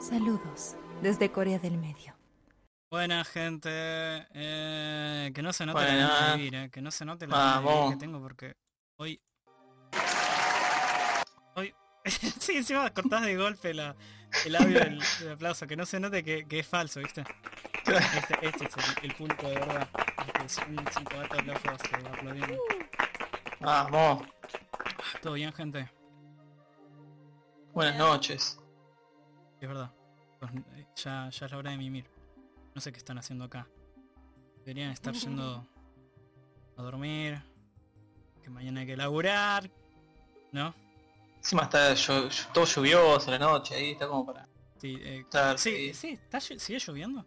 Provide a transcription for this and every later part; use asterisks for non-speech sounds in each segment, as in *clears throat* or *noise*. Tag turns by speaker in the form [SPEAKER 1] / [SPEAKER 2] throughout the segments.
[SPEAKER 1] Saludos desde Corea del Medio.
[SPEAKER 2] Buena gente, eh, que no se note
[SPEAKER 3] Buena.
[SPEAKER 2] la gana de vivir, eh, que no se note la gana de
[SPEAKER 3] Vamos.
[SPEAKER 2] vivir que tengo porque hoy... Hoy... *laughs* sí, encima cortás de golpe la, el audio
[SPEAKER 3] *laughs*
[SPEAKER 2] del del aplauso, que no se note que, que es falso, ¿viste? Este, este es el, el público de verdad, el que son cinco gatos locos que aplaudieron.
[SPEAKER 3] Vamos.
[SPEAKER 2] Todo bien, gente,
[SPEAKER 3] Buenas noches.
[SPEAKER 2] es verdad. Pues, eh, ya, ya es la hora de mimir. No sé qué están haciendo acá. Deberían estar yendo a dormir, que mañana hay que laburar, ¿no?
[SPEAKER 3] Encima está llo- llo- todo lluvioso la noche ahí, está como para
[SPEAKER 2] Sí, eh,
[SPEAKER 3] estar.
[SPEAKER 2] sí,
[SPEAKER 3] eh.
[SPEAKER 2] sí, está, llo- sigue lloviendo.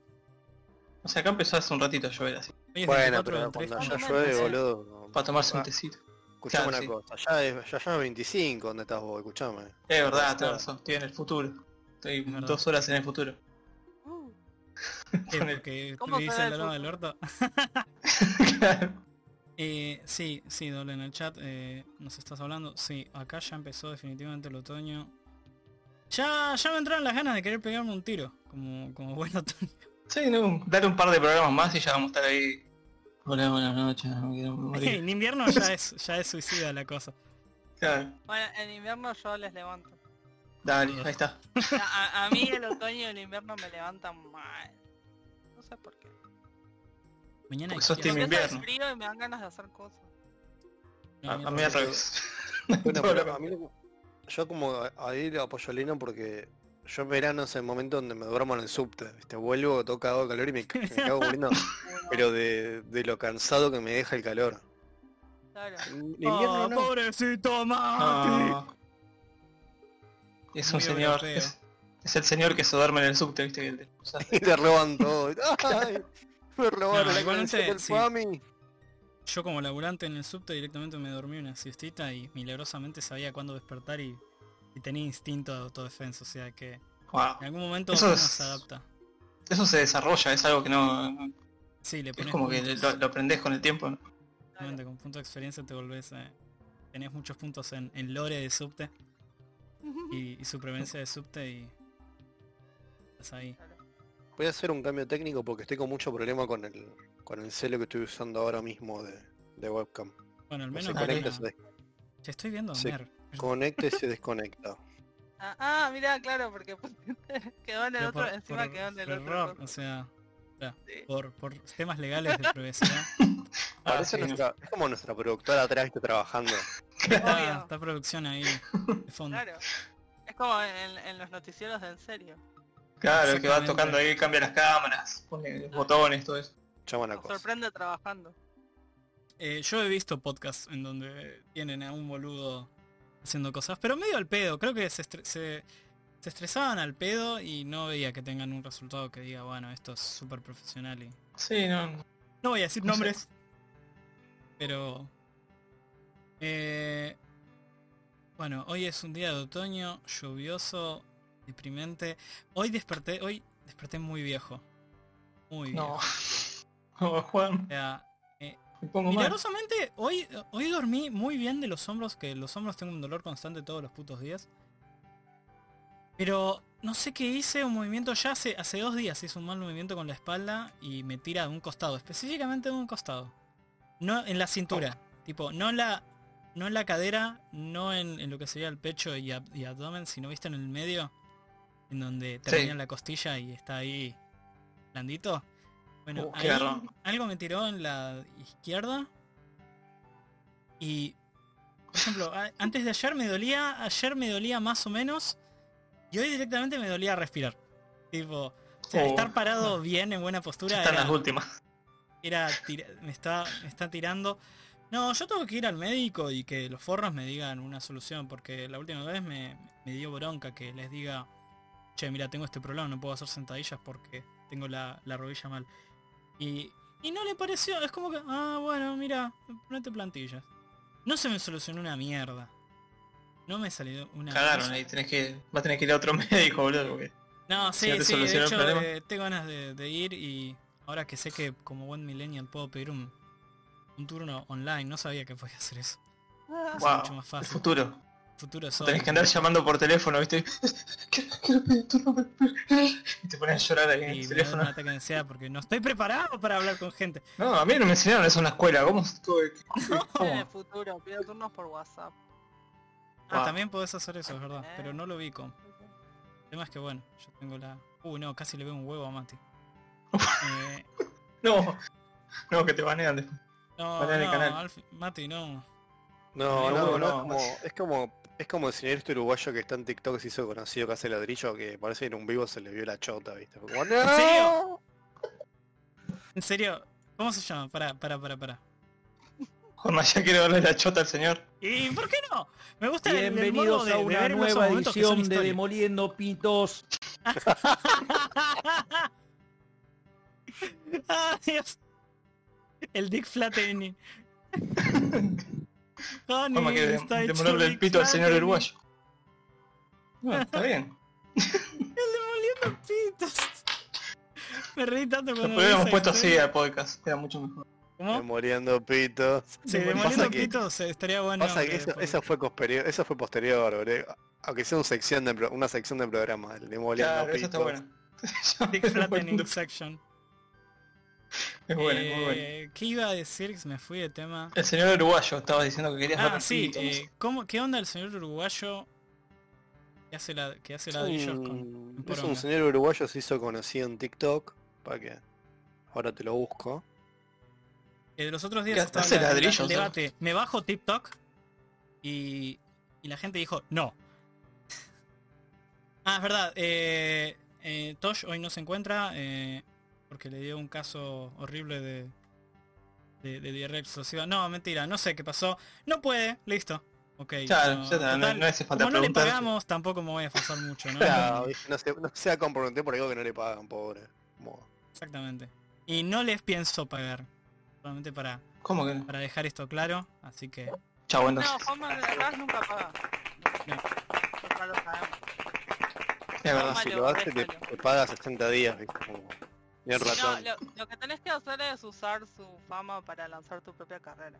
[SPEAKER 3] O sea, acá empezó hace un ratito a llover así.
[SPEAKER 2] Hoy es
[SPEAKER 4] Bueno,
[SPEAKER 2] 24
[SPEAKER 4] pero
[SPEAKER 2] del
[SPEAKER 4] cuando
[SPEAKER 2] 3.
[SPEAKER 4] ya
[SPEAKER 2] Ah,
[SPEAKER 4] llueve,
[SPEAKER 2] sí.
[SPEAKER 4] boludo.
[SPEAKER 3] Para tomarse un
[SPEAKER 4] Ah,
[SPEAKER 3] tecito. claro,
[SPEAKER 4] Escuchame una
[SPEAKER 3] sí.
[SPEAKER 4] cosa, ya es, ya es 25 donde estás
[SPEAKER 2] *laughs*
[SPEAKER 4] vos, escuchame.
[SPEAKER 3] Es verdad,
[SPEAKER 2] Claro.
[SPEAKER 3] tenés razón, estoy en el futuro. Estoy
[SPEAKER 2] verdad.
[SPEAKER 3] dos horas en el futuro. *laughs*
[SPEAKER 2] Sí, porque
[SPEAKER 5] ¿Cómo
[SPEAKER 2] vivís
[SPEAKER 5] será
[SPEAKER 2] al
[SPEAKER 5] el
[SPEAKER 2] lado del orto. *laughs*
[SPEAKER 3] Claro.
[SPEAKER 2] Eh, sí, sí, doble en el chat. eh, nos estás hablando. Sí, acá ya empezó definitivamente el otoño. Ya, ya me entraron las ganas de querer pegarme un tiro. Como, como *laughs* buen otoño.
[SPEAKER 3] Sí, no, dale un par de programas más y ya vamos a estar ahí. Hola, buenas noches, no quiero morir.
[SPEAKER 2] en invierno ya es, ya es suicida la cosa.
[SPEAKER 3] *laughs* Claro,
[SPEAKER 5] Bueno, en invierno yo les levanto.
[SPEAKER 3] dale, ahí *laughs* está.
[SPEAKER 5] A, a- a mí el otoño y el invierno me levantan mal. No sé por qué.
[SPEAKER 2] Mañana hay
[SPEAKER 3] Porque sos
[SPEAKER 2] que-
[SPEAKER 3] Team
[SPEAKER 5] Porque hace
[SPEAKER 3] invierno.
[SPEAKER 5] frío y me dan ganas de hacer cosas.
[SPEAKER 2] No,
[SPEAKER 3] Ah, A,
[SPEAKER 2] mira,
[SPEAKER 3] a mí al *laughs* revés.
[SPEAKER 4] Bueno,
[SPEAKER 3] Todo
[SPEAKER 4] pero
[SPEAKER 3] lo-
[SPEAKER 4] a mí lo- yo como a- ahí lo apoyo a Lino porque yo en verano es el momento donde me duermo en el subte, ¿viste? Vuelvo, toca agua de calor y me, ca- me cago muriendo,
[SPEAKER 2] *laughs*
[SPEAKER 4] pero de, de lo cansado que me deja el calor.
[SPEAKER 5] Claro.
[SPEAKER 4] En
[SPEAKER 2] Ah,
[SPEAKER 4] invierno no.
[SPEAKER 2] pobrecito Mati.
[SPEAKER 3] No. Es
[SPEAKER 2] Muy
[SPEAKER 3] un señor.
[SPEAKER 2] europeo.
[SPEAKER 3] Es, es el señor que se duerme en el subte, viste que *laughs* el de- o sea,
[SPEAKER 4] *laughs* Y te
[SPEAKER 2] *laughs*
[SPEAKER 4] roban todo. ¡Ay! Me robaron
[SPEAKER 2] No,
[SPEAKER 4] la
[SPEAKER 2] igualmente,
[SPEAKER 4] conexión del
[SPEAKER 2] sí.
[SPEAKER 4] Fami.
[SPEAKER 2] Yo como laburante en el subte directamente me dormí una siestita y milagrosamente sabía cuándo despertar y, y tenía instinto de autodefensa, o sea que
[SPEAKER 3] wow.
[SPEAKER 2] en algún momento
[SPEAKER 3] Eso
[SPEAKER 2] uno
[SPEAKER 3] es-
[SPEAKER 2] se adapta.
[SPEAKER 3] Eso se desarrolla, es algo que no.
[SPEAKER 2] Sí, le
[SPEAKER 3] Es
[SPEAKER 2] pones
[SPEAKER 3] como que
[SPEAKER 2] puntos,
[SPEAKER 3] lo, lo aprendés con el tiempo. ¿no?
[SPEAKER 2] exactamente, con punto de experiencia te volvés, eh, tenés muchos puntos en, en lore de subte y, *laughs* y supervivencia de subte y estás ahí.
[SPEAKER 4] Voy a hacer un cambio técnico porque estoy con mucho problema con el con el celo que estoy usando ahora mismo de, de webcam.
[SPEAKER 2] Bueno, al
[SPEAKER 4] No
[SPEAKER 2] menos
[SPEAKER 4] se
[SPEAKER 2] ahora-
[SPEAKER 4] conecta, se
[SPEAKER 2] *laughs* te estoy viendo
[SPEAKER 4] se
[SPEAKER 2] Mer.
[SPEAKER 4] desconecta y se desconecta.
[SPEAKER 5] Ah, ah, mirá, claro, porque *laughs* quedó en el
[SPEAKER 2] pero
[SPEAKER 5] otro,
[SPEAKER 2] por-
[SPEAKER 5] encima
[SPEAKER 2] por-
[SPEAKER 5] quedó en el
[SPEAKER 2] por
[SPEAKER 5] otro.
[SPEAKER 2] error,
[SPEAKER 5] coso.
[SPEAKER 2] o sea,
[SPEAKER 5] Sí.
[SPEAKER 2] por, por temas legales de
[SPEAKER 5] *laughs*
[SPEAKER 2] privacidad.
[SPEAKER 4] Parece
[SPEAKER 3] sí,
[SPEAKER 4] nuestra, es como nuestra productora atrás que está trabajando.
[SPEAKER 2] está,
[SPEAKER 5] Obvio.
[SPEAKER 2] está producción ahí de fondo.
[SPEAKER 5] Claro. Es como en, en los noticieros de en serio.
[SPEAKER 3] Claro, el que va
[SPEAKER 2] Exactamente.
[SPEAKER 3] tocando ahí, cambia las cámaras, pone botones, todo eso.
[SPEAKER 4] Llaman a
[SPEAKER 5] Nos
[SPEAKER 4] cosa.
[SPEAKER 5] sorprende trabajando.
[SPEAKER 2] Eh, yo he visto podcasts en donde tienen a un boludo haciendo cosas, pero medio al pedo. Creo que se, estre- se, se estresaban al pedo y no veía que tengan un resultado que diga, bueno, esto es súper profesional y...
[SPEAKER 3] Sí, no.
[SPEAKER 2] No voy a decir
[SPEAKER 3] No sé.
[SPEAKER 2] nombres, pero... eh, bueno, hoy es un día de otoño, lluvioso, deprimente. Hoy desperté, hoy desperté muy viejo. Muy viejo.
[SPEAKER 3] *laughs* No. No, Oh, Juan,
[SPEAKER 2] O sea,
[SPEAKER 3] me pongo mal.
[SPEAKER 2] Milagrosamente, hoy, hoy dormí muy bien de los hombros, que los hombros tengo un dolor constante todos los putos días. Pero no sé qué hice, un movimiento ya hace, hace dos días hice un mal movimiento con la espalda y me tira de un costado, específicamente de un costado. No en la cintura,
[SPEAKER 3] Oh.
[SPEAKER 2] tipo, no en la, no en la cadera, no en, en lo que sería el pecho y, ab- y abdomen, sino viste en el medio, en donde termina la costilla y está ahí blandito. Bueno,
[SPEAKER 3] Uh, qué
[SPEAKER 2] ahí
[SPEAKER 3] garrón.
[SPEAKER 2] algo me tiró en la izquierda. Y, por ejemplo, a- antes de ayer me dolía, ayer me dolía más o menos. Y hoy directamente me dolía respirar. Tipo, o sea,
[SPEAKER 3] Oh.
[SPEAKER 2] estar parado
[SPEAKER 3] *laughs*
[SPEAKER 2] bien, en buena postura,
[SPEAKER 3] Están
[SPEAKER 2] era,
[SPEAKER 3] las últimas.
[SPEAKER 2] era tira- me, está, me está tirando. No, yo tengo que ir al médico y que los forros me digan una solución, porque la última vez me, me dio bronca que les diga, che, mira, tengo este problema, no puedo hacer sentadillas porque tengo la, la rodilla mal. Y, y no le pareció, es como que, ah, bueno, mira, ponete plantillas. No se me solucionó una mierda. No me salió una
[SPEAKER 3] Cagaron ahí, tenés que. Va a tener que ir a otro *laughs* médico, boludo. Porque...
[SPEAKER 2] no,
[SPEAKER 3] Si
[SPEAKER 2] sí,
[SPEAKER 3] no te
[SPEAKER 2] sí, de
[SPEAKER 3] solucionó el
[SPEAKER 2] hecho
[SPEAKER 3] problema.
[SPEAKER 2] eh, tengo ganas de, de ir y ahora que sé que como buen millennial puedo pedir un, un turno online, no sabía que podía hacer eso. Es
[SPEAKER 3] Wow,
[SPEAKER 2] mucho más
[SPEAKER 3] el
[SPEAKER 2] fácil.
[SPEAKER 3] futuro.
[SPEAKER 2] futuro es hoy.
[SPEAKER 3] Tenés que andar llamando por teléfono, ¿viste? *laughs* Quiero pedir tu nombre. *laughs* Y te pones a llorar ahí en
[SPEAKER 2] Y me da
[SPEAKER 3] el
[SPEAKER 2] un
[SPEAKER 3] teléfono.
[SPEAKER 2] ataque de ansiedad porque no estoy preparado para hablar con gente.
[SPEAKER 3] No, a mí no me enseñaron eso en la escuela. ¿Cómo estuve?
[SPEAKER 5] *laughs* En el
[SPEAKER 3] ¿Cómo?
[SPEAKER 5] futuro, pido turnos por WhatsApp.
[SPEAKER 2] Ah,
[SPEAKER 3] Wow.
[SPEAKER 2] también podés hacer eso, es verdad.
[SPEAKER 5] Eh.
[SPEAKER 2] Pero no lo vi con. El tema es que bueno, yo tengo la. Uy no, casi le veo un huevo a
[SPEAKER 3] *laughs*
[SPEAKER 2] Mati. Eh,
[SPEAKER 3] No. No, que te banean después.
[SPEAKER 2] no,
[SPEAKER 3] Pará el
[SPEAKER 2] no,
[SPEAKER 3] canal.
[SPEAKER 2] Alf- Mati, no.
[SPEAKER 3] No,
[SPEAKER 4] No, no, no,
[SPEAKER 3] no,
[SPEAKER 4] es como, es como, es como el señor este uruguayo que está en TikTok se hizo conocido que hace ladrillo, que parece que en un vivo se le vio la chota, viste. Fue como, "No".
[SPEAKER 2] serio? En serio, ¿cómo se llama? Pará, pará, pará, pará.
[SPEAKER 3] Jorma *laughs* ya quiere verle la chota al señor.
[SPEAKER 2] ¿Y por qué no? Me gusta el- el, modo
[SPEAKER 6] Bienvenidos
[SPEAKER 2] de,
[SPEAKER 6] a
[SPEAKER 2] de
[SPEAKER 6] una
[SPEAKER 2] ver esos
[SPEAKER 6] nueva
[SPEAKER 2] momentos que son
[SPEAKER 6] edición de
[SPEAKER 2] historia.
[SPEAKER 6] Demoliendo Pitos.
[SPEAKER 2] ah, Dios. El Dick Flattening. Honey,
[SPEAKER 3] Jorma quiere
[SPEAKER 2] Ah, está hecho
[SPEAKER 3] demolerle el
[SPEAKER 2] Dick
[SPEAKER 3] pito al señor
[SPEAKER 2] Flattening.
[SPEAKER 3] uruguayo. No,
[SPEAKER 2] *laughs*
[SPEAKER 3] está bien.
[SPEAKER 2] El demoliendo pitos. *laughs* Me reí tanto
[SPEAKER 3] Lo
[SPEAKER 2] cuando vi
[SPEAKER 3] hubiéramos
[SPEAKER 2] esa
[SPEAKER 3] puesto así
[SPEAKER 2] historia.
[SPEAKER 3] al podcast. Era mucho mejor.
[SPEAKER 4] *laughs*
[SPEAKER 2] ¿Cómo?
[SPEAKER 4] Demoliendo pitos.
[SPEAKER 2] Sí,
[SPEAKER 3] Pasa
[SPEAKER 2] demoliendo
[SPEAKER 4] que-
[SPEAKER 2] pitos eh, estaría bueno.
[SPEAKER 4] Pasa que
[SPEAKER 2] que-
[SPEAKER 4] eso,
[SPEAKER 2] porque-
[SPEAKER 4] eso fue posterior, eso fue posterior, boludo. Aunque sea un sección de pro- una sección del programa, el demoliendo
[SPEAKER 3] Claro, eso
[SPEAKER 4] pitos.
[SPEAKER 3] está bueno. *laughs*
[SPEAKER 2] Dick Flattening Section.
[SPEAKER 3] Es bueno, es muy bueno.
[SPEAKER 2] Eh, ¿Qué iba a decir? Se Me fui de tema.
[SPEAKER 3] El señor uruguayo, estabas diciendo que querías
[SPEAKER 2] Ah,
[SPEAKER 3] ver
[SPEAKER 2] sí.
[SPEAKER 3] pito, no sé.
[SPEAKER 2] eh, ¿cómo, ¿Qué onda el señor uruguayo que hace, la, que hace ladrillos con...
[SPEAKER 4] Mm,
[SPEAKER 2] con
[SPEAKER 4] Es
[SPEAKER 2] poronga.
[SPEAKER 4] un señor uruguayo se hizo conocido en TikTok, para que ahora te lo busco.
[SPEAKER 2] Eh, de los otros días
[SPEAKER 3] ¿Qué
[SPEAKER 2] estaba
[SPEAKER 3] hace
[SPEAKER 2] la- la-
[SPEAKER 3] ladrillos, ¿eh?
[SPEAKER 2] el
[SPEAKER 3] no?
[SPEAKER 2] debate. Me bajo TikTok y, y la gente dijo no. *laughs* ah, es verdad. eh, eh, Tosh hoy no se encuentra eh, porque le dio un caso horrible de, de, de diarrea explosiva. No, mentira, no sé qué pasó. No puede, listo. Ok.
[SPEAKER 3] Claro,
[SPEAKER 2] no,
[SPEAKER 3] ya está, no,
[SPEAKER 2] total,
[SPEAKER 3] no hace falta
[SPEAKER 2] como no le
[SPEAKER 3] preguntar.
[SPEAKER 2] pagamos, tampoco me voy a esforzar mucho, ¿no?
[SPEAKER 4] Claro, viste, no, se, no sea comprometido por algo que no le pagan, pobre. Como-
[SPEAKER 2] Exactamente. Y no les pienso pagar. Solamente para,
[SPEAKER 3] ¿Cómo que no?
[SPEAKER 2] para dejar esto claro. Así que.
[SPEAKER 3] Chau,
[SPEAKER 5] No,
[SPEAKER 3] entonces.
[SPEAKER 5] Juanma de la Paz nunca paga.
[SPEAKER 2] No.
[SPEAKER 5] Ya lo sabemos.
[SPEAKER 3] Es verdad.
[SPEAKER 4] si
[SPEAKER 5] malo,
[SPEAKER 4] lo hace, te,
[SPEAKER 5] déjalo.
[SPEAKER 4] te paga 60 días, viste, como- Bien
[SPEAKER 5] No,
[SPEAKER 4] ratón.
[SPEAKER 5] lo, lo que tenés que hacer es usar su fama para lanzar tu propia carrera.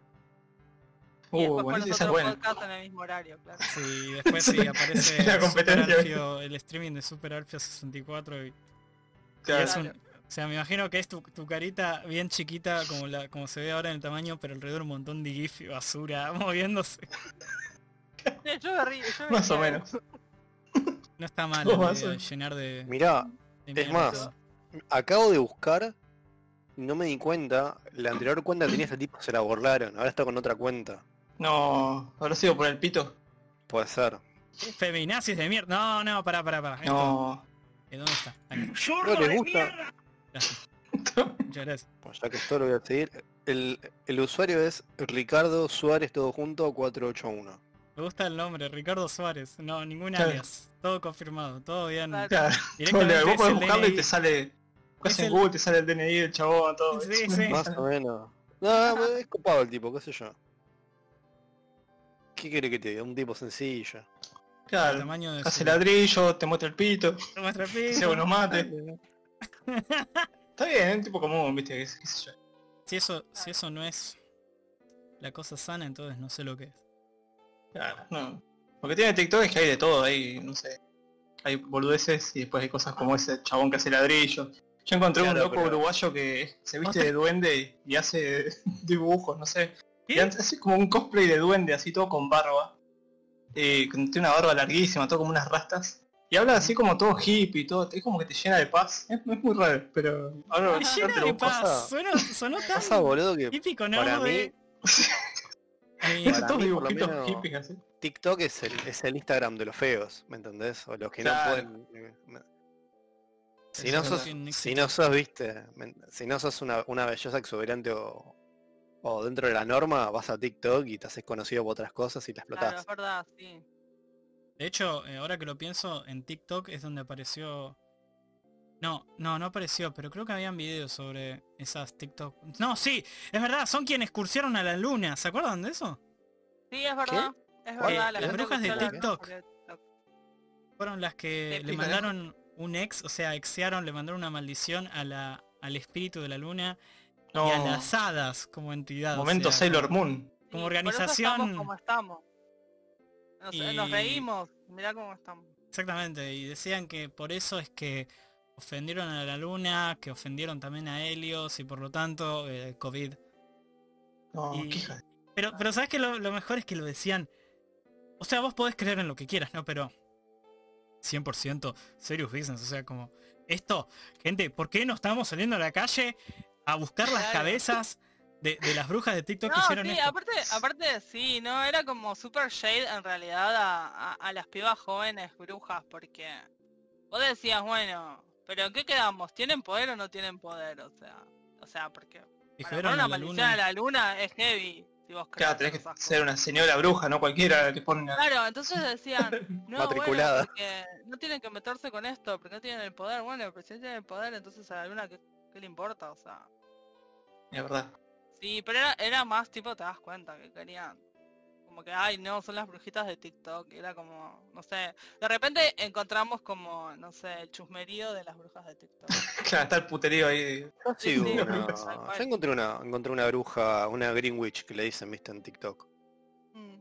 [SPEAKER 5] y
[SPEAKER 3] Uh, bueno,
[SPEAKER 5] después pones
[SPEAKER 3] esa es
[SPEAKER 5] otro
[SPEAKER 3] buena.
[SPEAKER 5] podcast en el mismo horario, claro. *laughs*
[SPEAKER 3] *laughs*
[SPEAKER 2] Sí, después sí
[SPEAKER 3] Sí,
[SPEAKER 2] aparece
[SPEAKER 3] sí, *laughs* la
[SPEAKER 2] Super
[SPEAKER 3] competencia.
[SPEAKER 2] Alfio, el streaming de Super Alfio 64 y, y
[SPEAKER 3] Claro.
[SPEAKER 2] es un- O sea, me imagino que es tu, tu carita bien chiquita como la como se ve ahora en el tamaño, pero alrededor un montón de gif y basura *laughs* moviéndose.
[SPEAKER 5] Sí, yo me río, yo me
[SPEAKER 3] Más o
[SPEAKER 5] río.
[SPEAKER 3] menos.
[SPEAKER 2] No está mal
[SPEAKER 3] Todo
[SPEAKER 2] la
[SPEAKER 3] basura.
[SPEAKER 2] idea de llenar de,
[SPEAKER 4] Mirá,
[SPEAKER 2] de
[SPEAKER 4] es
[SPEAKER 2] memes
[SPEAKER 4] más,
[SPEAKER 2] todo.
[SPEAKER 4] acabo de buscar, no me di cuenta, la anterior cuenta que tenía este tipo, se la borraron, ahora está con otra cuenta.
[SPEAKER 3] No, habrá sido por el pito.
[SPEAKER 4] Puede ser.
[SPEAKER 2] Feminazis de mierda. No, no, pará, pará, pará. Esto,
[SPEAKER 3] No. *laughs*
[SPEAKER 2] eh, ¿Dónde está? Acá.
[SPEAKER 4] No les gusta,
[SPEAKER 2] Muchas gracias.
[SPEAKER 4] bueno, ya que esto lo voy a seguir. El, el usuario es Ricardo Suárez todo junto 481.
[SPEAKER 2] Me gusta el nombre, Ricardo Suárez. No, ningún
[SPEAKER 3] Claro.
[SPEAKER 2] alias. Todo confirmado, todo bien.
[SPEAKER 5] Claro.
[SPEAKER 3] Claro.
[SPEAKER 2] Directamente
[SPEAKER 3] vos
[SPEAKER 2] es
[SPEAKER 3] podés
[SPEAKER 2] el
[SPEAKER 3] buscarlo y
[SPEAKER 2] DNI.
[SPEAKER 3] te sale. Buscas
[SPEAKER 2] Es
[SPEAKER 3] en
[SPEAKER 2] el-
[SPEAKER 3] Google, te sale el DNI del chabón, todo.
[SPEAKER 2] Sí, sí.
[SPEAKER 4] Más
[SPEAKER 2] *laughs*
[SPEAKER 4] o menos. No, pero es copado el tipo, qué sé yo. ¿Qué quiere que te diga? Un tipo sencillo.
[SPEAKER 2] El
[SPEAKER 3] Claro.
[SPEAKER 2] tamaño de *laughs*
[SPEAKER 3] Hace
[SPEAKER 2] su-
[SPEAKER 3] ladrillo, te muestra
[SPEAKER 2] *laughs*
[SPEAKER 3] el pito,
[SPEAKER 2] nuestra pija.
[SPEAKER 3] se unos mates. Está bien, es un tipo común, viste, qué, qué sé yo.
[SPEAKER 2] Si eso, si eso no es la cosa sana, entonces no sé lo que es.
[SPEAKER 3] Claro, no. Lo que tiene TikTok es que hay de todo, hay, no sé. Hay boludeces y después hay cosas como ese chabón que hace ladrillo. Yo encontré
[SPEAKER 4] Claro,
[SPEAKER 3] un loco
[SPEAKER 4] pero-
[SPEAKER 3] uruguayo que se viste de duende y hace *laughs* dibujos, no sé. Y antes hace como un cosplay de duende, así todo con barba. Eh, con- tiene una barba larguísima, todo como unas rastas. Y habla así como todo hippie, todo, es como que te llena de paz. Es, es muy raro, pero *laughs* ahora
[SPEAKER 2] Me
[SPEAKER 3] ahora
[SPEAKER 2] llena
[SPEAKER 3] Ah, te lo
[SPEAKER 2] de
[SPEAKER 3] busco.
[SPEAKER 2] paz,
[SPEAKER 4] pasa-
[SPEAKER 2] Suena- sonó tan
[SPEAKER 4] Pasa, boludo, que
[SPEAKER 2] típico, ¿no?
[SPEAKER 4] para
[SPEAKER 2] De- Eh,
[SPEAKER 4] Para
[SPEAKER 3] Hizo todos
[SPEAKER 4] mí, por lo
[SPEAKER 3] dibujitos
[SPEAKER 4] menos,
[SPEAKER 3] hippies así.
[SPEAKER 4] TikTok es el, es el Instagram de los feos, ¿me entendés? O los que
[SPEAKER 3] Claro.
[SPEAKER 4] no pueden... Si
[SPEAKER 2] Eso
[SPEAKER 4] no
[SPEAKER 2] es
[SPEAKER 4] sos,
[SPEAKER 2] sin
[SPEAKER 4] si
[SPEAKER 2] éxito.
[SPEAKER 4] no sos, viste, men- si no sos una, una belleza exuberante o, o dentro de la norma, vas a TikTok y te haces conocido por otras cosas y las
[SPEAKER 5] Claro, es
[SPEAKER 4] explotás.
[SPEAKER 5] verdad, sí.
[SPEAKER 2] De hecho, eh, ahora que lo pienso, en TikTok es donde apareció... No, no, no apareció, pero creo que habían videos sobre esas TikTok... No, sí, es verdad, son quienes cursionaron a la luna, ¿se acuerdan de eso?
[SPEAKER 5] Sí, es verdad. Es verdad,
[SPEAKER 4] Eh,
[SPEAKER 5] la
[SPEAKER 4] las
[SPEAKER 5] gente
[SPEAKER 2] brujas de
[SPEAKER 5] usa la-
[SPEAKER 2] TikTok. fueron las que
[SPEAKER 5] Te
[SPEAKER 2] le
[SPEAKER 5] pican.
[SPEAKER 2] mandaron un ex, o sea, exearon, le mandaron una maldición a la, al espíritu de la luna y a
[SPEAKER 3] No,
[SPEAKER 2] las hadas como entidad. o
[SPEAKER 3] momento
[SPEAKER 2] sea,
[SPEAKER 3] Sailor Moon.
[SPEAKER 5] Sí,
[SPEAKER 2] Como
[SPEAKER 5] por eso estamos
[SPEAKER 2] organización-
[SPEAKER 5] como estamos. Nos, eh, nos
[SPEAKER 2] Y-
[SPEAKER 5] reímos, mirá cómo estamos.
[SPEAKER 2] Exactamente, y decían que por eso es que ofendieron a la luna, que ofendieron también a Helios y por lo tanto eh, COVID.
[SPEAKER 3] No,
[SPEAKER 2] Y-
[SPEAKER 3] qué hija de-
[SPEAKER 5] Ah.
[SPEAKER 2] Pero, pero sabes que lo, lo mejor es que lo decían. O sea, vos podés creer en lo que quieras, ¿no? Pero 100% serious business, o sea, como esto, gente, ¿por qué no estamos saliendo a la calle a buscar las
[SPEAKER 5] Claro.
[SPEAKER 2] cabezas de, de las brujas de TikTok que
[SPEAKER 5] No,
[SPEAKER 2] hicieron
[SPEAKER 5] sí,
[SPEAKER 2] esto?
[SPEAKER 5] aparte, aparte sí, no, era como super shade en realidad a, a- a las pibas jóvenes brujas, porque vos decías, bueno, pero ¿en qué quedamos? ¿Tienen poder o no tienen poder? O sea, o sea, porque
[SPEAKER 2] Y
[SPEAKER 5] para
[SPEAKER 2] fueron
[SPEAKER 5] poner una
[SPEAKER 2] a la
[SPEAKER 5] maldición a
[SPEAKER 2] luna.
[SPEAKER 5] la luna es heavy, si vos crees
[SPEAKER 3] Claro, tenés
[SPEAKER 5] en
[SPEAKER 3] que
[SPEAKER 5] esas cosas.
[SPEAKER 3] ser una señora bruja, no cualquiera que ponen a...
[SPEAKER 5] Claro,
[SPEAKER 3] *laughs*
[SPEAKER 5] entonces decían, no,
[SPEAKER 4] Matriculada.
[SPEAKER 5] bueno, porque no tienen que meterse con esto, porque no tienen el poder, bueno, pero si no tienen el poder, entonces a la luna, ¿qué, qué le importa? O sea,
[SPEAKER 3] La verdad.
[SPEAKER 5] Sí, pero era, era más tipo, te das cuenta que querían. Como que, ay, no, son las brujitas de TikTok. Era como, no sé. De repente encontramos como, no sé, el chusmerío de las brujas de TikTok.
[SPEAKER 3] Claro, está el puterío ahí.
[SPEAKER 4] Yo
[SPEAKER 5] Sí,
[SPEAKER 4] sigo
[SPEAKER 5] sí,
[SPEAKER 4] una-
[SPEAKER 5] tal cual.
[SPEAKER 4] yo encontré una, encontré una bruja, una Greenwich que le dicen, viste, en TikTok.
[SPEAKER 5] Mm.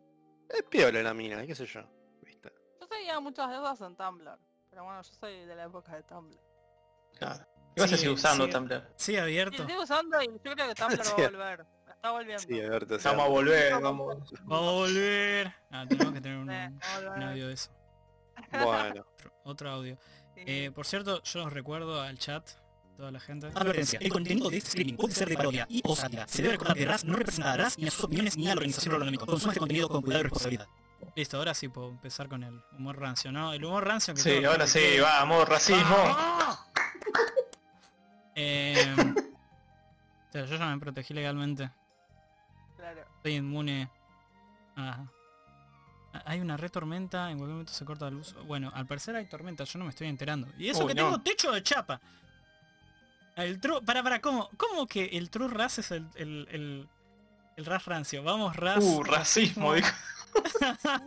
[SPEAKER 4] Es piola la mina, qué sé yo. ¿Viste?
[SPEAKER 5] Yo seguía muchas de esas en Tumblr. Pero bueno, yo soy de la época de Tumblr.
[SPEAKER 3] Claro. Y vas a
[SPEAKER 2] Sí,
[SPEAKER 3] seguir usando
[SPEAKER 2] sí.
[SPEAKER 3] Tumblr.
[SPEAKER 2] Sí,
[SPEAKER 5] Y
[SPEAKER 2] abierto.
[SPEAKER 5] sigo usando y yo
[SPEAKER 4] *laughs*
[SPEAKER 5] creo que Tumblr va
[SPEAKER 4] Sí.
[SPEAKER 5] a volver. Está volviendo.
[SPEAKER 4] Sí, a ver, te
[SPEAKER 3] Vamos a volver, vamos.
[SPEAKER 2] Vamos a volver. Ah, tenemos
[SPEAKER 5] *laughs*
[SPEAKER 2] que tener
[SPEAKER 5] Sí,
[SPEAKER 2] un,
[SPEAKER 5] va
[SPEAKER 2] un
[SPEAKER 5] a volver.
[SPEAKER 2] audio de eso.
[SPEAKER 4] Bueno,
[SPEAKER 2] Otro- Otro audio.
[SPEAKER 5] Sí.
[SPEAKER 2] Eh, por cierto, yo os recuerdo al chat, toda la gente.
[SPEAKER 6] Advertencia, el contenido de este streaming puede ser de parodia y o sátira. Se debe recordar que RAS no representa a RAS ni a sus opiniones ni a la organización Rolonómico. Consuma este contenido con cuidado y responsabilidad.
[SPEAKER 7] Oh,
[SPEAKER 2] Listo, ahora sí puedo empezar con el humor rancio, ¿no? El humor rancio que
[SPEAKER 3] Sí,
[SPEAKER 2] todos
[SPEAKER 3] ahora sí,
[SPEAKER 2] repetimos.
[SPEAKER 3] vamos, racismo. *laughs*
[SPEAKER 2] Eh, o sea, yo ya me protegí legalmente.
[SPEAKER 5] Claro.
[SPEAKER 2] Soy inmune. a- a- Hay una red tormenta, en cualquier momento se corta la luz. Bueno, al parecer hay tormenta, yo no me estoy enterando. Y eso
[SPEAKER 3] Uy,
[SPEAKER 2] que
[SPEAKER 3] no.
[SPEAKER 2] tengo techo de chapa. El true. Para, para, ¿cómo? ¿Cómo que el true ras es el. el, el, el ras rancio? Vamos, ras.
[SPEAKER 3] Uh, racismo, dijo.
[SPEAKER 4] *laughs*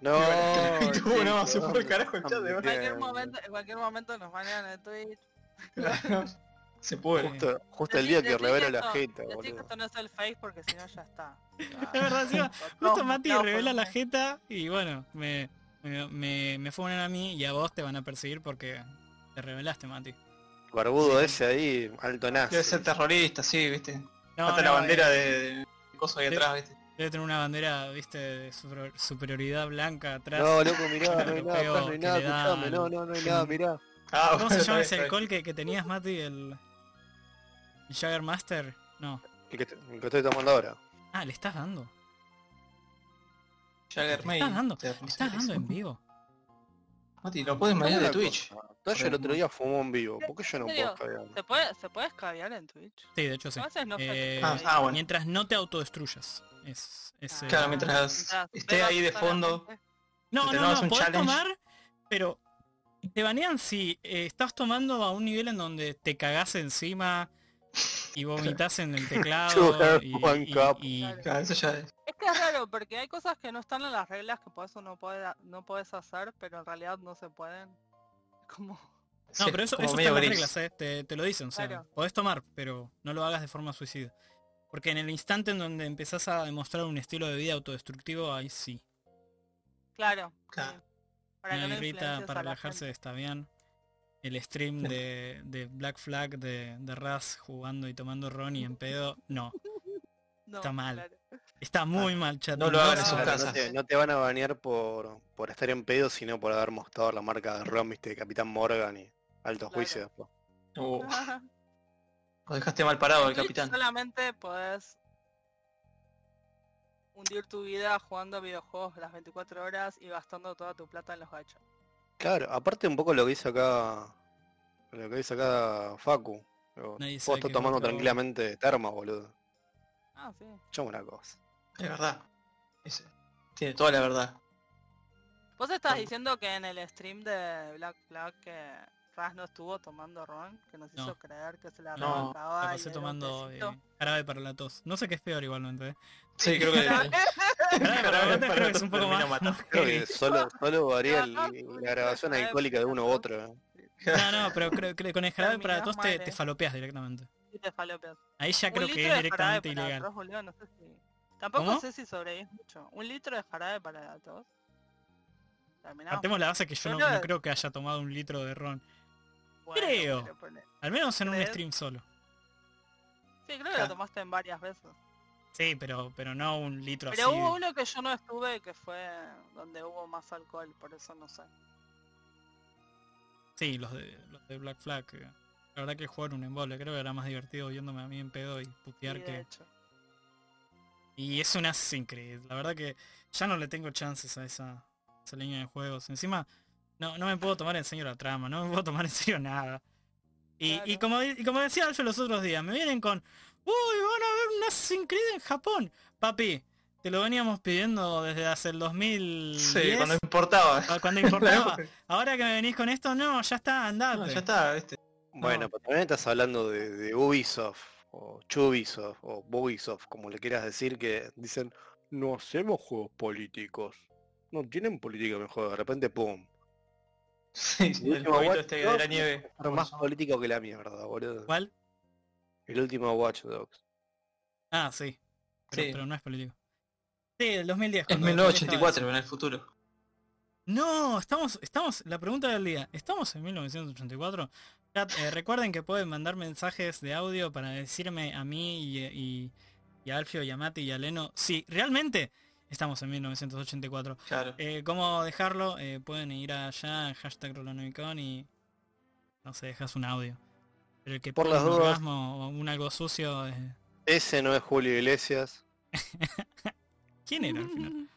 [SPEAKER 4] no.
[SPEAKER 3] Y tú, no,
[SPEAKER 4] chicos,
[SPEAKER 3] se fue el
[SPEAKER 4] dame-
[SPEAKER 3] carajo el chat de
[SPEAKER 4] dame
[SPEAKER 5] En
[SPEAKER 3] verdad.
[SPEAKER 5] cualquier,
[SPEAKER 4] tiempo.
[SPEAKER 5] momento, en cualquier momento nos banean en Twitch.
[SPEAKER 3] *laughs* Se puede.
[SPEAKER 4] Justo, justo el día que
[SPEAKER 5] Decí- decí
[SPEAKER 4] revela la
[SPEAKER 5] esto,
[SPEAKER 4] jeta,
[SPEAKER 5] decí que
[SPEAKER 4] boludo.
[SPEAKER 5] esto no es el face porque si no ya está.
[SPEAKER 2] Es verdad, encima,
[SPEAKER 3] Pues
[SPEAKER 2] Justo Mati revela la
[SPEAKER 5] gente
[SPEAKER 2] jeta y bueno, me, me, me, me funan a mí y a vos te van a perseguir porque te revelaste, Mati.
[SPEAKER 4] Barbudo ese ahí, alto nazi.
[SPEAKER 3] Debe ser terrorista, sí, viste.
[SPEAKER 2] No,
[SPEAKER 3] Hasta
[SPEAKER 2] no,
[SPEAKER 3] la bandera
[SPEAKER 2] eh,
[SPEAKER 3] de, de coso ahí
[SPEAKER 2] de-
[SPEAKER 3] atrás, viste.
[SPEAKER 2] Debe tener una bandera, viste, de super- superioridad blanca atrás.
[SPEAKER 4] No, loco, mirá, no hay
[SPEAKER 2] Europeo
[SPEAKER 4] nada, atrás no hay
[SPEAKER 2] que
[SPEAKER 4] nada,
[SPEAKER 2] le dan.
[SPEAKER 4] escuchame, no, no, no hay nada, mirá.
[SPEAKER 3] Ah,
[SPEAKER 2] ¿Cómo se *laughs*
[SPEAKER 3] bueno,
[SPEAKER 2] llama
[SPEAKER 3] está
[SPEAKER 2] ese
[SPEAKER 3] bien, está
[SPEAKER 2] alcohol que, que tenías, Mati? El, el Jagger Master. No.
[SPEAKER 4] El que, te- el que estoy tomando ahora.
[SPEAKER 2] Ah, le estás dando.
[SPEAKER 3] bien. Jagger
[SPEAKER 2] Le estás dando.
[SPEAKER 3] Master,
[SPEAKER 2] Le
[SPEAKER 3] no sé
[SPEAKER 2] estás
[SPEAKER 3] qué
[SPEAKER 2] dando
[SPEAKER 3] es.
[SPEAKER 2] en vivo.
[SPEAKER 3] Mati, lo puedes mandar de
[SPEAKER 4] Una
[SPEAKER 3] Twitch.
[SPEAKER 4] cosa, Toyo el otro día fumó en vivo, ¿por qué yo no
[SPEAKER 5] ¿En
[SPEAKER 4] puedo
[SPEAKER 5] serio?
[SPEAKER 4] cagar?
[SPEAKER 5] ¿Se puede, ¿Se puede escabear en Twitch?
[SPEAKER 2] Sí, de hecho sí.
[SPEAKER 5] A veces no sé.
[SPEAKER 2] Eh,
[SPEAKER 3] Ah, ah, bueno. Ah.
[SPEAKER 2] Mientras no te autodestruyas. Es, es, eh,
[SPEAKER 3] Claro, mientras esté ahí de fondo.
[SPEAKER 2] No,
[SPEAKER 3] Te
[SPEAKER 2] no,
[SPEAKER 3] tomas
[SPEAKER 2] no,
[SPEAKER 3] un
[SPEAKER 2] podés
[SPEAKER 3] challenge.
[SPEAKER 2] tomar, pero te banean si eh, estás tomando a un nivel en donde te cagás encima y vomitas en *laughs* el teclado
[SPEAKER 4] Sugar
[SPEAKER 2] y,
[SPEAKER 4] one
[SPEAKER 2] y-
[SPEAKER 4] cup.
[SPEAKER 2] y-
[SPEAKER 5] Claro.
[SPEAKER 3] Claro, eso ya es.
[SPEAKER 5] Es que es raro porque hay cosas que no están en las reglas que por eso no puedes no puedes hacer, pero en realidad no se pueden. *laughs* Como
[SPEAKER 2] No,
[SPEAKER 3] sí,
[SPEAKER 2] pero eso,
[SPEAKER 3] como
[SPEAKER 2] eso está
[SPEAKER 3] medio
[SPEAKER 2] en las
[SPEAKER 3] gris.
[SPEAKER 2] reglas, eh, te, te lo dicen, o sea,
[SPEAKER 5] Claro.
[SPEAKER 2] podés tomar, pero no lo hagas de forma suicida. Porque en el instante en donde empezás a demostrar un estilo de vida autodestructivo, ahí sí.
[SPEAKER 5] claro.
[SPEAKER 3] Claro.
[SPEAKER 5] sí. Para que
[SPEAKER 2] Una
[SPEAKER 5] no
[SPEAKER 2] librita
[SPEAKER 5] influencies
[SPEAKER 2] Mm, para
[SPEAKER 5] a la
[SPEAKER 2] relajarse
[SPEAKER 5] gente.
[SPEAKER 2] está bien. El stream
[SPEAKER 3] Sí.
[SPEAKER 2] de, de Black Flag de, de Raz jugando y tomando Ronnie en pedo, no.
[SPEAKER 5] No,
[SPEAKER 2] está mal.
[SPEAKER 5] claro.
[SPEAKER 2] Está muy mal, chat.
[SPEAKER 3] No lo hagan en sus
[SPEAKER 5] no,
[SPEAKER 4] Claro,
[SPEAKER 3] casas.
[SPEAKER 4] no, te, no te van a banear por, por estar en pedo, sino por haber mostrado la marca de Ron, viste, de Capitán Morgan y alto
[SPEAKER 5] Claro.
[SPEAKER 4] juicio después.
[SPEAKER 5] *laughs*
[SPEAKER 3] Uh, lo dejaste mal parado el
[SPEAKER 5] Twitch
[SPEAKER 3] capitán.
[SPEAKER 5] Solamente podés hundir tu vida jugando a videojuegos las 24 horas y gastando toda tu plata en los gachos.
[SPEAKER 4] Claro, aparte un poco lo que hizo acá, lo que hizo acá Facu. Vos
[SPEAKER 2] Nadie
[SPEAKER 4] estás
[SPEAKER 2] sabe qué
[SPEAKER 4] tomando
[SPEAKER 2] marca,
[SPEAKER 4] tranquilamente termas, boludo.
[SPEAKER 5] Ah, sí.
[SPEAKER 4] Escuchame una cosa.
[SPEAKER 3] Es verdad. Es- tiene toda la verdad.
[SPEAKER 5] Vos estás
[SPEAKER 3] Tom-
[SPEAKER 5] diciendo que en el stream de Black Flag que Raz no estuvo tomando ron, que nos hizo
[SPEAKER 2] No.
[SPEAKER 5] creer que se la
[SPEAKER 2] No,
[SPEAKER 5] rebajaba
[SPEAKER 2] La
[SPEAKER 5] y
[SPEAKER 2] pasé
[SPEAKER 5] era un
[SPEAKER 2] tomando
[SPEAKER 5] tecito.
[SPEAKER 2] eh, jarabe para la tos. No sé qué es peor igualmente. ¿eh?
[SPEAKER 3] Sí, *laughs* creo que.
[SPEAKER 5] *laughs* Jarabe
[SPEAKER 2] Jarabe para la tos creo *laughs* que es un poco
[SPEAKER 3] Termina
[SPEAKER 2] más.
[SPEAKER 3] matando.
[SPEAKER 4] Creo que
[SPEAKER 2] heavy.
[SPEAKER 4] solo,
[SPEAKER 2] *laughs*
[SPEAKER 4] solo varía el-
[SPEAKER 5] Ah,
[SPEAKER 4] la grabación
[SPEAKER 5] ah,
[SPEAKER 4] alcohólica de uno u
[SPEAKER 5] ah,
[SPEAKER 4] otro. eh.
[SPEAKER 2] No, no, pero creo que con el jarabe para la tos te,
[SPEAKER 5] Terminás mal,
[SPEAKER 2] te
[SPEAKER 5] eh.
[SPEAKER 2] falopeas directamente.
[SPEAKER 5] Y te falopeas.
[SPEAKER 2] Ahí ya
[SPEAKER 5] Un
[SPEAKER 2] creo
[SPEAKER 5] litro
[SPEAKER 2] que es
[SPEAKER 5] de jarabe
[SPEAKER 2] directamente
[SPEAKER 5] para
[SPEAKER 2] ilegal.
[SPEAKER 5] atrás, boludo, no sé si- Tampoco
[SPEAKER 2] ¿Cómo?
[SPEAKER 5] sé si sobrevivís mucho. ¿Un litro de jarabe para la tos? Terminamos.
[SPEAKER 2] Partemos la base que yo no,
[SPEAKER 5] Pero-
[SPEAKER 2] no creo que haya tomado un litro de ron.
[SPEAKER 5] Bueno,
[SPEAKER 2] creo.
[SPEAKER 5] pero ponle-
[SPEAKER 2] Al menos en un
[SPEAKER 5] ¿Crees?
[SPEAKER 2] stream solo.
[SPEAKER 5] Sí, creo que lo
[SPEAKER 3] Ah.
[SPEAKER 5] tomaste en varias veces.
[SPEAKER 2] Sí, pero, pero no un litro
[SPEAKER 5] Pero
[SPEAKER 2] así.
[SPEAKER 5] hubo uno que yo no estuve que fue donde hubo más alcohol, por eso no sé.
[SPEAKER 2] Sí, los de, los de Black Flag. eh. La verdad que jugar un embole, creo que era más divertido viéndome a mí en pedo y
[SPEAKER 5] Sí,
[SPEAKER 2] putear
[SPEAKER 5] de
[SPEAKER 2] que.
[SPEAKER 5] hecho.
[SPEAKER 2] Y es una increíble. La verdad que ya no le tengo chances a esa, a esa línea de juegos. Encima, no, no me puedo tomar en serio la trama, no me *laughs* puedo tomar en serio nada. Y, y
[SPEAKER 5] Claro.
[SPEAKER 2] como, di- y como decía Alfio los otros días, me vienen con, uy, van a ver un Assassin's Creed en Japón. Papi, te lo veníamos pidiendo desde hace el 2000.
[SPEAKER 3] Sí, cuando importaba.
[SPEAKER 2] cuando
[SPEAKER 3] La *laughs*
[SPEAKER 2] importaba.
[SPEAKER 3] época.
[SPEAKER 2] Ahora que me venís con esto, no, ya está, andate.
[SPEAKER 3] No, ya está, ¿viste?
[SPEAKER 4] Bueno, pero también estás hablando de, de Ubisoft, o Chubisoft, o Bugisoft, como le quieras decir, que dicen, no hacemos juegos políticos. No tienen política en el juego, de repente, ¡pum!
[SPEAKER 3] Sí, sí, el
[SPEAKER 4] último
[SPEAKER 3] jueguito
[SPEAKER 4] Watch
[SPEAKER 3] este
[SPEAKER 4] Dogs
[SPEAKER 3] de la nieve.
[SPEAKER 4] Pero más político que la mierda, boludo.
[SPEAKER 2] ¿Cuál?
[SPEAKER 4] El último Watch Dogs.
[SPEAKER 2] Ah, sí. Pero,
[SPEAKER 3] Sí.
[SPEAKER 2] pero no es político. Sí, el 2010.
[SPEAKER 3] Es
[SPEAKER 2] cuando-
[SPEAKER 3] 1984, en el futuro.
[SPEAKER 2] No, estamos, estamos, la pregunta del día, ¿estamos en 1984? Chat, eh, recuerden que pueden mandar mensajes de audio para decirme a mí y, eh, y- y a Alfio y a Mati y a Leno si realmente estamos en 1984.
[SPEAKER 3] Claro.
[SPEAKER 2] Eh, ¿Cómo dejarlo? Eh, pueden ir allá, hashtag Rolonomicon y no sé, dejas un audio. Pero el que
[SPEAKER 4] Por
[SPEAKER 2] pone
[SPEAKER 4] las
[SPEAKER 2] un
[SPEAKER 4] dudas.
[SPEAKER 2] orgasmo o un algo sucio, eh,
[SPEAKER 4] Ese no es Julio Iglesias.
[SPEAKER 2] ¿quién era al final?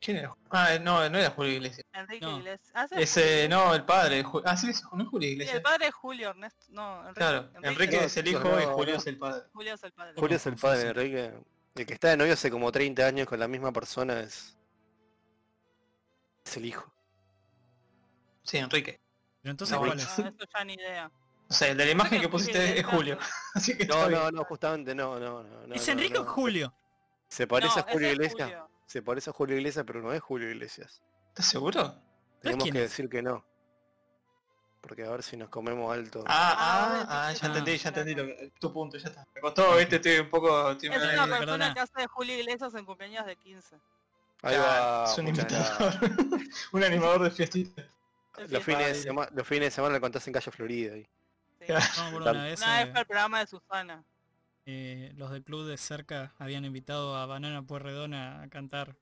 [SPEAKER 3] ¿Quién era? Ah, no, no era Julio Iglesias.
[SPEAKER 5] Enrique
[SPEAKER 2] No.
[SPEAKER 5] Iglesias. Ah, sí,
[SPEAKER 3] Ese,
[SPEAKER 5] Julio
[SPEAKER 3] no, el padre. Ju- Ah, sí, es- no es Julio
[SPEAKER 5] Iglesias. Sí,
[SPEAKER 3] Iglesias.
[SPEAKER 5] el padre es Julio Ernesto. No, Enrique,
[SPEAKER 3] Claro, Enrique
[SPEAKER 5] Iglesias.
[SPEAKER 3] es el hijo
[SPEAKER 4] No,
[SPEAKER 3] y
[SPEAKER 4] no,
[SPEAKER 3] Julio
[SPEAKER 4] no.
[SPEAKER 3] es el padre.
[SPEAKER 5] Julio es el padre.
[SPEAKER 4] Julio es el padre de Enrique. El que está de novio hace como 30 años con la misma persona es. Es el hijo.
[SPEAKER 3] Sí, Enrique.
[SPEAKER 2] Pero entonces,
[SPEAKER 3] No,
[SPEAKER 2] ¿cuál
[SPEAKER 5] No,
[SPEAKER 2] es?
[SPEAKER 3] Iglesias.
[SPEAKER 5] eso ya ni idea.
[SPEAKER 3] O sea, el de la
[SPEAKER 5] Creo
[SPEAKER 3] imagen
[SPEAKER 5] que
[SPEAKER 3] que pusiste es
[SPEAKER 5] Julio
[SPEAKER 3] Julio. *laughs*
[SPEAKER 5] Iglesias.
[SPEAKER 3] Así que
[SPEAKER 4] No,
[SPEAKER 3] está
[SPEAKER 4] no,
[SPEAKER 3] bien.
[SPEAKER 4] no, justamente no, no, no. no,
[SPEAKER 2] ¿Es
[SPEAKER 4] no,
[SPEAKER 2] Enrique o
[SPEAKER 4] no.
[SPEAKER 2] Julio?
[SPEAKER 4] Se parece
[SPEAKER 5] No,
[SPEAKER 4] a Julio
[SPEAKER 5] ese es
[SPEAKER 4] Iglesias.
[SPEAKER 5] Julio.
[SPEAKER 4] Se parece a Julio Iglesias, pero no es Julio Iglesias.
[SPEAKER 3] ¿Estás seguro?
[SPEAKER 4] Tenemos
[SPEAKER 2] quién
[SPEAKER 4] que
[SPEAKER 2] es?
[SPEAKER 4] decir que no. Porque a ver si nos comemos alto.
[SPEAKER 3] Ah, ah,
[SPEAKER 5] Ah,
[SPEAKER 3] ah,
[SPEAKER 5] entonces
[SPEAKER 3] ya
[SPEAKER 2] no.
[SPEAKER 3] entendí, ya entendí lo que- tu punto, ya está. Me costó, viste, estoy un poco... estoy
[SPEAKER 5] Es
[SPEAKER 3] mal
[SPEAKER 5] una
[SPEAKER 3] ahí.
[SPEAKER 5] persona
[SPEAKER 2] perdona.
[SPEAKER 5] que hace de Julio Iglesias en cumpleaños de 15.
[SPEAKER 4] Ahí
[SPEAKER 3] Ah,
[SPEAKER 4] va.
[SPEAKER 3] es un
[SPEAKER 4] muchas gracias.
[SPEAKER 3] invitador. *laughs* un animador de fiestita.
[SPEAKER 4] Los
[SPEAKER 5] Sí,
[SPEAKER 4] fines, de
[SPEAKER 3] Ay.
[SPEAKER 4] semana, los fines de semana le contás en Calle Florida. ahí.
[SPEAKER 5] sí.
[SPEAKER 3] Claro.
[SPEAKER 2] No, boludo,
[SPEAKER 4] Dale.
[SPEAKER 2] una vez,
[SPEAKER 5] Una
[SPEAKER 2] eh,
[SPEAKER 5] vez fue el programa de Susana.
[SPEAKER 2] eh, los del club de cerca habían invitado a Banana Puerredona a cantar.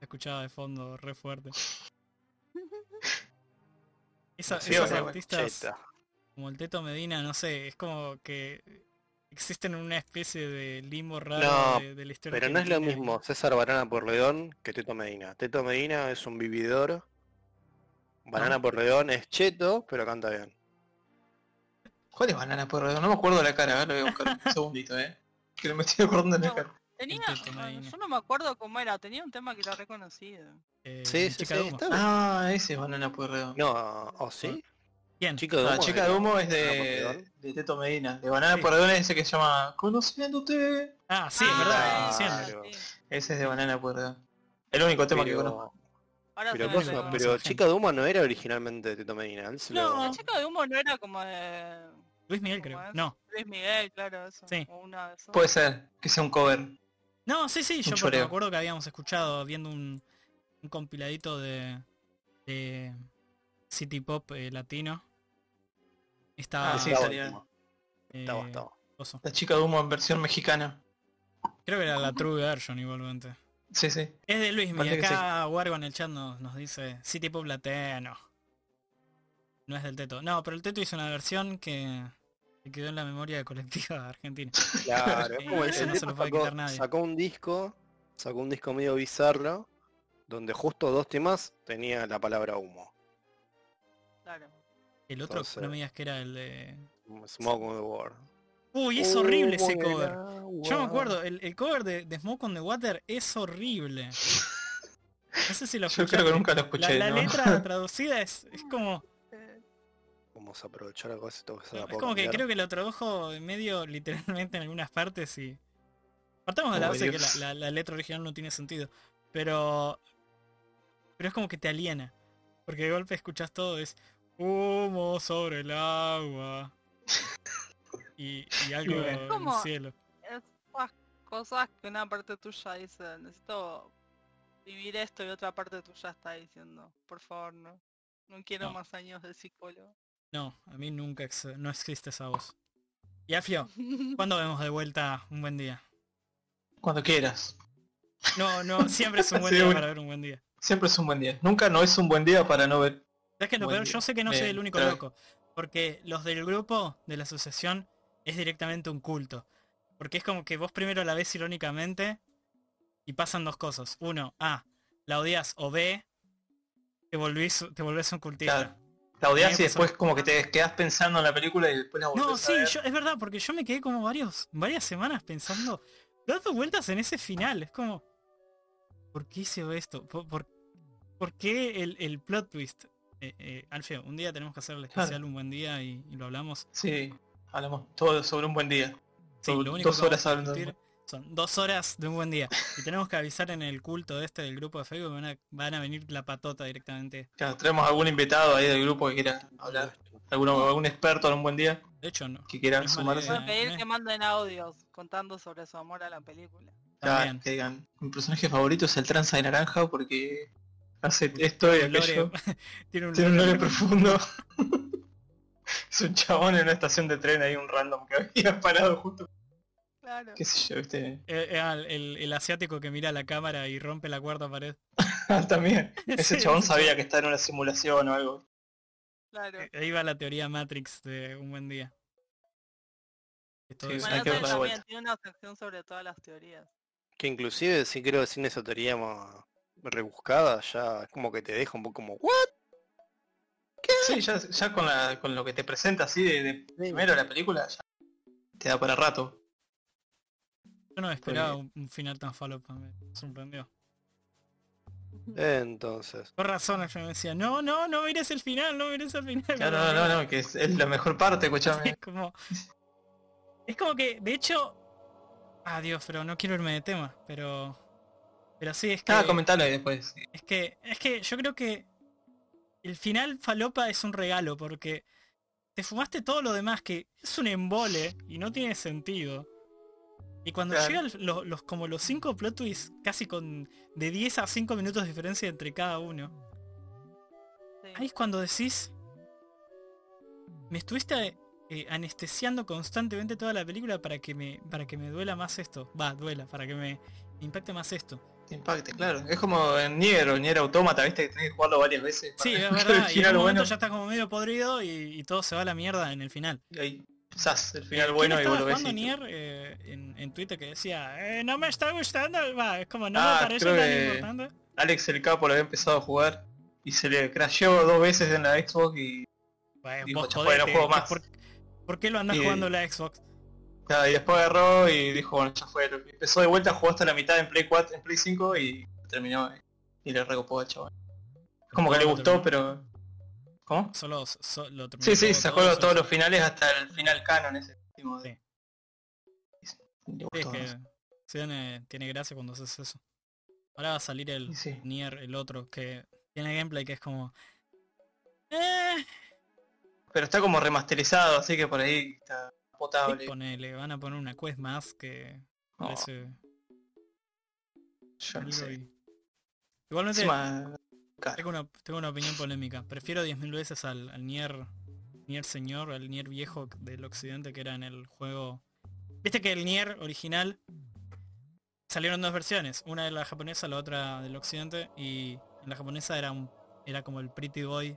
[SPEAKER 2] Se escuchaba de fondo re fuerte. Esa-
[SPEAKER 4] Sí,
[SPEAKER 2] esos
[SPEAKER 4] bueno,
[SPEAKER 2] artistas
[SPEAKER 4] cheta.
[SPEAKER 2] como el Teto Medina, no sé, es como que existen en una especie de limbo raro
[SPEAKER 4] No,
[SPEAKER 2] de, de la historia.
[SPEAKER 4] Pero no es lo
[SPEAKER 2] argentina.
[SPEAKER 4] mismo César Banana Porredón que Teto Medina. Teto Medina es un vividor. Banana
[SPEAKER 2] Ah.
[SPEAKER 4] Porredón es cheto, pero canta bien.
[SPEAKER 3] ¿Cuál es Banana Puerredón? No me acuerdo la cara, a ver, lo voy a buscar un segundito, eh. Que no me estoy acordando de la
[SPEAKER 5] No,
[SPEAKER 3] cara.
[SPEAKER 5] Tenía,
[SPEAKER 2] Teto
[SPEAKER 5] ah,
[SPEAKER 2] Medina.
[SPEAKER 5] yo no me acuerdo cómo era, tenía un tema que era reconocido.
[SPEAKER 2] Eh,
[SPEAKER 4] Sí, sí,
[SPEAKER 2] Chica
[SPEAKER 4] sí,
[SPEAKER 2] de Humo.
[SPEAKER 4] está bien.
[SPEAKER 3] Ah, ese es Banana Puerredón.
[SPEAKER 4] No, ¿o sí?
[SPEAKER 2] Ah. ¿Quién?
[SPEAKER 4] Chico de
[SPEAKER 3] La
[SPEAKER 4] Humo es
[SPEAKER 3] chica
[SPEAKER 4] de-
[SPEAKER 3] de este humo es
[SPEAKER 4] ¿eh? Banana
[SPEAKER 3] de,
[SPEAKER 4] Puerredón.
[SPEAKER 3] de Teto Medina. De Banana
[SPEAKER 2] Sí.
[SPEAKER 3] Puerredón es ese que se llama Conociéndote.
[SPEAKER 2] Ah, sí, es
[SPEAKER 5] Ah,
[SPEAKER 2] verdad,
[SPEAKER 4] Ah,
[SPEAKER 2] siempre.
[SPEAKER 4] claro.
[SPEAKER 5] sí.
[SPEAKER 3] Ese es de Banana Puerredón. El único tema que conozco.
[SPEAKER 4] Pero,
[SPEAKER 5] Ahora
[SPEAKER 4] pero
[SPEAKER 5] se
[SPEAKER 2] cosa,
[SPEAKER 5] me
[SPEAKER 4] cosa-
[SPEAKER 5] olvidó.
[SPEAKER 4] pero
[SPEAKER 2] Gente.
[SPEAKER 4] Chica de Humo no era originalmente de Teto Medina. él se lo-
[SPEAKER 5] La chica de humo no era como de
[SPEAKER 2] Luis Miguel
[SPEAKER 5] ¿Cómo
[SPEAKER 2] creo.
[SPEAKER 5] es?
[SPEAKER 2] No.
[SPEAKER 5] Luis Miguel, claro, eso.
[SPEAKER 2] Sí.
[SPEAKER 5] O una de esas.
[SPEAKER 3] Puede ser que sea un cover.
[SPEAKER 2] No, sí, sí, yo
[SPEAKER 3] Un
[SPEAKER 2] porque me
[SPEAKER 3] choreo.
[SPEAKER 2] acuerdo que habíamos escuchado viendo un, un compiladito de, de City Pop eh, latino. Estaba,
[SPEAKER 3] Ah, sí,
[SPEAKER 4] estaba
[SPEAKER 3] salía.
[SPEAKER 4] Humo,
[SPEAKER 2] eh,
[SPEAKER 4] estaba, estaba.
[SPEAKER 2] coso.
[SPEAKER 3] La chica de humo en versión mexicana.
[SPEAKER 2] Creo que era la True Version igualmente.
[SPEAKER 3] Sí, sí.
[SPEAKER 2] Es de Luis,
[SPEAKER 3] Parece
[SPEAKER 2] Miguel.
[SPEAKER 3] que sí.
[SPEAKER 2] acá Wargo en el chat nos, nos dice City Pop latino. No es del Teto. No, pero el Teto hizo una versión que que quedó en la memoria colectiva *laughs* argentina.
[SPEAKER 4] Claro,
[SPEAKER 2] *laughs*
[SPEAKER 4] es como el,
[SPEAKER 2] Eso
[SPEAKER 4] el
[SPEAKER 2] no se lo
[SPEAKER 4] tipo
[SPEAKER 2] puede quitar
[SPEAKER 4] sacó,
[SPEAKER 2] nadie.
[SPEAKER 4] sacó un disco, sacó un disco medio bizarro, donde justo dos temas tenía la palabra humo.
[SPEAKER 5] Claro.
[SPEAKER 2] El otro,
[SPEAKER 4] Entonces-
[SPEAKER 2] no me digas que era el de...
[SPEAKER 4] como Smoke on the Water.
[SPEAKER 2] Uy,
[SPEAKER 4] Uh,
[SPEAKER 2] es horrible ese
[SPEAKER 4] Humo en el
[SPEAKER 2] cover. Yo me
[SPEAKER 4] agua.
[SPEAKER 2] acuerdo, el, el cover de, de Smoke on the Water es
[SPEAKER 3] *laughs*
[SPEAKER 2] horrible. No sé si lo
[SPEAKER 3] Yo
[SPEAKER 2] escuchaste.
[SPEAKER 3] creo que nunca lo
[SPEAKER 2] La,
[SPEAKER 3] escuché.
[SPEAKER 2] la
[SPEAKER 3] ¿no? *laughs*
[SPEAKER 2] letra traducida es, es como
[SPEAKER 5] Eh,
[SPEAKER 4] Vamos a aprovechar algo así, tengo que
[SPEAKER 2] es
[SPEAKER 4] hacer la poca
[SPEAKER 2] como que
[SPEAKER 4] mierda.
[SPEAKER 2] creo que lo tradujo medio literalmente en algunas partes y partamos de la
[SPEAKER 3] Oh,
[SPEAKER 2] base que la,
[SPEAKER 3] Dios.
[SPEAKER 2] la- la letra original no tiene sentido, pero pero es como que te aliena, porque de golpe escuchas todo es humo sobre el agua y, y algo
[SPEAKER 3] bueno.
[SPEAKER 2] en el
[SPEAKER 3] *laughs*
[SPEAKER 5] ¿Cómo?
[SPEAKER 2] cielo.
[SPEAKER 5] Es- ah, cosas que una parte tuya dice, necesito vivir esto y otra parte tuya está diciendo, por favor, no. No quiero
[SPEAKER 2] No.
[SPEAKER 5] más años de psicólogo.
[SPEAKER 2] No, a mí nunca ex- no existe esa voz. Yafio, ¿cuándo vemos de vuelta un buen día?
[SPEAKER 3] Cuando quieras.
[SPEAKER 2] No, no, siempre es un buen
[SPEAKER 3] Sí,
[SPEAKER 2] día
[SPEAKER 3] un-
[SPEAKER 2] para ver un buen día.
[SPEAKER 3] Siempre es un buen día. Nunca no es un buen día para no ver.
[SPEAKER 2] ¿Sabes qué es lo
[SPEAKER 3] Buen
[SPEAKER 2] peor?
[SPEAKER 3] día.
[SPEAKER 2] Yo sé que no soy
[SPEAKER 3] Bien,
[SPEAKER 2] el único
[SPEAKER 3] está bien.
[SPEAKER 2] loco. Porque los del grupo, de la asociación, es directamente un culto. Porque es como que vos primero la ves irónicamente y pasan dos cosas. Uno, A, la odias o B, te volvés, te volvés un cultista.
[SPEAKER 3] Claro. La odias
[SPEAKER 2] Sí,
[SPEAKER 3] y
[SPEAKER 2] pasó.
[SPEAKER 3] después como que te quedas pensando en la película y después la volvés
[SPEAKER 2] No,
[SPEAKER 3] a
[SPEAKER 2] sí,
[SPEAKER 3] ver.
[SPEAKER 2] yo- es verdad, porque yo me quedé como varios, varias semanas pensando, dando vueltas en ese final. Es como, ¿por qué hice esto? ¿Por, por, por qué el, el plot twist? Eh, eh, Alfio, un día tenemos que hacer el
[SPEAKER 3] Claro.
[SPEAKER 2] especial un buen día y- y lo hablamos.
[SPEAKER 3] Sí, hablamos todo sobre un buen día.
[SPEAKER 2] Sí,
[SPEAKER 3] Do-
[SPEAKER 2] lo único
[SPEAKER 3] dos
[SPEAKER 2] que
[SPEAKER 3] horas
[SPEAKER 2] vamos a
[SPEAKER 3] hablando de
[SPEAKER 2] discutir
[SPEAKER 3] un
[SPEAKER 2] son dos horas de un buen día. Y tenemos que avisar en el culto este del grupo de Facebook, van a, van a venir la patota directamente.
[SPEAKER 3] Claro, traemos algún invitado ahí del grupo que quiera hablar. Alguno, algún experto en un buen día
[SPEAKER 2] De hecho, no.
[SPEAKER 3] que quiera
[SPEAKER 2] No es mala
[SPEAKER 3] sumarse.
[SPEAKER 5] Voy a
[SPEAKER 2] idea.
[SPEAKER 5] pedir
[SPEAKER 2] eh.
[SPEAKER 5] que manden audios contando sobre su amor a la película.
[SPEAKER 3] Claro, eh,
[SPEAKER 2] También.
[SPEAKER 3] que digan, mi personaje favorito es el tranza de naranja porque hace esto y
[SPEAKER 2] Tiene un lore-
[SPEAKER 3] aquello.
[SPEAKER 2] *laughs* tiene un
[SPEAKER 3] Tiene un
[SPEAKER 2] lore-
[SPEAKER 3] lore profundo. *laughs* es un chabón en una estación de tren ahí, un random que había parado justo.
[SPEAKER 5] Claro.
[SPEAKER 3] Qué sé yo, viste.
[SPEAKER 2] *laughs*
[SPEAKER 3] *laughs*
[SPEAKER 2] Eh, eh, al- el, el asiático que mira la cámara y rompe la cuarta pared. *laughs*
[SPEAKER 3] Ah, También. Ese
[SPEAKER 2] Sí,
[SPEAKER 3] chabón
[SPEAKER 2] ese
[SPEAKER 3] sabía que está en una simulación o algo.
[SPEAKER 5] Claro.
[SPEAKER 2] Eh,
[SPEAKER 3] eh,
[SPEAKER 2] Ahí va la teoría Matrix de un buen día. Que todo
[SPEAKER 3] Sí,
[SPEAKER 2] es-
[SPEAKER 3] hay
[SPEAKER 5] Bueno,
[SPEAKER 3] que
[SPEAKER 5] Ted
[SPEAKER 3] verla de
[SPEAKER 5] también
[SPEAKER 3] vuelta.
[SPEAKER 5] tiene una sección sobre todas las teorías.
[SPEAKER 4] Que inclusive sí creo que sin esa teoría más rebuscada ya es como que te deja un poco como ¿What?
[SPEAKER 3] Sí, ya, ya con, la, con lo que te presenta así de, de primero la película, ya te da para rato.
[SPEAKER 2] Yo no esperaba un, un final tan falopa, me sorprendió.
[SPEAKER 4] Entonces,
[SPEAKER 2] Por razones yo me decía, no, no, no mires el final, no mires el final. *laughs*
[SPEAKER 3] No, no, no, no, que es, es la mejor parte, escuchame.
[SPEAKER 2] Es como. Es como que, de hecho. Ah, Dios, pero no quiero irme de tema, pero. Pero sí, es que.
[SPEAKER 3] Ah, comentalo ahí después.
[SPEAKER 2] Es que. Es que yo creo que. El final falopa es un regalo, porque. Te fumaste todo lo demás, que es un embole y no tiene sentido. Y cuando
[SPEAKER 3] Claro.
[SPEAKER 2] llegan los, los- como los cinco plot twists, casi con. de 10 a 5 minutos de diferencia entre cada uno.
[SPEAKER 5] Sí.
[SPEAKER 2] Ahí es cuando decís. Me estuviste eh, anestesiando constantemente toda la película para que me. para que me duela más esto. Va, duela, para que me impacte más esto.
[SPEAKER 3] Te impacte, claro. Es como en Nier o en Nier Automata, viste, que tenés que jugarlo varias veces. para
[SPEAKER 2] Sí, es
[SPEAKER 3] que *laughs* el
[SPEAKER 2] verdad. Y en
[SPEAKER 3] final
[SPEAKER 2] un momento
[SPEAKER 3] bueno,
[SPEAKER 2] ya está como medio podrido y, y todo se va a la mierda en el final.
[SPEAKER 3] y ahí, zas, el
[SPEAKER 2] Eh,
[SPEAKER 3] final
[SPEAKER 2] ¿quién
[SPEAKER 3] bueno y
[SPEAKER 2] estaba
[SPEAKER 3] vos lo ves.
[SPEAKER 2] jugando
[SPEAKER 3] y-
[SPEAKER 2] Nier eh, en, en Twitter que decía, "Eh, no me está gustando, va, es como no
[SPEAKER 3] Ah,
[SPEAKER 2] me parece
[SPEAKER 3] creo
[SPEAKER 2] tan
[SPEAKER 3] que-
[SPEAKER 2] importante.
[SPEAKER 3] Alex el Capo lo había empezado a jugar y se le crasheó dos veces en la Xbox y,
[SPEAKER 2] Bueno,
[SPEAKER 3] Dijo,
[SPEAKER 2] vos
[SPEAKER 3] "Ya fue,
[SPEAKER 2] jodete,
[SPEAKER 3] no juego
[SPEAKER 2] ¿qué-
[SPEAKER 3] más".
[SPEAKER 2] ¿por, por qué lo andás
[SPEAKER 3] Y-
[SPEAKER 2] jugando la Xbox?
[SPEAKER 3] nada, y después agarró y dijo, bueno, ya fue. Empezó de vuelta, jugó hasta la mitad en Play 4, en Play 5 y terminó eh, y le recopó al chaval. Es como que le
[SPEAKER 2] Lo
[SPEAKER 3] gustó,
[SPEAKER 2] terminó-
[SPEAKER 3] pero... ¿Cómo?
[SPEAKER 2] Solo, so- lo terminó
[SPEAKER 3] Sí, sí,
[SPEAKER 2] todo-
[SPEAKER 3] sacó
[SPEAKER 2] todo
[SPEAKER 3] todos
[SPEAKER 2] solo.
[SPEAKER 3] los finales hasta el final canon ese último de...
[SPEAKER 2] Sí,
[SPEAKER 3] Le
[SPEAKER 2] es
[SPEAKER 3] gustó,
[SPEAKER 2] que
[SPEAKER 3] no sé.
[SPEAKER 2] sí, tiene, tiene gracia cuando haces eso. Ahora va a salir el
[SPEAKER 3] Y sí.
[SPEAKER 2] Nier, el otro, que tiene gameplay que es como... Eh,
[SPEAKER 3] Pero está como remasterizado, así que por ahí está potable.
[SPEAKER 2] sí, "Eh, ponele, van a poner una quest más que
[SPEAKER 3] No,
[SPEAKER 2] parece
[SPEAKER 3] yo no
[SPEAKER 2] algo
[SPEAKER 3] sé.
[SPEAKER 2] y- Igualmente,
[SPEAKER 3] Encima,
[SPEAKER 2] tengo una, tengo una opinión polémica. Prefiero 10.000 veces al, al Nier, Nier señor, al Nier viejo del occidente que era en el juego... Viste que el Nier original salieron dos versiones, una de la japonesa, la otra del occidente, y en la japonesa era un era como el Pretty Boy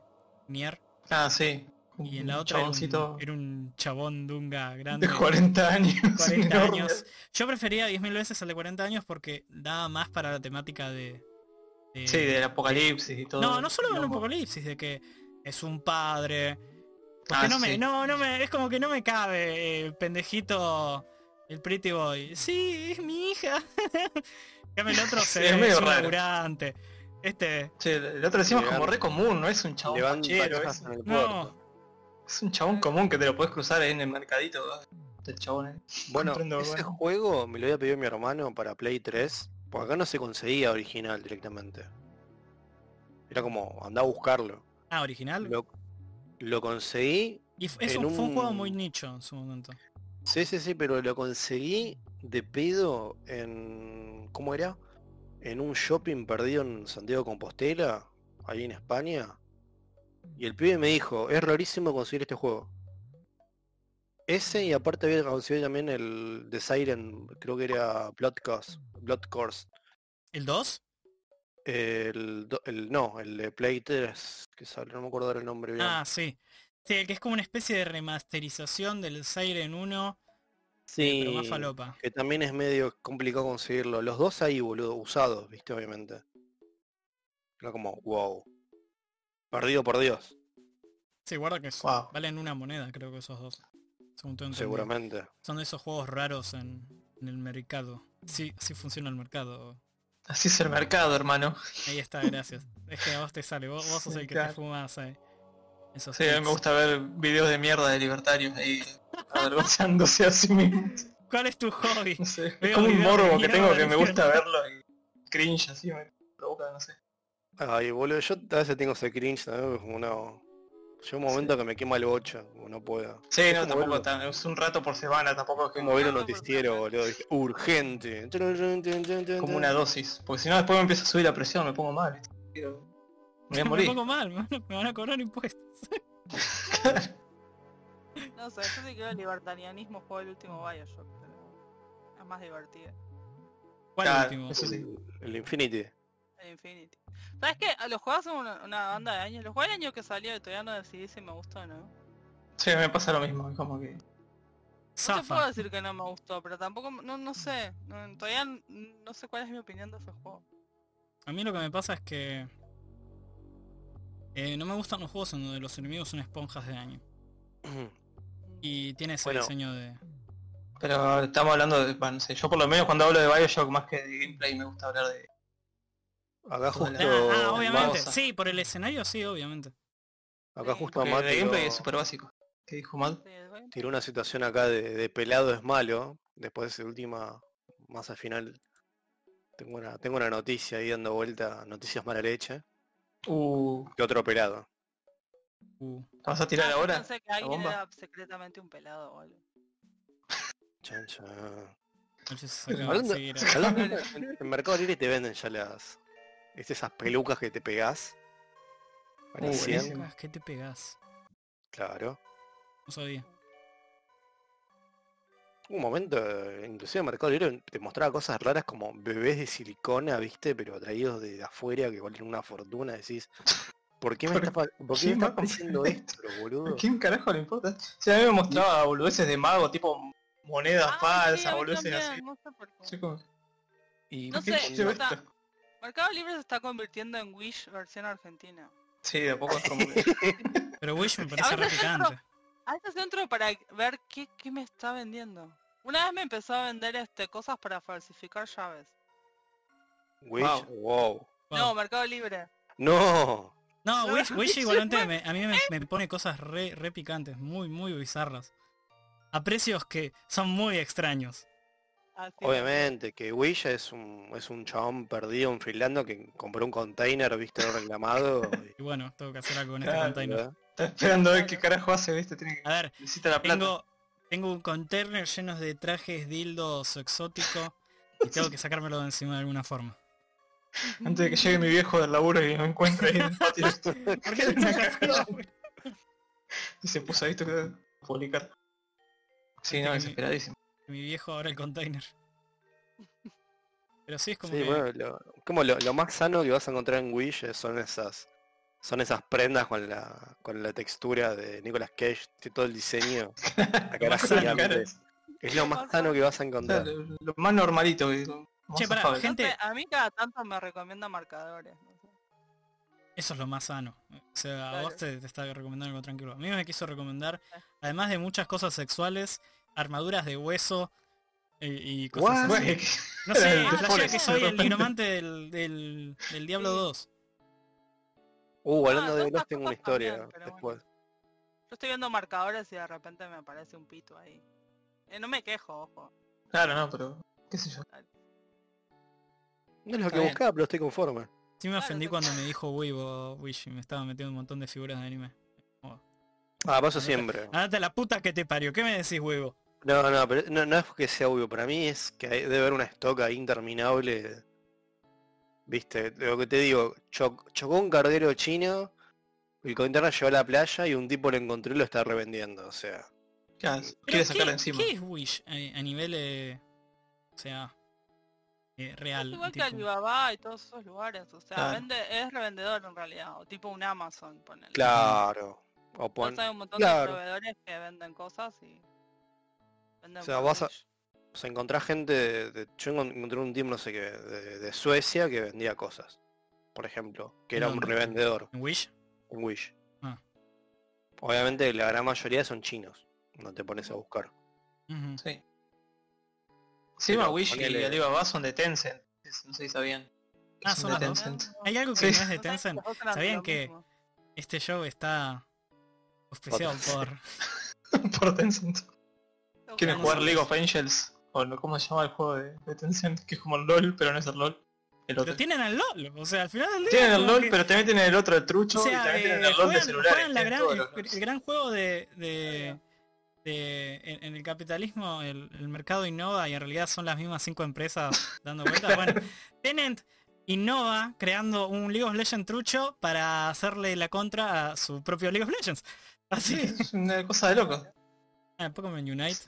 [SPEAKER 2] Nier,
[SPEAKER 3] Ah, sí.
[SPEAKER 2] y en
[SPEAKER 3] un
[SPEAKER 2] la otra era
[SPEAKER 3] chaboncito
[SPEAKER 2] un, era un chabón dunga grande
[SPEAKER 3] de 40 años. *laughs*
[SPEAKER 2] 40
[SPEAKER 3] enorme.
[SPEAKER 2] años. Yo prefería 10.000 veces al de 40 años porque daba más para la temática de... de-
[SPEAKER 3] Sí, del apocalipsis y todo.
[SPEAKER 2] eh, no, no solo de un
[SPEAKER 3] quilombo.
[SPEAKER 2] apocalipsis, de que es un padre... Porque
[SPEAKER 3] Ah,
[SPEAKER 2] no, me,
[SPEAKER 3] sí.
[SPEAKER 2] no, no me... Es como que no me cabe eh, el pendejito, el pretty boy. Sí, es mi hija. *laughs* Dame el otro
[SPEAKER 3] *laughs* Sí,
[SPEAKER 2] se
[SPEAKER 3] es
[SPEAKER 2] ve,
[SPEAKER 3] medio
[SPEAKER 2] es un
[SPEAKER 3] raro.
[SPEAKER 2] laburante. Este...
[SPEAKER 3] Sí, el otro decimos
[SPEAKER 4] Le
[SPEAKER 3] como
[SPEAKER 4] dan-
[SPEAKER 3] re común, no es un chabón
[SPEAKER 4] le van
[SPEAKER 3] fachero,
[SPEAKER 4] patas
[SPEAKER 3] es,
[SPEAKER 4] en el
[SPEAKER 2] No,
[SPEAKER 4] puerto.
[SPEAKER 3] es un chabón común que te lo puedes cruzar ahí en el mercadito. ¿verdad? Del chabón ¿eh? ahí.
[SPEAKER 4] Bueno,
[SPEAKER 3] comprendo,
[SPEAKER 4] ese
[SPEAKER 3] bueno.
[SPEAKER 4] juego me lo había pedido mi hermano para Play 3, porque acá no se conseguía original directamente. Era como, andá a buscarlo.
[SPEAKER 2] ah, original.
[SPEAKER 4] Lo, lo conseguí,
[SPEAKER 2] y f- es
[SPEAKER 4] en
[SPEAKER 2] un, fue un juego
[SPEAKER 4] un-
[SPEAKER 2] muy nicho en su momento.
[SPEAKER 4] sí, sí, sí, pero lo conseguí de pedo en. ¿Cómo era? En un shopping perdido en Santiago de Compostela, ahí en España. Y el pibe me dijo, es rarísimo conseguir este juego. Ese y aparte había conseguido también el The Siren, creo que era Blood Course. Blood Course.
[SPEAKER 2] ¿El 2?
[SPEAKER 4] El, do- el- no, el de Play 3, que sale, no me acuerdo ahora el nombre bien.
[SPEAKER 2] Ah, sí. Sí, el que es como una especie de remasterización del Siren 1,
[SPEAKER 4] sí,
[SPEAKER 2] pero más falopa.
[SPEAKER 4] que también es medio complicado conseguirlo. Los dos ahí, boludo, usados, viste, obviamente. Era como, wow. Perdido por Dios,
[SPEAKER 2] Sí, guarda que son-
[SPEAKER 3] Wow.
[SPEAKER 2] valen una moneda, creo que esos dos. Según tengo entendido.
[SPEAKER 4] seguramente.
[SPEAKER 2] Son de esos juegos raros en, en el mercado. Sí, sí funciona el mercado.
[SPEAKER 3] Así es el mercado, hermano.
[SPEAKER 2] Ahí
[SPEAKER 3] *laughs*
[SPEAKER 2] está, gracias. Es que a vos te sale, vos, vos sos
[SPEAKER 3] Sí,
[SPEAKER 2] el que
[SPEAKER 3] claro.
[SPEAKER 2] te fumas eh, esos
[SPEAKER 3] Sí, a mí me
[SPEAKER 2] tips.
[SPEAKER 3] gusta ver videos de mierda de libertarios ahí avergonzándose a sí mismos.
[SPEAKER 2] ¿Cuál es tu hobby?
[SPEAKER 3] No sé. Es
[SPEAKER 2] Veo
[SPEAKER 3] como un
[SPEAKER 2] videos de
[SPEAKER 3] morbo que
[SPEAKER 2] mierda
[SPEAKER 3] tengo que
[SPEAKER 2] de
[SPEAKER 3] me gusta verlo y cringe así, me provoca, no sé.
[SPEAKER 4] Ay, boludo, yo a veces tengo ese cringe, ¿no? Como no. Llega un momento que me quema el bocho, como no puedo.
[SPEAKER 3] Sí,
[SPEAKER 4] Es
[SPEAKER 3] no,
[SPEAKER 4] como
[SPEAKER 3] tampoco
[SPEAKER 4] verlo-
[SPEAKER 3] tan, es un rato por semana, tampoco es que
[SPEAKER 4] Como ver un
[SPEAKER 2] Ah,
[SPEAKER 5] Rato por
[SPEAKER 4] noticiero,
[SPEAKER 5] semana.
[SPEAKER 4] boludo, ¿viste? urgente.
[SPEAKER 3] como una dosis. Porque si no después me empieza a subir la presión, me pongo mal, ¿viste? Quiero- *laughs* Me
[SPEAKER 2] *laughs*
[SPEAKER 3] voy a
[SPEAKER 4] *laughs*
[SPEAKER 2] Me
[SPEAKER 3] morir.
[SPEAKER 2] pongo mal, me van a- me van a cobrar impuestos.
[SPEAKER 3] *laughs*
[SPEAKER 5] No sé, yo sí creo que el libertarianismo fue el último Bioshock, pero es más divertido.
[SPEAKER 2] ¿Cuál
[SPEAKER 3] Claro,
[SPEAKER 2] último?
[SPEAKER 3] eso sí.
[SPEAKER 4] El, el Infinity. *clears throat*
[SPEAKER 5] el Infinity. ¿Sabes qué? A Los juegos son una, una banda de años. Los juegos el año que salió y todavía no decidí si me gustó o no.
[SPEAKER 3] Sí, me pasa lo mismo, es como que.
[SPEAKER 5] No te puedo
[SPEAKER 2] Zafa.
[SPEAKER 5] decir que no me gustó, pero tampoco, no, no sé. No- todavía n- no sé cuál es mi opinión de ese juego.
[SPEAKER 2] A mí lo que me pasa es que... eh, no me gustan los juegos en donde los enemigos son esponjas de daño. Y tiene ese
[SPEAKER 4] Bueno.
[SPEAKER 2] diseño de... Ah,
[SPEAKER 3] Pero estamos hablando de. Bueno, no sé, yo por lo menos cuando hablo de Bioshock más que de gameplay me gusta hablar de.
[SPEAKER 4] Acá
[SPEAKER 2] Ah,
[SPEAKER 4] justo.
[SPEAKER 2] ah, obviamente.
[SPEAKER 3] vamos a-
[SPEAKER 2] Sí, por el escenario sí, obviamente.
[SPEAKER 4] Acá
[SPEAKER 5] Sí.
[SPEAKER 4] justo
[SPEAKER 3] Porque
[SPEAKER 4] Amati
[SPEAKER 3] de gameplay
[SPEAKER 4] lo-
[SPEAKER 3] es súper básico. ¿Qué dijo mal?
[SPEAKER 5] Sí, el juego-
[SPEAKER 4] tiró una situación acá de, de pelado es malo. Después de última, más al final, tengo una, tengo una noticia ahí dando vuelta, noticias mala leche,
[SPEAKER 3] Uh,
[SPEAKER 4] de otro pelado.
[SPEAKER 2] Uh,
[SPEAKER 3] ¿vas a tirar
[SPEAKER 5] Ah, yo
[SPEAKER 3] ahora?
[SPEAKER 5] Pensé que alguien
[SPEAKER 3] bomba?
[SPEAKER 5] era secretamente un pelado, boludo.
[SPEAKER 4] Chan, chan.
[SPEAKER 2] no sé si se acaba de
[SPEAKER 4] Hablando,
[SPEAKER 2] seguir.
[SPEAKER 3] *laughs*
[SPEAKER 4] hablando en, en- en Mercado Libre te venden ya las es esas pelucas que te pegás. a la
[SPEAKER 3] Uh,
[SPEAKER 4] sien,
[SPEAKER 3] buenísimo.
[SPEAKER 2] Ah, ¿Qué te pegás?
[SPEAKER 4] claro.
[SPEAKER 2] No sabía.
[SPEAKER 4] Hubo Un momento, eh, inclusive en Mercado Libre te mostraba cosas raras como bebés de silicona, viste, pero traídos de afuera que valen una fortuna, decís, ¿por qué me
[SPEAKER 3] ¿Por
[SPEAKER 4] está, pa- por
[SPEAKER 3] qué
[SPEAKER 4] qué
[SPEAKER 3] me
[SPEAKER 4] me *laughs* está
[SPEAKER 3] compré
[SPEAKER 4] apareciendo esto, boludo?
[SPEAKER 3] ¿A quién carajo le importa? Si a mí me mostraba boludeces de mago, tipo monedas
[SPEAKER 5] Ah, sí, a
[SPEAKER 3] falsas,
[SPEAKER 5] mí
[SPEAKER 3] boludeces
[SPEAKER 5] también,
[SPEAKER 3] así.
[SPEAKER 5] No sé por qué.
[SPEAKER 3] Yo como,
[SPEAKER 4] Y
[SPEAKER 5] No
[SPEAKER 3] ¿por qué
[SPEAKER 5] sé,
[SPEAKER 3] llevo
[SPEAKER 5] o
[SPEAKER 3] esto?
[SPEAKER 5] sea- Mercado Libre se está convirtiendo en Wish versión argentina.
[SPEAKER 3] Sí, de a poco es como que.
[SPEAKER 2] Pero Wish me parece re picante.
[SPEAKER 5] A este centro para ver qué, qué me está vendiendo. Una vez me empezó a vender este cosas para falsificar llaves.
[SPEAKER 4] Wish,
[SPEAKER 3] Wow.
[SPEAKER 4] wow.
[SPEAKER 2] Wow.
[SPEAKER 5] No, Mercado Libre.
[SPEAKER 4] No,
[SPEAKER 2] No,
[SPEAKER 5] No,
[SPEAKER 2] Wish,
[SPEAKER 5] no,
[SPEAKER 2] Wish
[SPEAKER 5] sí,
[SPEAKER 2] igualmente me- a mí me, me pone cosas re, re picantes, muy, muy bizarras. A precios que son muy extraños.
[SPEAKER 5] Así es.
[SPEAKER 4] obviamente, que Wish es un, es un chabón perdido en Finlandia que compró un container, viste, reclamado. y-
[SPEAKER 2] Y bueno, tengo que hacer algo con este
[SPEAKER 3] Claro,
[SPEAKER 2] container.
[SPEAKER 3] Está esperando a ver qué carajo hace, viste, tiene que.
[SPEAKER 2] A ver,
[SPEAKER 3] Necesita la plata.
[SPEAKER 2] tengo, tengo un container lleno de trajes dildos exóticos y tengo que sacármelo de encima de alguna forma.
[SPEAKER 3] Antes de que llegue mi viejo del laburo y me encuentre ahí en el
[SPEAKER 5] *laughs*
[SPEAKER 3] patio.
[SPEAKER 2] ¿Por qué no sacas todo?
[SPEAKER 3] y se puso ahí esto que publicar. Sí, no, desesperadísimo.
[SPEAKER 2] Mi viejo ahora el container. Pero sí es como
[SPEAKER 4] Sí,
[SPEAKER 2] que...
[SPEAKER 4] bueno, lo, como lo, lo más sano que vas a encontrar en Wish es- son esas son esas prendas con la con la textura de Nicolas Cage, de todo el diseño. a cara
[SPEAKER 2] más sano,
[SPEAKER 3] *laughs*
[SPEAKER 4] gigante.
[SPEAKER 3] claro.
[SPEAKER 4] Es lo
[SPEAKER 5] Lo
[SPEAKER 4] más
[SPEAKER 5] más
[SPEAKER 4] sano que vas a
[SPEAKER 3] O sea,
[SPEAKER 4] encontrar.
[SPEAKER 3] lo, lo más normalito que lo más
[SPEAKER 2] Che, pará,
[SPEAKER 3] zafable.
[SPEAKER 5] No
[SPEAKER 2] gente-
[SPEAKER 5] sé, a mí cada tanto me recomienda marcadores. no sé.
[SPEAKER 2] Eso es lo más sano. O sea, a vos
[SPEAKER 5] Claro. Ah.
[SPEAKER 2] te, te está recomendando algo tranquilo. A mí me quiso recomendar, además de muchas cosas sexuales, armaduras de hueso eh, y, y cosas
[SPEAKER 4] What?
[SPEAKER 2] así.
[SPEAKER 3] Güey,
[SPEAKER 2] No sé,
[SPEAKER 3] Ah,
[SPEAKER 2] flashea
[SPEAKER 3] pobre,
[SPEAKER 2] que soy el
[SPEAKER 3] totalmente.
[SPEAKER 2] ignomante del, del, del Diablo
[SPEAKER 5] Sí.
[SPEAKER 2] 2.
[SPEAKER 4] Uh,
[SPEAKER 5] Ah,
[SPEAKER 4] hablando de
[SPEAKER 5] todas esas
[SPEAKER 4] Lost tengo una
[SPEAKER 5] cosas también,
[SPEAKER 4] historia
[SPEAKER 5] pero
[SPEAKER 4] después.
[SPEAKER 5] Yo estoy viendo marcadores y de repente me aparece un pito ahí. Eh, no me quejo, ojo.
[SPEAKER 3] Claro, no, pero. qué sé yo.
[SPEAKER 4] No es lo
[SPEAKER 3] Está
[SPEAKER 4] que
[SPEAKER 3] bien.
[SPEAKER 4] buscaba, pero estoy conforme.
[SPEAKER 2] Sí me
[SPEAKER 5] Claro,
[SPEAKER 2] ofendí
[SPEAKER 5] te-
[SPEAKER 2] cuando me dijo Weibo Wish y me estaba metiendo un montón de figuras de anime. Ah,
[SPEAKER 4] Ah, paso
[SPEAKER 2] Andate-
[SPEAKER 4] siempre.
[SPEAKER 2] Andate a la puta que te parió, ¿qué me decís Weibo?
[SPEAKER 4] No, no, pero no, no es que sea obvio, para mí es que hay- debe haber una estoca interminable. Viste, lo que te digo, cho- chocó un carguero chino, el container llegó a la playa y un tipo lo encontró y lo está revendiendo, o sea.
[SPEAKER 3] Ya,
[SPEAKER 2] Pero,
[SPEAKER 3] quiere
[SPEAKER 2] ¿qué-
[SPEAKER 3] sacarla encima.
[SPEAKER 2] ¿Qué es Wish eh, a, nivel, eh, o sea, eh, real?
[SPEAKER 5] Es igual que
[SPEAKER 2] tipo?
[SPEAKER 5] Alibaba y todos esos lugares, o sea,
[SPEAKER 3] Claro.
[SPEAKER 5] vende, es revendedor en realidad, o tipo un Amazon, ponele.
[SPEAKER 4] Claro. O pon-
[SPEAKER 5] Entonces hay un montón
[SPEAKER 4] claro.
[SPEAKER 5] de proveedores que venden cosas y venden
[SPEAKER 4] sea,
[SPEAKER 5] por
[SPEAKER 4] vas a-
[SPEAKER 5] Wish.
[SPEAKER 4] O sea, encontrás gente de, de- Yo encon- encontré un tipo, no sé qué, de, de Suecia que vendía cosas. Por ejemplo, que era un
[SPEAKER 2] ¿Dónde?
[SPEAKER 4] revendedor,
[SPEAKER 2] ¿En Wish?
[SPEAKER 4] un Wish.
[SPEAKER 2] Ah.
[SPEAKER 4] Obviamente la gran mayoría son chinos. No te pones a buscar.
[SPEAKER 2] Ujú.
[SPEAKER 3] Sí. Encima
[SPEAKER 4] Pero
[SPEAKER 3] Wish y
[SPEAKER 4] ponele-
[SPEAKER 3] Alibaba son de Tencent. es- No sé si sabían.
[SPEAKER 2] Ah,
[SPEAKER 3] Son
[SPEAKER 2] son
[SPEAKER 3] de
[SPEAKER 2] las dos.
[SPEAKER 3] Tencent.
[SPEAKER 2] Hay algo que
[SPEAKER 3] Sí.
[SPEAKER 2] no es de
[SPEAKER 5] No saben
[SPEAKER 2] Tencent.
[SPEAKER 5] las otras de
[SPEAKER 2] ¿Sabían
[SPEAKER 5] lo
[SPEAKER 2] que-
[SPEAKER 5] mismo.
[SPEAKER 2] Este show está auspiciado por...
[SPEAKER 3] *laughs* Por Tencent. ¿Quieren
[SPEAKER 2] no
[SPEAKER 3] jugar
[SPEAKER 2] son
[SPEAKER 3] League
[SPEAKER 2] dos.
[SPEAKER 3] of Angels? O no- ¿Cómo se llama el juego de, de Tencent? Que es como el LOL, pero no es el LOL. El otro.
[SPEAKER 2] Pero tienen al LOL, o sea, al final del día...
[SPEAKER 3] Tienen el
[SPEAKER 2] como
[SPEAKER 3] LOL,
[SPEAKER 2] que-
[SPEAKER 3] pero también tienen el otro, el trucho,
[SPEAKER 2] O
[SPEAKER 3] y
[SPEAKER 2] sea,
[SPEAKER 3] también
[SPEAKER 2] eh,
[SPEAKER 3] tienen el LOL de
[SPEAKER 2] juegan,
[SPEAKER 3] celulares.
[SPEAKER 2] juegan la
[SPEAKER 3] tienen
[SPEAKER 2] gran-
[SPEAKER 3] todos
[SPEAKER 2] el,
[SPEAKER 3] los
[SPEAKER 2] el
[SPEAKER 3] LOLs.
[SPEAKER 2] gran juego de... de- de- en, en el capitalismo el, el mercado innova y en realidad son las mismas cinco empresas dando *laughs* vueltas. Bueno, Tenant innova creando un League of Legends trucho para hacerle la contra a su propio League of Legends. Así que,
[SPEAKER 3] Es una cosa de loco. *laughs*
[SPEAKER 2] ah, Pokémon Unite.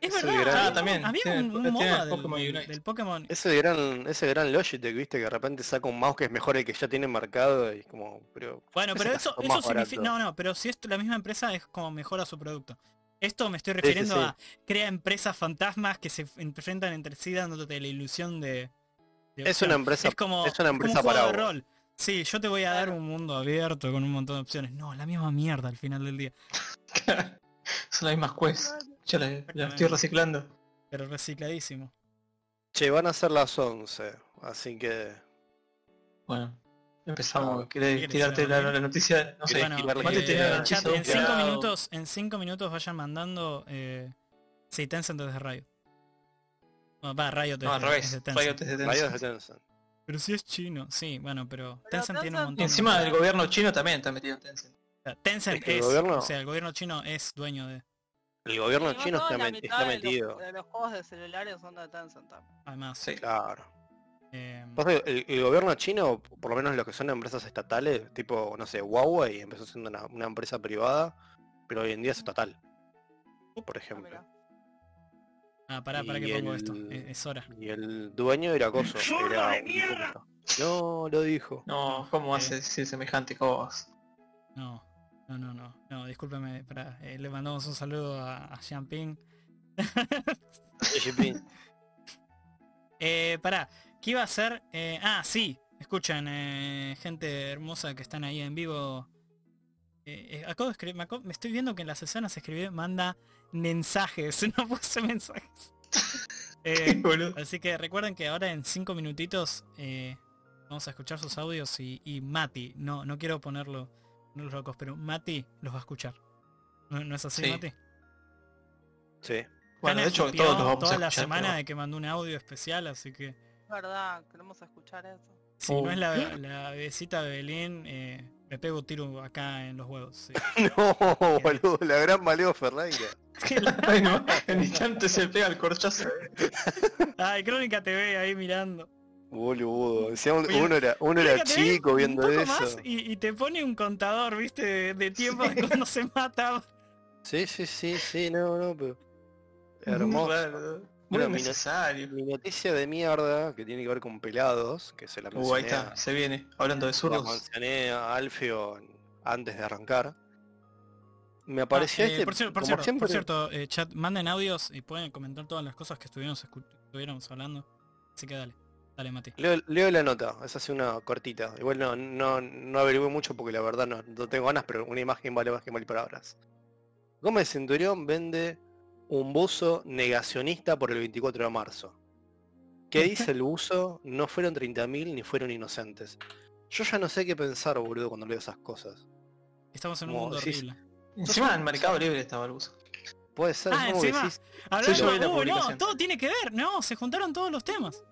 [SPEAKER 2] Es
[SPEAKER 4] Es el
[SPEAKER 2] verdad,
[SPEAKER 4] gran-
[SPEAKER 2] había
[SPEAKER 4] Ah,
[SPEAKER 2] un-
[SPEAKER 3] también,
[SPEAKER 2] había
[SPEAKER 3] tiene-
[SPEAKER 2] un, un
[SPEAKER 3] tiene
[SPEAKER 2] MOBA del,
[SPEAKER 3] Pokémon
[SPEAKER 2] del-
[SPEAKER 3] Unite.
[SPEAKER 2] del Pokémon
[SPEAKER 4] Ese gran, ese gran Logitech, viste, que de repente saca un mouse que es mejor el que ya tiene marcado y es como, pero.
[SPEAKER 2] Bueno,
[SPEAKER 4] Ese
[SPEAKER 2] pero
[SPEAKER 4] está
[SPEAKER 2] eso,
[SPEAKER 4] más
[SPEAKER 2] eso significa.
[SPEAKER 4] barato.
[SPEAKER 2] No, no, pero si es la misma empresa es como mejora su producto. Esto me estoy
[SPEAKER 4] sí,
[SPEAKER 2] refiriendo
[SPEAKER 4] sí.
[SPEAKER 2] a crea empresas fantasmas que se f- enfrentan entre sí dándote la ilusión de. de
[SPEAKER 4] Es
[SPEAKER 2] opción.
[SPEAKER 4] una empresa-
[SPEAKER 2] es como,
[SPEAKER 4] es una
[SPEAKER 2] como
[SPEAKER 4] empresa
[SPEAKER 2] un juego de
[SPEAKER 4] paraguas.
[SPEAKER 2] rol. Sí, yo te voy a dar
[SPEAKER 5] Claro.
[SPEAKER 2] un mundo abierto con un montón de opciones. No, la misma mierda al final del día.
[SPEAKER 3] Son las mismas quests. Yo las las estoy reciclando.
[SPEAKER 2] Pero recicladísimo.
[SPEAKER 4] Che, van a ser las 11, así que.
[SPEAKER 3] Bueno, empezamos.
[SPEAKER 4] Ah,
[SPEAKER 3] ¿Querés
[SPEAKER 2] ¿quieres
[SPEAKER 3] tirarte
[SPEAKER 2] hacer
[SPEAKER 3] la,
[SPEAKER 2] algo?
[SPEAKER 3] la- la noticia? No sé.
[SPEAKER 4] ¿Querés
[SPEAKER 2] Bueno,
[SPEAKER 4] tirarle
[SPEAKER 2] eh,
[SPEAKER 3] Mate tenía un
[SPEAKER 2] chat,
[SPEAKER 3] hechizo
[SPEAKER 2] en cinco
[SPEAKER 3] creado.
[SPEAKER 2] minutos, en cinco minutos vayan mandando eh, sí, Tencent desde Riot. No, va, Riot
[SPEAKER 3] No, al
[SPEAKER 2] desde-
[SPEAKER 3] revés.
[SPEAKER 2] desde Tencent.
[SPEAKER 3] Riot es de
[SPEAKER 4] Rayos
[SPEAKER 3] Tencent.
[SPEAKER 4] de Tencent.
[SPEAKER 2] Pero si es chino, sí, bueno, pero
[SPEAKER 5] Pero
[SPEAKER 2] Tencent tiene un
[SPEAKER 5] Tencent-
[SPEAKER 2] montón
[SPEAKER 3] Y
[SPEAKER 2] de...
[SPEAKER 3] encima el gobierno chino también está metido en Tencent.
[SPEAKER 2] O sea, Tencent
[SPEAKER 4] es
[SPEAKER 2] es,
[SPEAKER 4] que el gobierno-
[SPEAKER 2] o sea, el gobierno chino es dueño de...
[SPEAKER 4] El gobierno
[SPEAKER 5] Igual
[SPEAKER 4] chino
[SPEAKER 5] toda
[SPEAKER 4] está,
[SPEAKER 5] la
[SPEAKER 4] met-
[SPEAKER 5] mitad
[SPEAKER 4] está
[SPEAKER 5] de los-
[SPEAKER 4] metido.
[SPEAKER 5] De los juegos de celulares son de Tencent también.
[SPEAKER 2] Además,
[SPEAKER 3] Sí.
[SPEAKER 4] Claro.
[SPEAKER 2] eh,
[SPEAKER 4] Pasa que el, el gobierno chino, por lo menos lo que son empresas estatales, tipo, no sé, Huawei empezó siendo una, una empresa privada, pero hoy en día es estatal. Por
[SPEAKER 5] Ah,
[SPEAKER 4] ejemplo.
[SPEAKER 5] mirá.
[SPEAKER 2] ah, pará, pará
[SPEAKER 4] y
[SPEAKER 2] que pongo
[SPEAKER 4] el-
[SPEAKER 2] esto, eh, es, hora.
[SPEAKER 4] Y el dueño era Coso.
[SPEAKER 6] ¡Zorra
[SPEAKER 4] era
[SPEAKER 6] de
[SPEAKER 4] un tipo que está- No, lo dijo.
[SPEAKER 3] No, ¿cómo
[SPEAKER 2] Eh.
[SPEAKER 3] hace decir semejante cosa?
[SPEAKER 2] No, no, no, no, no, discúlpeme, pará, eh, le mandamos un saludo a, a Xiangping.
[SPEAKER 4] Xi Jinping.
[SPEAKER 2] Eh, pará, ¿qué iba a hacer? Eh, ah, sí, escuchan, eh, gente hermosa que están ahí en vivo. Eh, eh, acabo de escribir, me, acabo- me estoy viendo que en las escenas escribe, manda mensajes, *laughs* no puse
[SPEAKER 4] *laughs*
[SPEAKER 2] mensajes.
[SPEAKER 3] *laughs*
[SPEAKER 2] Eh,
[SPEAKER 3] Boludo.
[SPEAKER 2] Así que recuerden que ahora en cinco minutitos eh, vamos a escuchar sus audios y, y Mati, no, no quiero ponerlo no los locos, pero Mati los va a escuchar. ¿No, no es así,
[SPEAKER 3] Sí.
[SPEAKER 2] Mati?
[SPEAKER 4] Sí.
[SPEAKER 3] Bueno,
[SPEAKER 2] Hanna
[SPEAKER 3] de hecho
[SPEAKER 2] escupió
[SPEAKER 3] todos los vamos
[SPEAKER 2] toda
[SPEAKER 3] a
[SPEAKER 2] la
[SPEAKER 3] escuchar,
[SPEAKER 2] semana
[SPEAKER 3] pero-
[SPEAKER 2] de que mandó un audio especial, así que
[SPEAKER 5] Es verdad, queremos escuchar eso.
[SPEAKER 2] si
[SPEAKER 3] Oh.
[SPEAKER 2] no es la, la besita de Belén, eh, me pego un tiro acá en los huevos.
[SPEAKER 3] *laughs*
[SPEAKER 2] sí.
[SPEAKER 4] No, Oh, boludo, la gran Maleo Ferreira.
[SPEAKER 3] *laughs*
[SPEAKER 2] *laughs*
[SPEAKER 3] Ay, no, en instante se pega el corchazo.
[SPEAKER 2] Ay, Crónica TV ahí mirando.
[SPEAKER 4] Boludo. decía un-
[SPEAKER 2] Oye,
[SPEAKER 4] uno era, uno era
[SPEAKER 2] Crónica TV,
[SPEAKER 4] chico
[SPEAKER 2] un
[SPEAKER 4] viendo
[SPEAKER 2] poco
[SPEAKER 4] eso.
[SPEAKER 2] más y, y te pone un contador, viste, de, de tiempo de cuando se *laughs* mataba.
[SPEAKER 4] Sí, sí, sí, sí, no, no, pero.
[SPEAKER 3] Muy *laughs*
[SPEAKER 4] Hermoso.
[SPEAKER 3] raro. Muy
[SPEAKER 4] Bueno,
[SPEAKER 3] innecesario.
[SPEAKER 4] Mi noticia de mierda que tiene que ver con pelados, que se la mencioné,
[SPEAKER 3] Uh, ahí
[SPEAKER 4] a-
[SPEAKER 3] está, se viene. Hablando de
[SPEAKER 4] se la
[SPEAKER 3] zurdos.
[SPEAKER 4] mencioné a Alfio en- antes de arrancar. Me apareció
[SPEAKER 2] Ah, eh,
[SPEAKER 4] este.
[SPEAKER 2] por, cier- por
[SPEAKER 4] como
[SPEAKER 2] cierto, por
[SPEAKER 4] siempre-
[SPEAKER 2] cierto, eh, chat, manden audios y pueden comentar todas las cosas que estuvimos, escu- estuviéramos hablando. Así que dale, dale Mati.
[SPEAKER 4] Leo, leo la nota, es así una cortita. Igual no, no, no averigüé mucho porque la verdad no, no tengo ganas, pero una imagen vale más que mil palabras. Gómez Centurión vende un buzo negacionista por el 24 de marzo. ¿Qué dice el buzo? No fueron 30.000 ni fueron inocentes. Yo ya no sé qué pensar, boludo, cuando leo esas cosas.
[SPEAKER 2] Estamos en un
[SPEAKER 4] Como
[SPEAKER 2] mundo
[SPEAKER 4] decís,
[SPEAKER 2] horrible.
[SPEAKER 3] Encima en Mercado Libre estaba el buzo.
[SPEAKER 4] Puede ser,
[SPEAKER 2] Ah,
[SPEAKER 4] es como que
[SPEAKER 2] encima,
[SPEAKER 4] decís-
[SPEAKER 2] Hablando,
[SPEAKER 3] yo vi la
[SPEAKER 2] uh, no,
[SPEAKER 3] publicación.
[SPEAKER 2] todo tiene que ver, no, se juntaron todos los temas.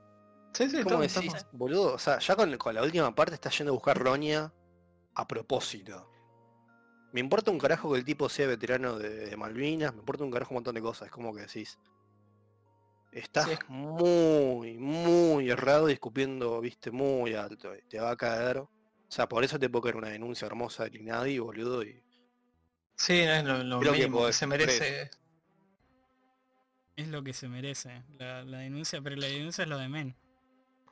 [SPEAKER 3] Sí, sí,
[SPEAKER 4] ¿Cómo
[SPEAKER 3] todo
[SPEAKER 4] decís,
[SPEAKER 3] estamos-
[SPEAKER 4] boludo? O sea, ya con, con la última parte está yendo a buscar Roña a propósito. Me importa un carajo que el tipo sea veterano de, de Malvinas, me importa un carajo un montón de cosas, es como que decís. Estás
[SPEAKER 3] Sí, es-
[SPEAKER 4] muy, muy errado y escupiendo, viste, muy alto, y te va a caer. O sea, por eso te puedo caer una denuncia hermosa del INADI, boludo, y
[SPEAKER 3] Sí, no es lo, lo
[SPEAKER 4] Creo que
[SPEAKER 3] mínimo que
[SPEAKER 4] podés,
[SPEAKER 3] se merece.
[SPEAKER 2] Es lo que se merece. La, la denuncia, pero la denuncia es lo de menos.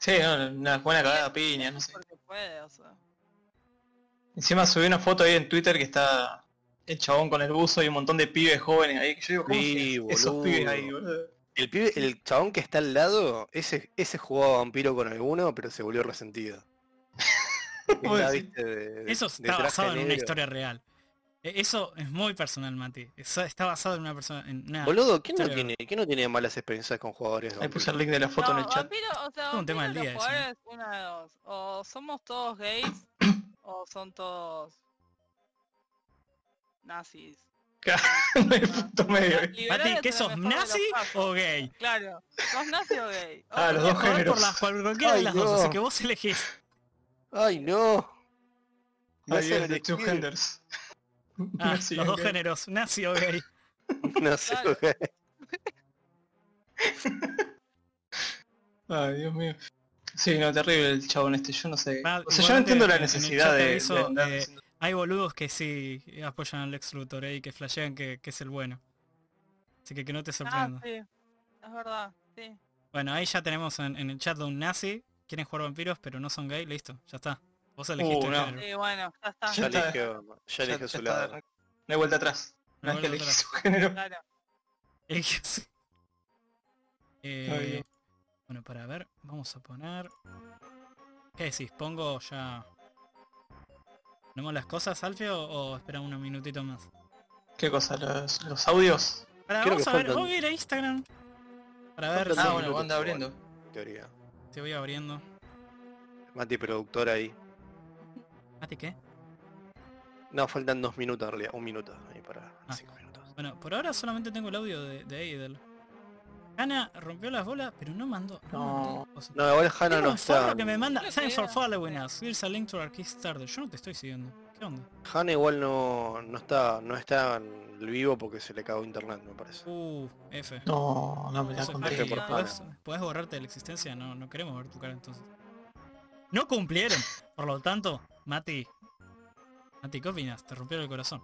[SPEAKER 3] Sí, no, una buena cagada de piña, no sé.
[SPEAKER 5] Porque puede, o sea.
[SPEAKER 3] Encima subí una foto ahí en Twitter que está el chabón con el buzo y un montón de pibes jóvenes ahí. que Yo digo, ¿cómo
[SPEAKER 4] Sí,
[SPEAKER 3] llegan esos
[SPEAKER 4] boludo.
[SPEAKER 3] pibes ahí, boludo?
[SPEAKER 4] El, pibe, el chabón que está al lado, ese, ese jugaba vampiro con alguno, pero se
[SPEAKER 2] *laughs*
[SPEAKER 4] volvió resentido.
[SPEAKER 3] Vos
[SPEAKER 4] Está,
[SPEAKER 3] decís,
[SPEAKER 4] viste, de-
[SPEAKER 2] Eso
[SPEAKER 4] de
[SPEAKER 2] está
[SPEAKER 4] traje
[SPEAKER 2] basado en una
[SPEAKER 4] negro.
[SPEAKER 2] historia real. E- Eso es muy personal, Mati. Eso está basado en una persona. En una-
[SPEAKER 4] Boludo, ¿quién no,
[SPEAKER 2] historia.
[SPEAKER 4] tiene, ¿quién no tiene malas experiencias con jugadores? de
[SPEAKER 3] Ahí
[SPEAKER 4] vampiro?
[SPEAKER 3] puse el link de la foto
[SPEAKER 5] no,
[SPEAKER 3] en el chat.
[SPEAKER 5] vampiro, o sea,
[SPEAKER 2] Es un tema
[SPEAKER 5] vampiro
[SPEAKER 2] del
[SPEAKER 5] los
[SPEAKER 2] día
[SPEAKER 5] jugadores, una de dos. O somos todos
[SPEAKER 3] *coughs*
[SPEAKER 5] gays, o son todos nazis.
[SPEAKER 3] *laughs* No hay punto medio. ahí.
[SPEAKER 2] Mati, ¿qué sos nazi o gay?
[SPEAKER 5] Claro, sos nazi o gay.
[SPEAKER 3] *laughs* Ah, los dos
[SPEAKER 2] Podés
[SPEAKER 3] géneros.
[SPEAKER 2] por, las- por cualquiera de
[SPEAKER 4] Ay,
[SPEAKER 2] las dos, así
[SPEAKER 4] no.
[SPEAKER 2] que vos elegís.
[SPEAKER 4] ¡Ay, no!
[SPEAKER 2] *laughs*
[SPEAKER 3] No
[SPEAKER 4] Vas a
[SPEAKER 3] de two
[SPEAKER 4] elegir.
[SPEAKER 3] genders.
[SPEAKER 2] Ah,
[SPEAKER 3] *laughs* No sé,
[SPEAKER 2] los dos
[SPEAKER 3] ok.
[SPEAKER 2] géneros, nazi o gay.
[SPEAKER 4] No sé, *laughs*
[SPEAKER 5] Claro.
[SPEAKER 4] güey.
[SPEAKER 3] Ay, Dios mío. Sí, no, terrible el chabón este, yo no sé.
[SPEAKER 2] Ah,
[SPEAKER 3] O sea, yo
[SPEAKER 2] igualmente
[SPEAKER 3] no entiendo la
[SPEAKER 2] en el chat
[SPEAKER 3] necesidad
[SPEAKER 2] te
[SPEAKER 3] de,
[SPEAKER 2] aviso,
[SPEAKER 3] de andar
[SPEAKER 2] eh,
[SPEAKER 3] diciendo-
[SPEAKER 2] Hay boludos que sí apoyan al ex Luthor eh, y que flashean que, que es el bueno. Así que que no te
[SPEAKER 5] Ah,
[SPEAKER 2] sorprenda.
[SPEAKER 5] sí. Es verdad, sí.
[SPEAKER 2] Bueno, ahí ya tenemos en, en el chat de un nazi. Quieren jugar vampiros, pero no son gay. Listo, ya está. Vos elegiste.
[SPEAKER 3] Uh,
[SPEAKER 2] el
[SPEAKER 3] no.
[SPEAKER 2] género. *laughs*
[SPEAKER 5] Sí, bueno, ya está.
[SPEAKER 4] Ya
[SPEAKER 3] Ya está.
[SPEAKER 4] eligió, ya
[SPEAKER 3] Ya-
[SPEAKER 4] eligió
[SPEAKER 3] ya
[SPEAKER 4] su
[SPEAKER 3] está,
[SPEAKER 4] lado.
[SPEAKER 3] No hay vuelta atrás.
[SPEAKER 2] No
[SPEAKER 3] No,
[SPEAKER 2] hay
[SPEAKER 3] es
[SPEAKER 2] vuelta
[SPEAKER 3] que elegí
[SPEAKER 2] atrás.
[SPEAKER 3] su *laughs* género.
[SPEAKER 5] Claro.
[SPEAKER 2] Eligió sí. Eh,
[SPEAKER 3] Ay, Dios.
[SPEAKER 2] bueno, para ver, vamos a poner. ¿Qué decís? ¿Pongo ya. ¿Ponemos las cosas, Alfio, o, o espera unos minutitos más?
[SPEAKER 3] ¿Qué cosa? ¿Los, los audios?
[SPEAKER 2] Para,
[SPEAKER 4] Creo
[SPEAKER 2] vamos
[SPEAKER 4] que
[SPEAKER 2] a ver,
[SPEAKER 4] faltan-
[SPEAKER 2] voy a ir a Instagram. Para ver
[SPEAKER 4] Faltan
[SPEAKER 2] si
[SPEAKER 3] Ah,
[SPEAKER 4] dos
[SPEAKER 3] bueno,
[SPEAKER 4] minutos,
[SPEAKER 3] anda
[SPEAKER 4] igual,
[SPEAKER 3] abriendo.
[SPEAKER 4] en Teoría.
[SPEAKER 2] te voy abriendo.
[SPEAKER 4] Mati, productor ahí.
[SPEAKER 2] ¿Mati qué?
[SPEAKER 4] No, faltan dos minutos en realidad. Un minuto ahí para
[SPEAKER 2] Ah.
[SPEAKER 4] cinco minutos.
[SPEAKER 2] Bueno, por ahora solamente tengo el audio de, de Eidel. Ana rompió las bolas, pero no mandó.
[SPEAKER 3] No.
[SPEAKER 2] mandó cosas.
[SPEAKER 4] No, igual Hanna
[SPEAKER 2] Tengo
[SPEAKER 4] no
[SPEAKER 2] un forro
[SPEAKER 4] está.
[SPEAKER 2] que me manda.
[SPEAKER 5] No
[SPEAKER 2] Thanks for
[SPEAKER 5] queda.
[SPEAKER 2] following us. Here's a link to our Kickstarter. Yo no te estoy siguiendo. ¿Qué onda?
[SPEAKER 4] Hanna igual no, no está, no está en el vivo porque se le cagó internet, me parece.
[SPEAKER 2] Uh, F.
[SPEAKER 3] No, no me la
[SPEAKER 2] Eso,
[SPEAKER 3] conté.
[SPEAKER 2] Mati,
[SPEAKER 5] por
[SPEAKER 2] ¿podés-
[SPEAKER 5] favor.
[SPEAKER 2] ¿podés, borrarte de la existencia? No, no queremos ver tu cara entonces. No cumplieron. Por lo tanto, Mati. Mati, ¿qué opinas? Te rompieron el corazón.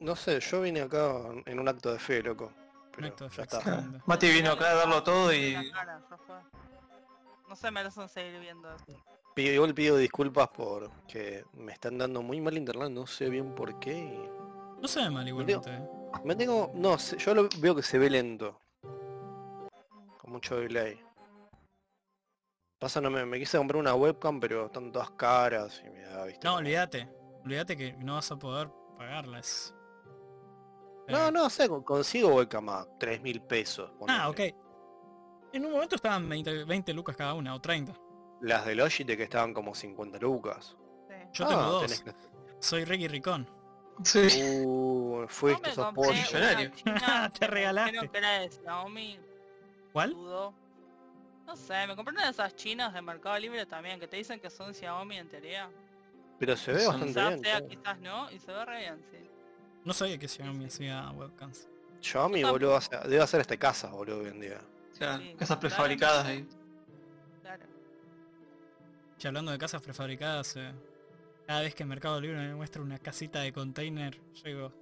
[SPEAKER 4] No sé, yo vine acá en un acto de fe, loco.
[SPEAKER 2] Un
[SPEAKER 4] Pero
[SPEAKER 2] acto de fe,
[SPEAKER 4] ya está.
[SPEAKER 3] *laughs*
[SPEAKER 2] exactamente.
[SPEAKER 3] Mati vino acá a darlo todo
[SPEAKER 5] La
[SPEAKER 3] y...
[SPEAKER 5] cara, ya fue. No se merecen seguir viendo esto.
[SPEAKER 4] Pido- igual pido disculpas por que me están dando muy mal internet, no sé bien por qué. y-
[SPEAKER 2] No se ve mal igualmente. eh.
[SPEAKER 4] Me tengo. No, sé, yo lo veo que se ve lento. Con mucho delay. Pasa, no me, me quise comprar una webcam, pero están todas caras y me da, viste.
[SPEAKER 2] No,
[SPEAKER 4] como-
[SPEAKER 2] olvídate. Olvídate que no vas a poder Eh, pagarlas.
[SPEAKER 4] No, no, sé, con- consigo webcam a 3 mil pesos.
[SPEAKER 2] Ah,
[SPEAKER 4] ponele.
[SPEAKER 2] ok. En un momento estaban 20, 20 lucas cada una o 30.
[SPEAKER 4] Las de Logitech que estaban como 50 lucas.
[SPEAKER 5] Sí.
[SPEAKER 2] Yo
[SPEAKER 4] Ah,
[SPEAKER 2] tengo
[SPEAKER 4] tenés
[SPEAKER 2] dos.
[SPEAKER 4] que-
[SPEAKER 2] Soy Ricky Ricón.
[SPEAKER 3] Sí.
[SPEAKER 4] Uh, fuiste,
[SPEAKER 5] me
[SPEAKER 4] sos
[SPEAKER 5] compré
[SPEAKER 4] pollo.
[SPEAKER 5] una
[SPEAKER 3] millonario. *laughs*
[SPEAKER 5] china
[SPEAKER 2] Te
[SPEAKER 5] que me
[SPEAKER 2] regalaste.
[SPEAKER 5] dijeron que era de Xiaomi,
[SPEAKER 2] ¿Cuál?
[SPEAKER 5] dudo. No sé, me compré una de esas chinas de Mercado Libre también, que te dicen que son Xiaomi en teoría.
[SPEAKER 4] Pero se ve
[SPEAKER 3] Son-
[SPEAKER 4] bastante
[SPEAKER 5] Quizás
[SPEAKER 4] bien. ¿eh?
[SPEAKER 5] sea,
[SPEAKER 4] che.
[SPEAKER 5] quizás no, y se ve re bien, sí.
[SPEAKER 2] No sabía que Xiaomi hacía webcams.
[SPEAKER 4] Xiaomi,
[SPEAKER 5] Yo tam-
[SPEAKER 4] boludo, hace- debe hacer hasta casa, boludo, hoy en día.
[SPEAKER 3] Claro,
[SPEAKER 5] Sí.
[SPEAKER 3] casas prefabricadas ahí.
[SPEAKER 5] Claro.
[SPEAKER 2] Y hablando de casas prefabricadas, eh, cada vez que Mercado Libre me muestra una casita de container, yo digo,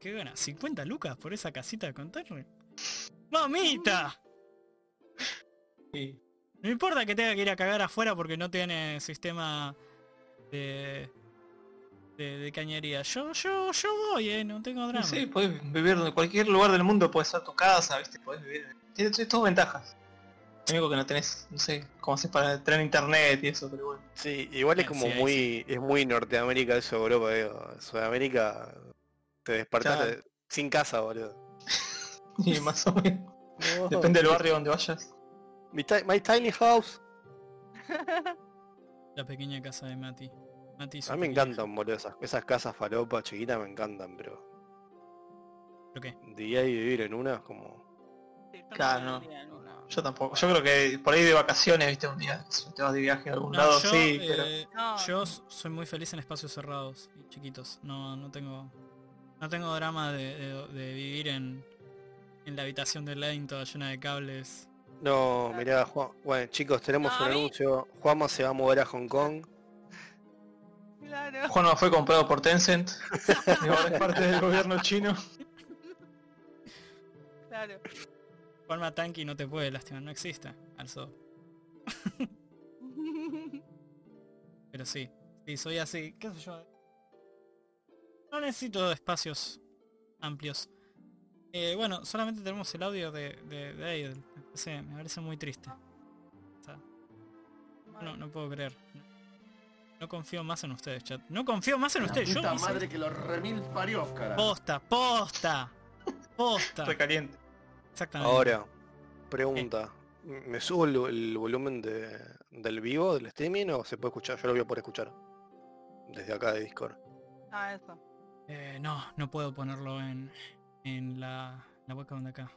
[SPEAKER 2] ¿qué gana? ¿50 lucas por esa casita de container? ¡Mamita!
[SPEAKER 3] Sí.
[SPEAKER 2] No importa que tenga que ir a cagar afuera porque no tiene sistema de, de, de cañería. Yo, yo, yo voy, eh, no tengo
[SPEAKER 3] Y
[SPEAKER 2] drama.
[SPEAKER 3] Sí, puedes vivir en cualquier lugar del mundo, puedes ser tu casa, viste, puedes vivir. Tiene tiene todas ventajas. Lo único que no tenés, no sé, cómo haces para tener internet y eso, pero bueno.
[SPEAKER 4] Sí, igual es
[SPEAKER 2] Ah,
[SPEAKER 4] como
[SPEAKER 2] sí, ahí
[SPEAKER 4] muy, es muy Norteamérica eso, Europa, digo. Sudamérica te despertás
[SPEAKER 3] Claro.
[SPEAKER 4] de- sin casa, boludo.
[SPEAKER 3] *laughs* Y más o menos. Depende del barrio donde vayas.
[SPEAKER 4] Mi ti- My, tiny house.
[SPEAKER 2] La pequeña casa de Mati. Mati y su
[SPEAKER 4] A mí me
[SPEAKER 2] pequeña-
[SPEAKER 4] encantan, boludo, esas, esas casas falopa chiquitas me encantan, pero
[SPEAKER 2] ¿Pero qué?
[SPEAKER 4] de ahí vivir en una es como.
[SPEAKER 5] Sí, yo no
[SPEAKER 3] Claro, no.
[SPEAKER 5] viviría en una. no.
[SPEAKER 3] Yo tampoco. Yo creo que por ahí de vacaciones, viste, un día. Si te vas de viaje a algún lado,
[SPEAKER 2] yo,
[SPEAKER 3] sí, pero.
[SPEAKER 2] eh,
[SPEAKER 5] No,
[SPEAKER 2] yo s- soy muy feliz en espacios cerrados y chiquitos. No, no tengo. No tengo drama de, de- de vivir en, en la habitación de Lane toda llena de cables.
[SPEAKER 4] No, mirá, Juan. Bueno, chicos, tenemos
[SPEAKER 5] No,
[SPEAKER 4] un
[SPEAKER 5] a mí-
[SPEAKER 4] anuncio. Juanma se va a mover a Hong Kong.
[SPEAKER 5] claro. *laughs*
[SPEAKER 3] Juanma fue comprado por Tencent. y ahora es parte del gobierno chino.
[SPEAKER 5] Claro.
[SPEAKER 2] Palma Tanki no te puede lastimar, no existe. Also. Pero sí, sí, soy así, qué sé yo. No necesito espacios amplios. Eh, bueno, solamente tenemos el audio de, de, de Aiden. Me parece, me parece muy triste. No, no puedo creer. No confío más en ustedes, chat. No confío más en
[SPEAKER 7] La
[SPEAKER 2] ustedes. Yo
[SPEAKER 7] puta
[SPEAKER 2] me hice-
[SPEAKER 7] madre que lo remil parió,
[SPEAKER 6] Oh,
[SPEAKER 7] carajo.
[SPEAKER 2] Posta, posta. Posta.
[SPEAKER 3] *laughs* Recaliente.
[SPEAKER 2] Exactamente.
[SPEAKER 4] Ahora, pregunta. ¿Me subo el, el volumen de- del vivo, del streaming, o se puede escuchar? Yo lo voy a poder escuchar. Desde acá de Discord.
[SPEAKER 5] Ah, eso.
[SPEAKER 2] Eh, no, no puedo ponerlo en, en la, la webcam de acá.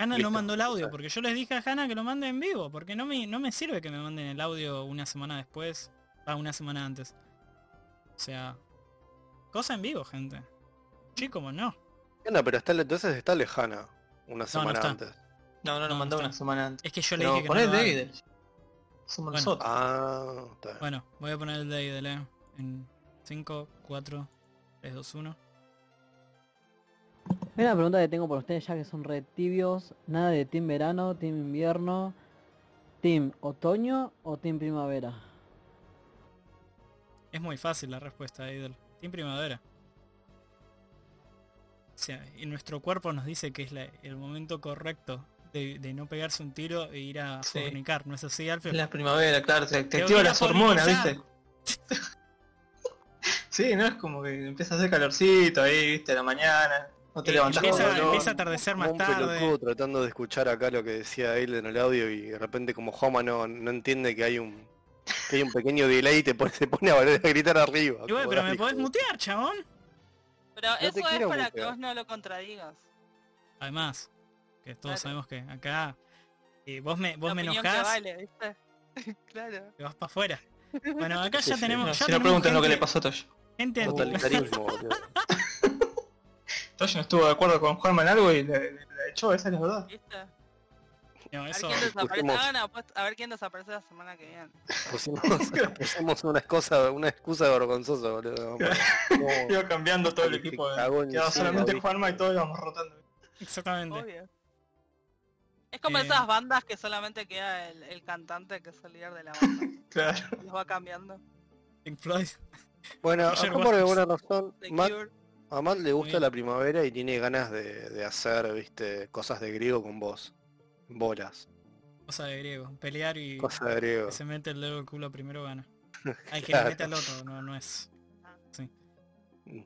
[SPEAKER 2] Hanna
[SPEAKER 4] Listo,
[SPEAKER 2] no mandó el audio,
[SPEAKER 4] perfecto.
[SPEAKER 2] porque yo les dije a Hanna que lo mande en vivo, porque no me, no me sirve que me manden el audio una semana después, ah, una semana antes. O sea, cosa en vivo, gente. Sí, como no.
[SPEAKER 4] Ana, pero está, le- entonces está lejana. Una semana
[SPEAKER 2] está.
[SPEAKER 4] antes.
[SPEAKER 3] No, no lo
[SPEAKER 2] No,
[SPEAKER 3] mandó
[SPEAKER 2] está.
[SPEAKER 3] una semana antes.
[SPEAKER 2] Es que yo le
[SPEAKER 3] Pero
[SPEAKER 2] dije que no
[SPEAKER 3] poné
[SPEAKER 2] lo
[SPEAKER 3] de
[SPEAKER 2] haga.
[SPEAKER 3] Aiden.
[SPEAKER 2] Bueno.
[SPEAKER 3] Somos nosotros.
[SPEAKER 4] Ah, está. bien.
[SPEAKER 2] Bueno, voy a poner el de Idle, eh. En 5, 4, 3, 2, 1.
[SPEAKER 8] Mira la pregunta que tengo por ustedes ya que son re tibios. Nada de team verano, team invierno, team otoño o team primavera.
[SPEAKER 2] Es muy fácil la respuesta, Idol. Team Primavera. O sea, y nuestro cuerpo nos dice que es la- el momento correcto de, de no pegarse un tiro e ir a
[SPEAKER 3] Sí.
[SPEAKER 2] fornicar. ¿No es así, Alfred?
[SPEAKER 3] La primavera, claro, te, te
[SPEAKER 2] Te
[SPEAKER 3] activa
[SPEAKER 2] obliga
[SPEAKER 3] las
[SPEAKER 2] a
[SPEAKER 3] hormonas,
[SPEAKER 2] polinizar.
[SPEAKER 3] ¿viste? *laughs* sí, ¿no? Es como que empieza a hacer calorcito ahí, ¿viste? A la mañana. No te
[SPEAKER 2] Eh,
[SPEAKER 3] levantás
[SPEAKER 2] empieza,
[SPEAKER 3] con dolor.
[SPEAKER 2] empieza a atardecer
[SPEAKER 4] Como
[SPEAKER 2] más
[SPEAKER 4] un pelotudo
[SPEAKER 2] tarde.
[SPEAKER 4] tratando de escuchar acá lo que decía él en el audio y de repente como Juanma no, no entiende que hay un que hay un pequeño delay y te pone, se pone a volver a gritar arriba.
[SPEAKER 2] Y bueno,
[SPEAKER 4] como
[SPEAKER 2] pero me
[SPEAKER 4] hijo
[SPEAKER 2] podés
[SPEAKER 4] de-
[SPEAKER 2] mutear, chabón.
[SPEAKER 5] Pero
[SPEAKER 4] te
[SPEAKER 5] eso es
[SPEAKER 4] quiero
[SPEAKER 5] para que
[SPEAKER 4] mutear.
[SPEAKER 5] vos no lo contradigas.
[SPEAKER 2] Además, que todos
[SPEAKER 5] Claro.
[SPEAKER 2] sabemos que acá eh, vos me, vos
[SPEAKER 5] La
[SPEAKER 2] me
[SPEAKER 5] opinión
[SPEAKER 2] enojás,
[SPEAKER 5] que vale, ¿viste? *laughs* claro.
[SPEAKER 2] te vas para afuera. Bueno, acá
[SPEAKER 4] Sí,
[SPEAKER 2] ya
[SPEAKER 4] sí.
[SPEAKER 3] No,
[SPEAKER 2] tenemos... ya
[SPEAKER 3] si no
[SPEAKER 2] tenemos
[SPEAKER 3] pregunten lo que
[SPEAKER 2] gente-
[SPEAKER 3] le pasó a Tosh.
[SPEAKER 2] gente anti-
[SPEAKER 4] Totalitarismo, boludo.
[SPEAKER 3] Tosh no estuvo de acuerdo con Juanma en algo y le, le- la echó, esa es la verdad.
[SPEAKER 5] ¿Viste? A
[SPEAKER 2] No,
[SPEAKER 5] ver,
[SPEAKER 2] eso...
[SPEAKER 5] quién desaparece.
[SPEAKER 4] Pusimos-
[SPEAKER 5] hagan apuest- a ver quién desaparece la semana que viene.
[SPEAKER 4] Pusimos, pusimos una excusa, una excusa vergonzosa, boludo. Vamos, no,
[SPEAKER 3] Iba cambiando todo el
[SPEAKER 4] Te
[SPEAKER 3] equipo.
[SPEAKER 4] cagó
[SPEAKER 3] De...
[SPEAKER 4] en
[SPEAKER 3] Quedaba
[SPEAKER 4] encima,
[SPEAKER 3] solamente
[SPEAKER 4] ¿viste?
[SPEAKER 3] Juanma y todos íbamos rotando.
[SPEAKER 2] Exactamente.
[SPEAKER 5] Obvio. Es como
[SPEAKER 2] Eh.
[SPEAKER 5] esas bandas que solamente queda el, el cantante que es el líder de la banda. *laughs*
[SPEAKER 3] Claro.
[SPEAKER 5] Los va cambiando.
[SPEAKER 2] Pink Floyd.
[SPEAKER 4] Bueno,
[SPEAKER 2] Roger
[SPEAKER 4] acá por
[SPEAKER 2] Waters.
[SPEAKER 4] alguna razón,
[SPEAKER 5] The
[SPEAKER 4] Matt-
[SPEAKER 5] Cure.
[SPEAKER 4] a Matt le gusta
[SPEAKER 2] bien.
[SPEAKER 4] la primavera y tiene ganas de, de hacer, viste, cosas de griego con vos. Bolas.
[SPEAKER 2] Cosa de griego. Pelear y...
[SPEAKER 4] Cosas de griego.
[SPEAKER 2] que se mete el dedo al culo primero
[SPEAKER 4] *laughs*
[SPEAKER 2] gana. Hay que
[SPEAKER 4] Claro.
[SPEAKER 2] le mete al otro, no, no es. Sí.
[SPEAKER 4] Mm.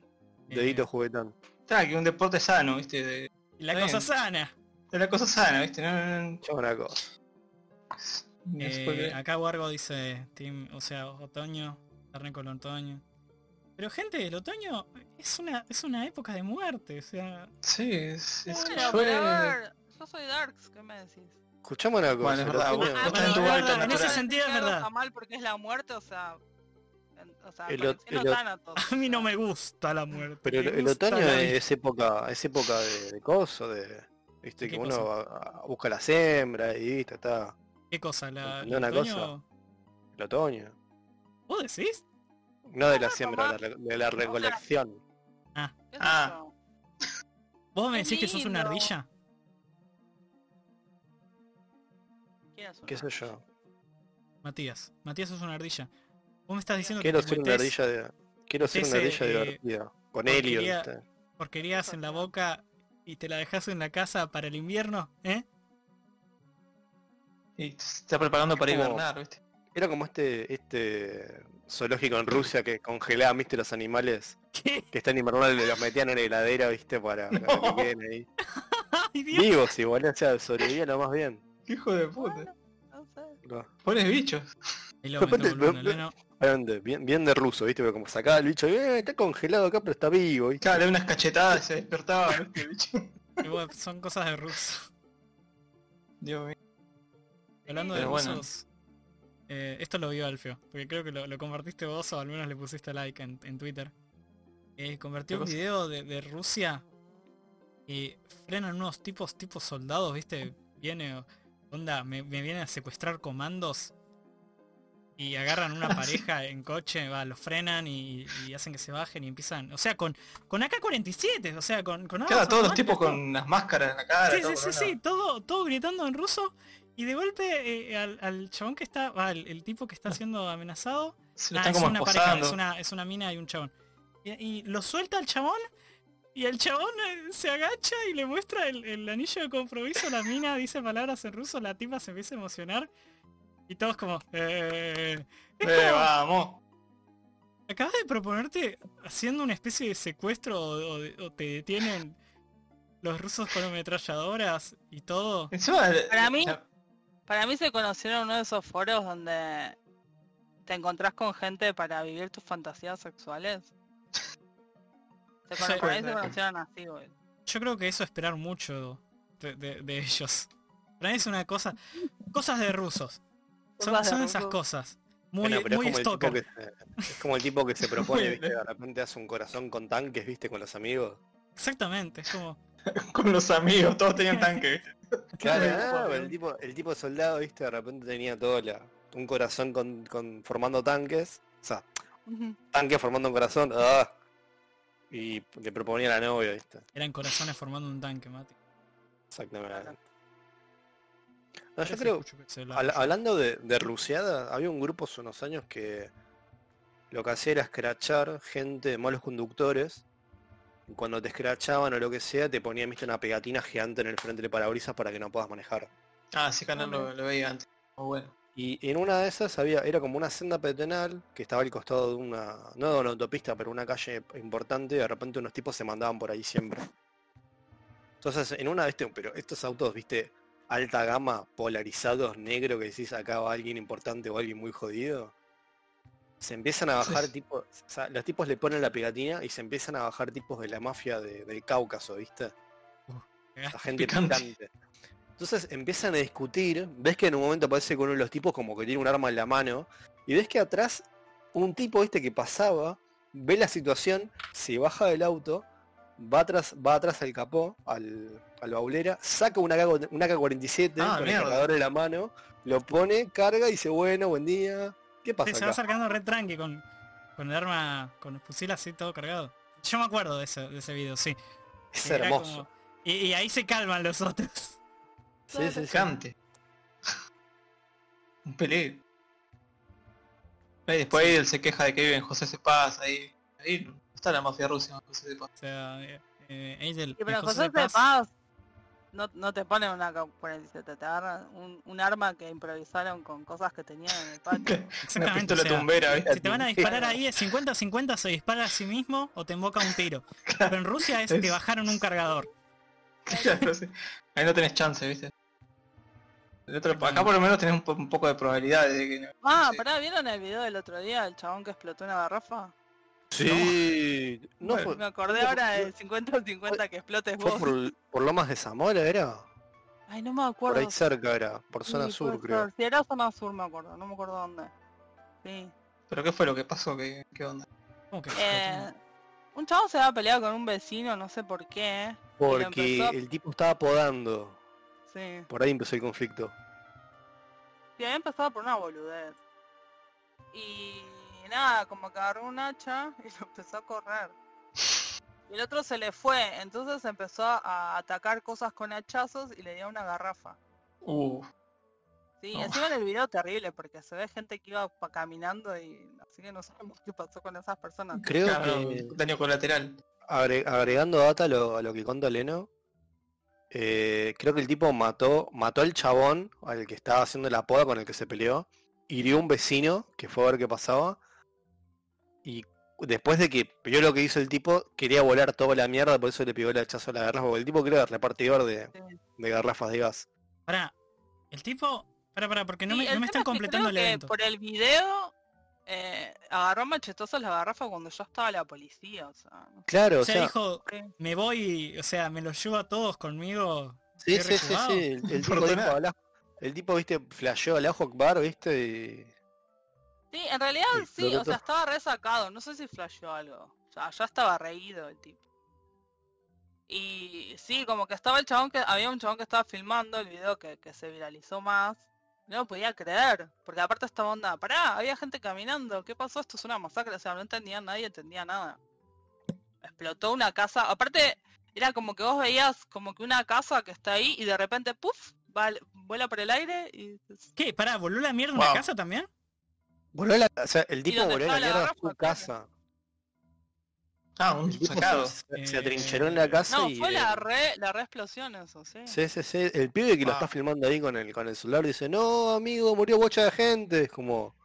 [SPEAKER 4] Dedito
[SPEAKER 2] Eh,
[SPEAKER 4] juguetón.
[SPEAKER 3] Está, que un deporte sano, ¿viste? De,
[SPEAKER 2] la
[SPEAKER 3] Está
[SPEAKER 2] cosa
[SPEAKER 3] bien.
[SPEAKER 4] *laughs*
[SPEAKER 2] sana.
[SPEAKER 3] de la cosa sana, ¿viste? No, no, no,
[SPEAKER 4] Yo una cosa.
[SPEAKER 3] no se
[SPEAKER 2] Eh,
[SPEAKER 3] puede creer.
[SPEAKER 2] acá Wargo dice, team, o sea, otoño, carne con otoño. Pero gente, el otoño es una, es una época de muerte, o sea,
[SPEAKER 3] Sí, es, es-
[SPEAKER 5] Bueno,
[SPEAKER 3] fue-
[SPEAKER 5] pero a ver, yo soy Darks, ¿qué me decís?
[SPEAKER 4] Escuchame una cosa.
[SPEAKER 3] Bueno, es
[SPEAKER 4] lo
[SPEAKER 3] verdad,
[SPEAKER 4] tengo-
[SPEAKER 3] boludo.
[SPEAKER 5] Ah,
[SPEAKER 3] Vos estás en tu
[SPEAKER 2] bueno,
[SPEAKER 3] hábitat
[SPEAKER 2] en ese
[SPEAKER 3] natural.
[SPEAKER 2] sentido es
[SPEAKER 5] Ricardo
[SPEAKER 2] verdad.
[SPEAKER 5] está mal porque es la muerte, o sea... en- o sea,
[SPEAKER 4] El
[SPEAKER 5] el,
[SPEAKER 4] ot- el ot-
[SPEAKER 5] *laughs*
[SPEAKER 2] A mí no me gusta la muerte.
[SPEAKER 4] Pero el,
[SPEAKER 2] me
[SPEAKER 4] el
[SPEAKER 2] gusta
[SPEAKER 4] otoño
[SPEAKER 2] la vida.
[SPEAKER 4] es época, es época de, de coso, de viste
[SPEAKER 2] ¿De
[SPEAKER 4] que
[SPEAKER 2] qué
[SPEAKER 4] uno
[SPEAKER 2] cosa?
[SPEAKER 4] va- a- busca la siembra y viste, está
[SPEAKER 2] ¿Qué cosa? La, el
[SPEAKER 4] ¿Entendés una
[SPEAKER 2] otoño-
[SPEAKER 4] cosa? el otoño.
[SPEAKER 2] ¿Vos decís?
[SPEAKER 4] No de la
[SPEAKER 5] no,
[SPEAKER 4] siembra, de la, re- de la recolección.
[SPEAKER 3] Ah.
[SPEAKER 5] Ah.
[SPEAKER 2] ¿Vos me
[SPEAKER 5] Qué
[SPEAKER 2] decís que sos una
[SPEAKER 5] lindo.
[SPEAKER 2] ardilla?
[SPEAKER 4] ¿Qué sé yo?
[SPEAKER 2] Matías, Matías sos una ardilla. Vos me estás diciendo
[SPEAKER 4] Quiero
[SPEAKER 2] que
[SPEAKER 4] ser una
[SPEAKER 2] metés-
[SPEAKER 4] ardilla de, quiero ser una
[SPEAKER 2] metés,
[SPEAKER 4] ardilla
[SPEAKER 2] eh,
[SPEAKER 4] divertida. Con
[SPEAKER 2] porque
[SPEAKER 4] helio,
[SPEAKER 2] quería-
[SPEAKER 4] viste.
[SPEAKER 2] porquerías
[SPEAKER 5] Cosa
[SPEAKER 2] en la
[SPEAKER 5] fea.
[SPEAKER 2] boca y te la dejas en la casa para el invierno, ¿eh? *laughs*
[SPEAKER 3] Y se está preparando para
[SPEAKER 4] Es como-
[SPEAKER 3] hibernar, ¿viste?
[SPEAKER 4] Era como este, este zoológico en Rusia que congelaba, viste, los animales
[SPEAKER 2] ¿Qué?
[SPEAKER 4] que están invernales, los metían en la heladera, viste, para, para
[SPEAKER 3] No.
[SPEAKER 4] que queden ahí.
[SPEAKER 2] ¡Ay, *laughs* Dios!
[SPEAKER 4] Vivos igual, o sea, sobrevivían lo más bien.
[SPEAKER 3] ¡Qué hijo de puta!
[SPEAKER 5] Bueno, no sé.
[SPEAKER 4] No.
[SPEAKER 3] Pones bichos.
[SPEAKER 2] Y luego me
[SPEAKER 4] Aparte,
[SPEAKER 2] tomo el
[SPEAKER 4] pero-
[SPEAKER 2] veneno.
[SPEAKER 4] Obviamente, bien, bien de ruso, ¿viste? Porque como sacaba el bicho, "Eh, está congelado acá, pero está vivo, ¿viste?
[SPEAKER 3] Claro, le da unas cachetadas y se despertaba, ¿viste? El bicho.
[SPEAKER 2] Y bueno, son cosas de ruso.
[SPEAKER 3] *laughs* Dios mío.
[SPEAKER 2] Hablando de
[SPEAKER 9] Pero bueno.
[SPEAKER 2] rusos, eh, esto lo vio Alfio, porque creo que lo, lo compartiste vos o al menos le pusiste like en, en Twitter. Eh, convertió
[SPEAKER 9] ¿Qué
[SPEAKER 2] un
[SPEAKER 9] cosa?
[SPEAKER 2] video de, de Rusia y frenan unos tipos, tipos soldados, ¿viste? Viene, onda, me, me vienen a secuestrar comandos y agarran
[SPEAKER 3] *laughs* Ah,
[SPEAKER 2] una pareja en coche, va, los frenan y, y hacen que se bajen y empiezan, o sea, con, con AK-47, o sea, con, con
[SPEAKER 3] Claro,
[SPEAKER 2] armas
[SPEAKER 3] todos los tipos
[SPEAKER 2] automáticas, todo.
[SPEAKER 3] con las máscaras en la cara.
[SPEAKER 2] Sí,
[SPEAKER 3] todo
[SPEAKER 2] sí, sí,
[SPEAKER 3] con
[SPEAKER 2] sí,
[SPEAKER 3] una-
[SPEAKER 2] todo, todo gritando en ruso. Y de golpe eh, al, al chabón que está, va, el, el tipo que está siendo amenazado.
[SPEAKER 3] Se lo
[SPEAKER 2] Ah,
[SPEAKER 3] están
[SPEAKER 2] es
[SPEAKER 3] como
[SPEAKER 2] una pareja,
[SPEAKER 3] esposando.
[SPEAKER 2] es una, es una mina y un chabón. Y, y lo suelta al chabón y el chabón eh, se agacha y le muestra el, el anillo de compromiso. La mina dice palabras en ruso, la tipa se empieza a emocionar. Y todos como... Eh, es *laughs*
[SPEAKER 3] Eh,
[SPEAKER 2] como,
[SPEAKER 3] vamos.
[SPEAKER 2] Acabas de proponerte haciendo una especie de secuestro o, o- o te detienen los rusos con ametralladoras y todo.
[SPEAKER 3] Encima,
[SPEAKER 5] Para mí-
[SPEAKER 3] la-
[SPEAKER 5] Para mí se conocieron en uno de esos foros donde te encontrás con gente para vivir tus
[SPEAKER 4] *laughs*
[SPEAKER 5] fantasías sexuales. Se cono-
[SPEAKER 2] Sí,
[SPEAKER 5] para mí
[SPEAKER 3] puede
[SPEAKER 5] se
[SPEAKER 3] ser.
[SPEAKER 5] conocieron así, güey. *laughs*
[SPEAKER 2] Yo creo que eso es esperar mucho de, de- de ellos. Para mí es una cosa... Cosas de rusos. Son,
[SPEAKER 5] Cosas de
[SPEAKER 2] son esas
[SPEAKER 5] rusos.
[SPEAKER 2] cosas. Muy,
[SPEAKER 4] Bueno, pero
[SPEAKER 2] muy
[SPEAKER 4] es, como el
[SPEAKER 2] stalker.
[SPEAKER 4] tipo que se, es como el
[SPEAKER 2] *laughs*
[SPEAKER 4] tipo que se propone,
[SPEAKER 3] Muy
[SPEAKER 4] ¿viste? De repente hace un corazón con tanques, viste, con los amigos.
[SPEAKER 2] Exactamente, es como...
[SPEAKER 3] *laughs* con los amigos,
[SPEAKER 2] *laughs*
[SPEAKER 3] todos tenían tanque. ¿viste?
[SPEAKER 4] Claro,
[SPEAKER 3] Claro,
[SPEAKER 4] ah,
[SPEAKER 3] claro.
[SPEAKER 4] pero el tipo, el tipo de soldado, viste, de repente tenía todo la- un corazón con, con- formando tanques. O sea,
[SPEAKER 5] Ujú.
[SPEAKER 4] tanques formando un corazón. ah, y le proponía a la novia, viste.
[SPEAKER 2] Eran corazones formando un tanque, Mati.
[SPEAKER 4] Exactamente. No, yo
[SPEAKER 2] Parece
[SPEAKER 4] creo,
[SPEAKER 2] mucho que se lo-
[SPEAKER 4] Habla- hablando de, de rusiada, había un grupo hace unos años que lo que hacía era escrachar gente, malos conductores. y Cuando te escrachaban o lo que sea, te ponían viste, una pegatina gigante en el frente del parabrisas para que no puedas manejar.
[SPEAKER 3] Ah, sí, canal lo, lo veía antes. Oh, bueno.
[SPEAKER 4] Y en una de esas había, era como una senda peatonal que estaba al costado de una, no de una autopista, pero una calle importante, y de repente unos tipos se mandaban por ahí siempre. Entonces, en una, viste, pero estos autos, viste, alta gama, polarizados, negro, que decís acá va alguien importante o alguien muy jodido, se empiezan a bajar tipo, o sea, los tipos le ponen la pegatina y se empiezan a bajar tipos de la mafia de- del Cáucaso, ¿viste? la gente
[SPEAKER 3] Picante.
[SPEAKER 4] picante. Entonces empiezan a discutir, ves que en un momento aparece con uno de los tipos como que tiene un arma en la mano, y ves que atrás un tipo este que pasaba, ve la situación, se baja del auto, va atrás, va atrás al capó, al, a la baulera, saca una AK, una AK-47
[SPEAKER 3] Ah,
[SPEAKER 4] con
[SPEAKER 3] mierda.
[SPEAKER 4] el cargador en la mano, lo pone, carga y dice, bueno, buen día. ¿Qué
[SPEAKER 2] Sí,
[SPEAKER 4] pasa?
[SPEAKER 2] se va
[SPEAKER 4] acá?".
[SPEAKER 2] acercando re tranqui con, con el arma, con el fusil así todo cargado. Yo me acuerdo de ese, de ese video, sí.
[SPEAKER 4] Es
[SPEAKER 2] Era
[SPEAKER 4] hermoso.
[SPEAKER 2] como- Y, y ahí se calman los otros. *laughs*
[SPEAKER 4] Sí, sí, sí.
[SPEAKER 3] Picante. *laughs* Un pelé. Y después él se queja de que vive en José Cepaz, ahí. Ahí no está la mafia rusa en José Cepaz.
[SPEAKER 2] O sea, eh, eh, Angel,
[SPEAKER 5] Y pero
[SPEAKER 2] el José
[SPEAKER 5] José
[SPEAKER 2] de Paz-
[SPEAKER 5] Paz no, no te ponen una AK-47, te agarran un, un arma que improvisaron con cosas que tenían en el
[SPEAKER 4] *laughs*
[SPEAKER 5] patio.
[SPEAKER 3] Una
[SPEAKER 2] Exactamente, o
[SPEAKER 3] pistola
[SPEAKER 2] sea,
[SPEAKER 3] tumbera, ¿viste?
[SPEAKER 2] si te van a
[SPEAKER 3] *laughs*
[SPEAKER 2] disparar ahí es 50-50, se dispara a sí mismo o te emboca un tiro. Pero en Rusia es te
[SPEAKER 3] Es-
[SPEAKER 2] bajaron un cargador.
[SPEAKER 3] Claro, sí. Ahí no tenés chance, ¿viste? El otro- acá por lo menos tenés un, po- un poco de probabilidad de que no.
[SPEAKER 5] Ah,
[SPEAKER 3] Sí.
[SPEAKER 5] pará, ¿vieron el video del otro día del chabón que explotó una garrafa?
[SPEAKER 4] Sí. No,
[SPEAKER 3] Bueno.
[SPEAKER 4] fue-
[SPEAKER 5] Me acordé ahora del 50-50 que explotes
[SPEAKER 4] fue
[SPEAKER 5] vos.
[SPEAKER 4] por, por Lomas de Zamora, ¿era?
[SPEAKER 5] Ay, no me
[SPEAKER 4] Por
[SPEAKER 5] acuerdo.
[SPEAKER 4] ahí cerca era, por zona
[SPEAKER 5] Sí,
[SPEAKER 4] sur,
[SPEAKER 5] puede
[SPEAKER 4] creo.
[SPEAKER 5] ser. Sí, era zona sur, me acuerdo. No me acuerdo dónde. Sí.
[SPEAKER 3] Pero ¿qué fue lo que pasó? ¿Qué, qué onda?
[SPEAKER 2] ¿Cómo que
[SPEAKER 5] Eh, un chavo se había peleado con un vecino, no sé por qué. ¿eh? Pero
[SPEAKER 4] Porque
[SPEAKER 5] empezó-
[SPEAKER 4] el tipo estaba podando.
[SPEAKER 5] Sí.
[SPEAKER 4] Por ahí empezó el conflicto.
[SPEAKER 5] Sí, había empezado por una boludez. Y nada, como que agarró un hacha y *laughs* lo empezó a correr. Y el otro se le fue, entonces empezó a atacar cosas con hachazos y le dio una garrafa.
[SPEAKER 3] Uh,
[SPEAKER 5] Sí,
[SPEAKER 2] Oh.
[SPEAKER 3] No.
[SPEAKER 5] encima en el video terrible porque se ve gente que iba pa- caminando y así que no *laughs* sabemos qué pasó con esas personas.
[SPEAKER 4] Creo
[SPEAKER 3] claro,
[SPEAKER 4] que,
[SPEAKER 3] daño colateral.
[SPEAKER 4] agre- agregando data a lo, a lo que contó Leno, eh, creo que el tipo mató, mató al chabón, al que estaba haciendo la poda con el que se peleó, hirió a un vecino que fue a ver qué pasaba, y después de que vio lo que hizo el tipo, quería volar toda la mierda, por eso le pegó el hachazo a la garrafa, porque el tipo creo que era repartidor de,
[SPEAKER 5] Sí.
[SPEAKER 4] de garrafas de gas.
[SPEAKER 2] Pará, el tipo... Pará, pará, porque no
[SPEAKER 5] Sí,
[SPEAKER 2] me,
[SPEAKER 5] el
[SPEAKER 2] no me
[SPEAKER 5] tema
[SPEAKER 2] están
[SPEAKER 5] es que
[SPEAKER 2] completando el
[SPEAKER 5] creo que
[SPEAKER 2] evento.
[SPEAKER 5] Por el video eh, agarró machetazos la garrafa cuando ya estaba la policía, o sea, no
[SPEAKER 4] Claro,
[SPEAKER 2] O sea, dijo,
[SPEAKER 5] sé.
[SPEAKER 2] me voy, o sea, me los llevo a todos conmigo.
[SPEAKER 4] Sí,
[SPEAKER 2] Qué
[SPEAKER 4] sí, sí,
[SPEAKER 2] rejugado.
[SPEAKER 4] sí. El, el tipo
[SPEAKER 3] Por
[SPEAKER 4] dijo,
[SPEAKER 3] nada.
[SPEAKER 4] "Hablas- El tipo, viste, flasheó al Ajo Akbar, viste, y.
[SPEAKER 5] Sí, en realidad
[SPEAKER 4] Sí,
[SPEAKER 5] sí,
[SPEAKER 4] pero
[SPEAKER 5] o
[SPEAKER 4] esto-
[SPEAKER 5] sea, estaba resacado, no sé si flasheó algo. O sea, ya estaba reído el tipo. Y sí, como que estaba el chabón que, había un chabón que estaba filmando el video que, que se viralizó más. No lo podía creer, porque aparte estaba onda, pará, había gente caminando, ¿qué pasó? Esto es una masacre, o sea, no entendía nadie, entendía nada. Explotó una casa, aparte era como que vos veías como que una casa que está ahí y de repente, puff, va al- vuela por el aire y
[SPEAKER 2] ¿Qué? Pará, ¿voló la mierda
[SPEAKER 3] Wow.
[SPEAKER 2] una casa también?
[SPEAKER 4] Voló la, o sea, el tipo
[SPEAKER 5] donde
[SPEAKER 4] voló la
[SPEAKER 5] estaba la
[SPEAKER 4] mierda a
[SPEAKER 5] garrafa,
[SPEAKER 4] su casa.
[SPEAKER 3] Ah, un
[SPEAKER 4] tipo
[SPEAKER 3] sacado.
[SPEAKER 2] Eh,
[SPEAKER 4] Se atrincheró en la casa
[SPEAKER 5] No,
[SPEAKER 4] y.
[SPEAKER 5] fue la
[SPEAKER 4] eh,
[SPEAKER 5] re, la re explosión eso, sí.
[SPEAKER 4] Sí, sí, sí. El pibe que lo
[SPEAKER 3] Ah.
[SPEAKER 4] está filmando ahí con el, con el celular dice, no, amigo, murió bocha de gente. Es como,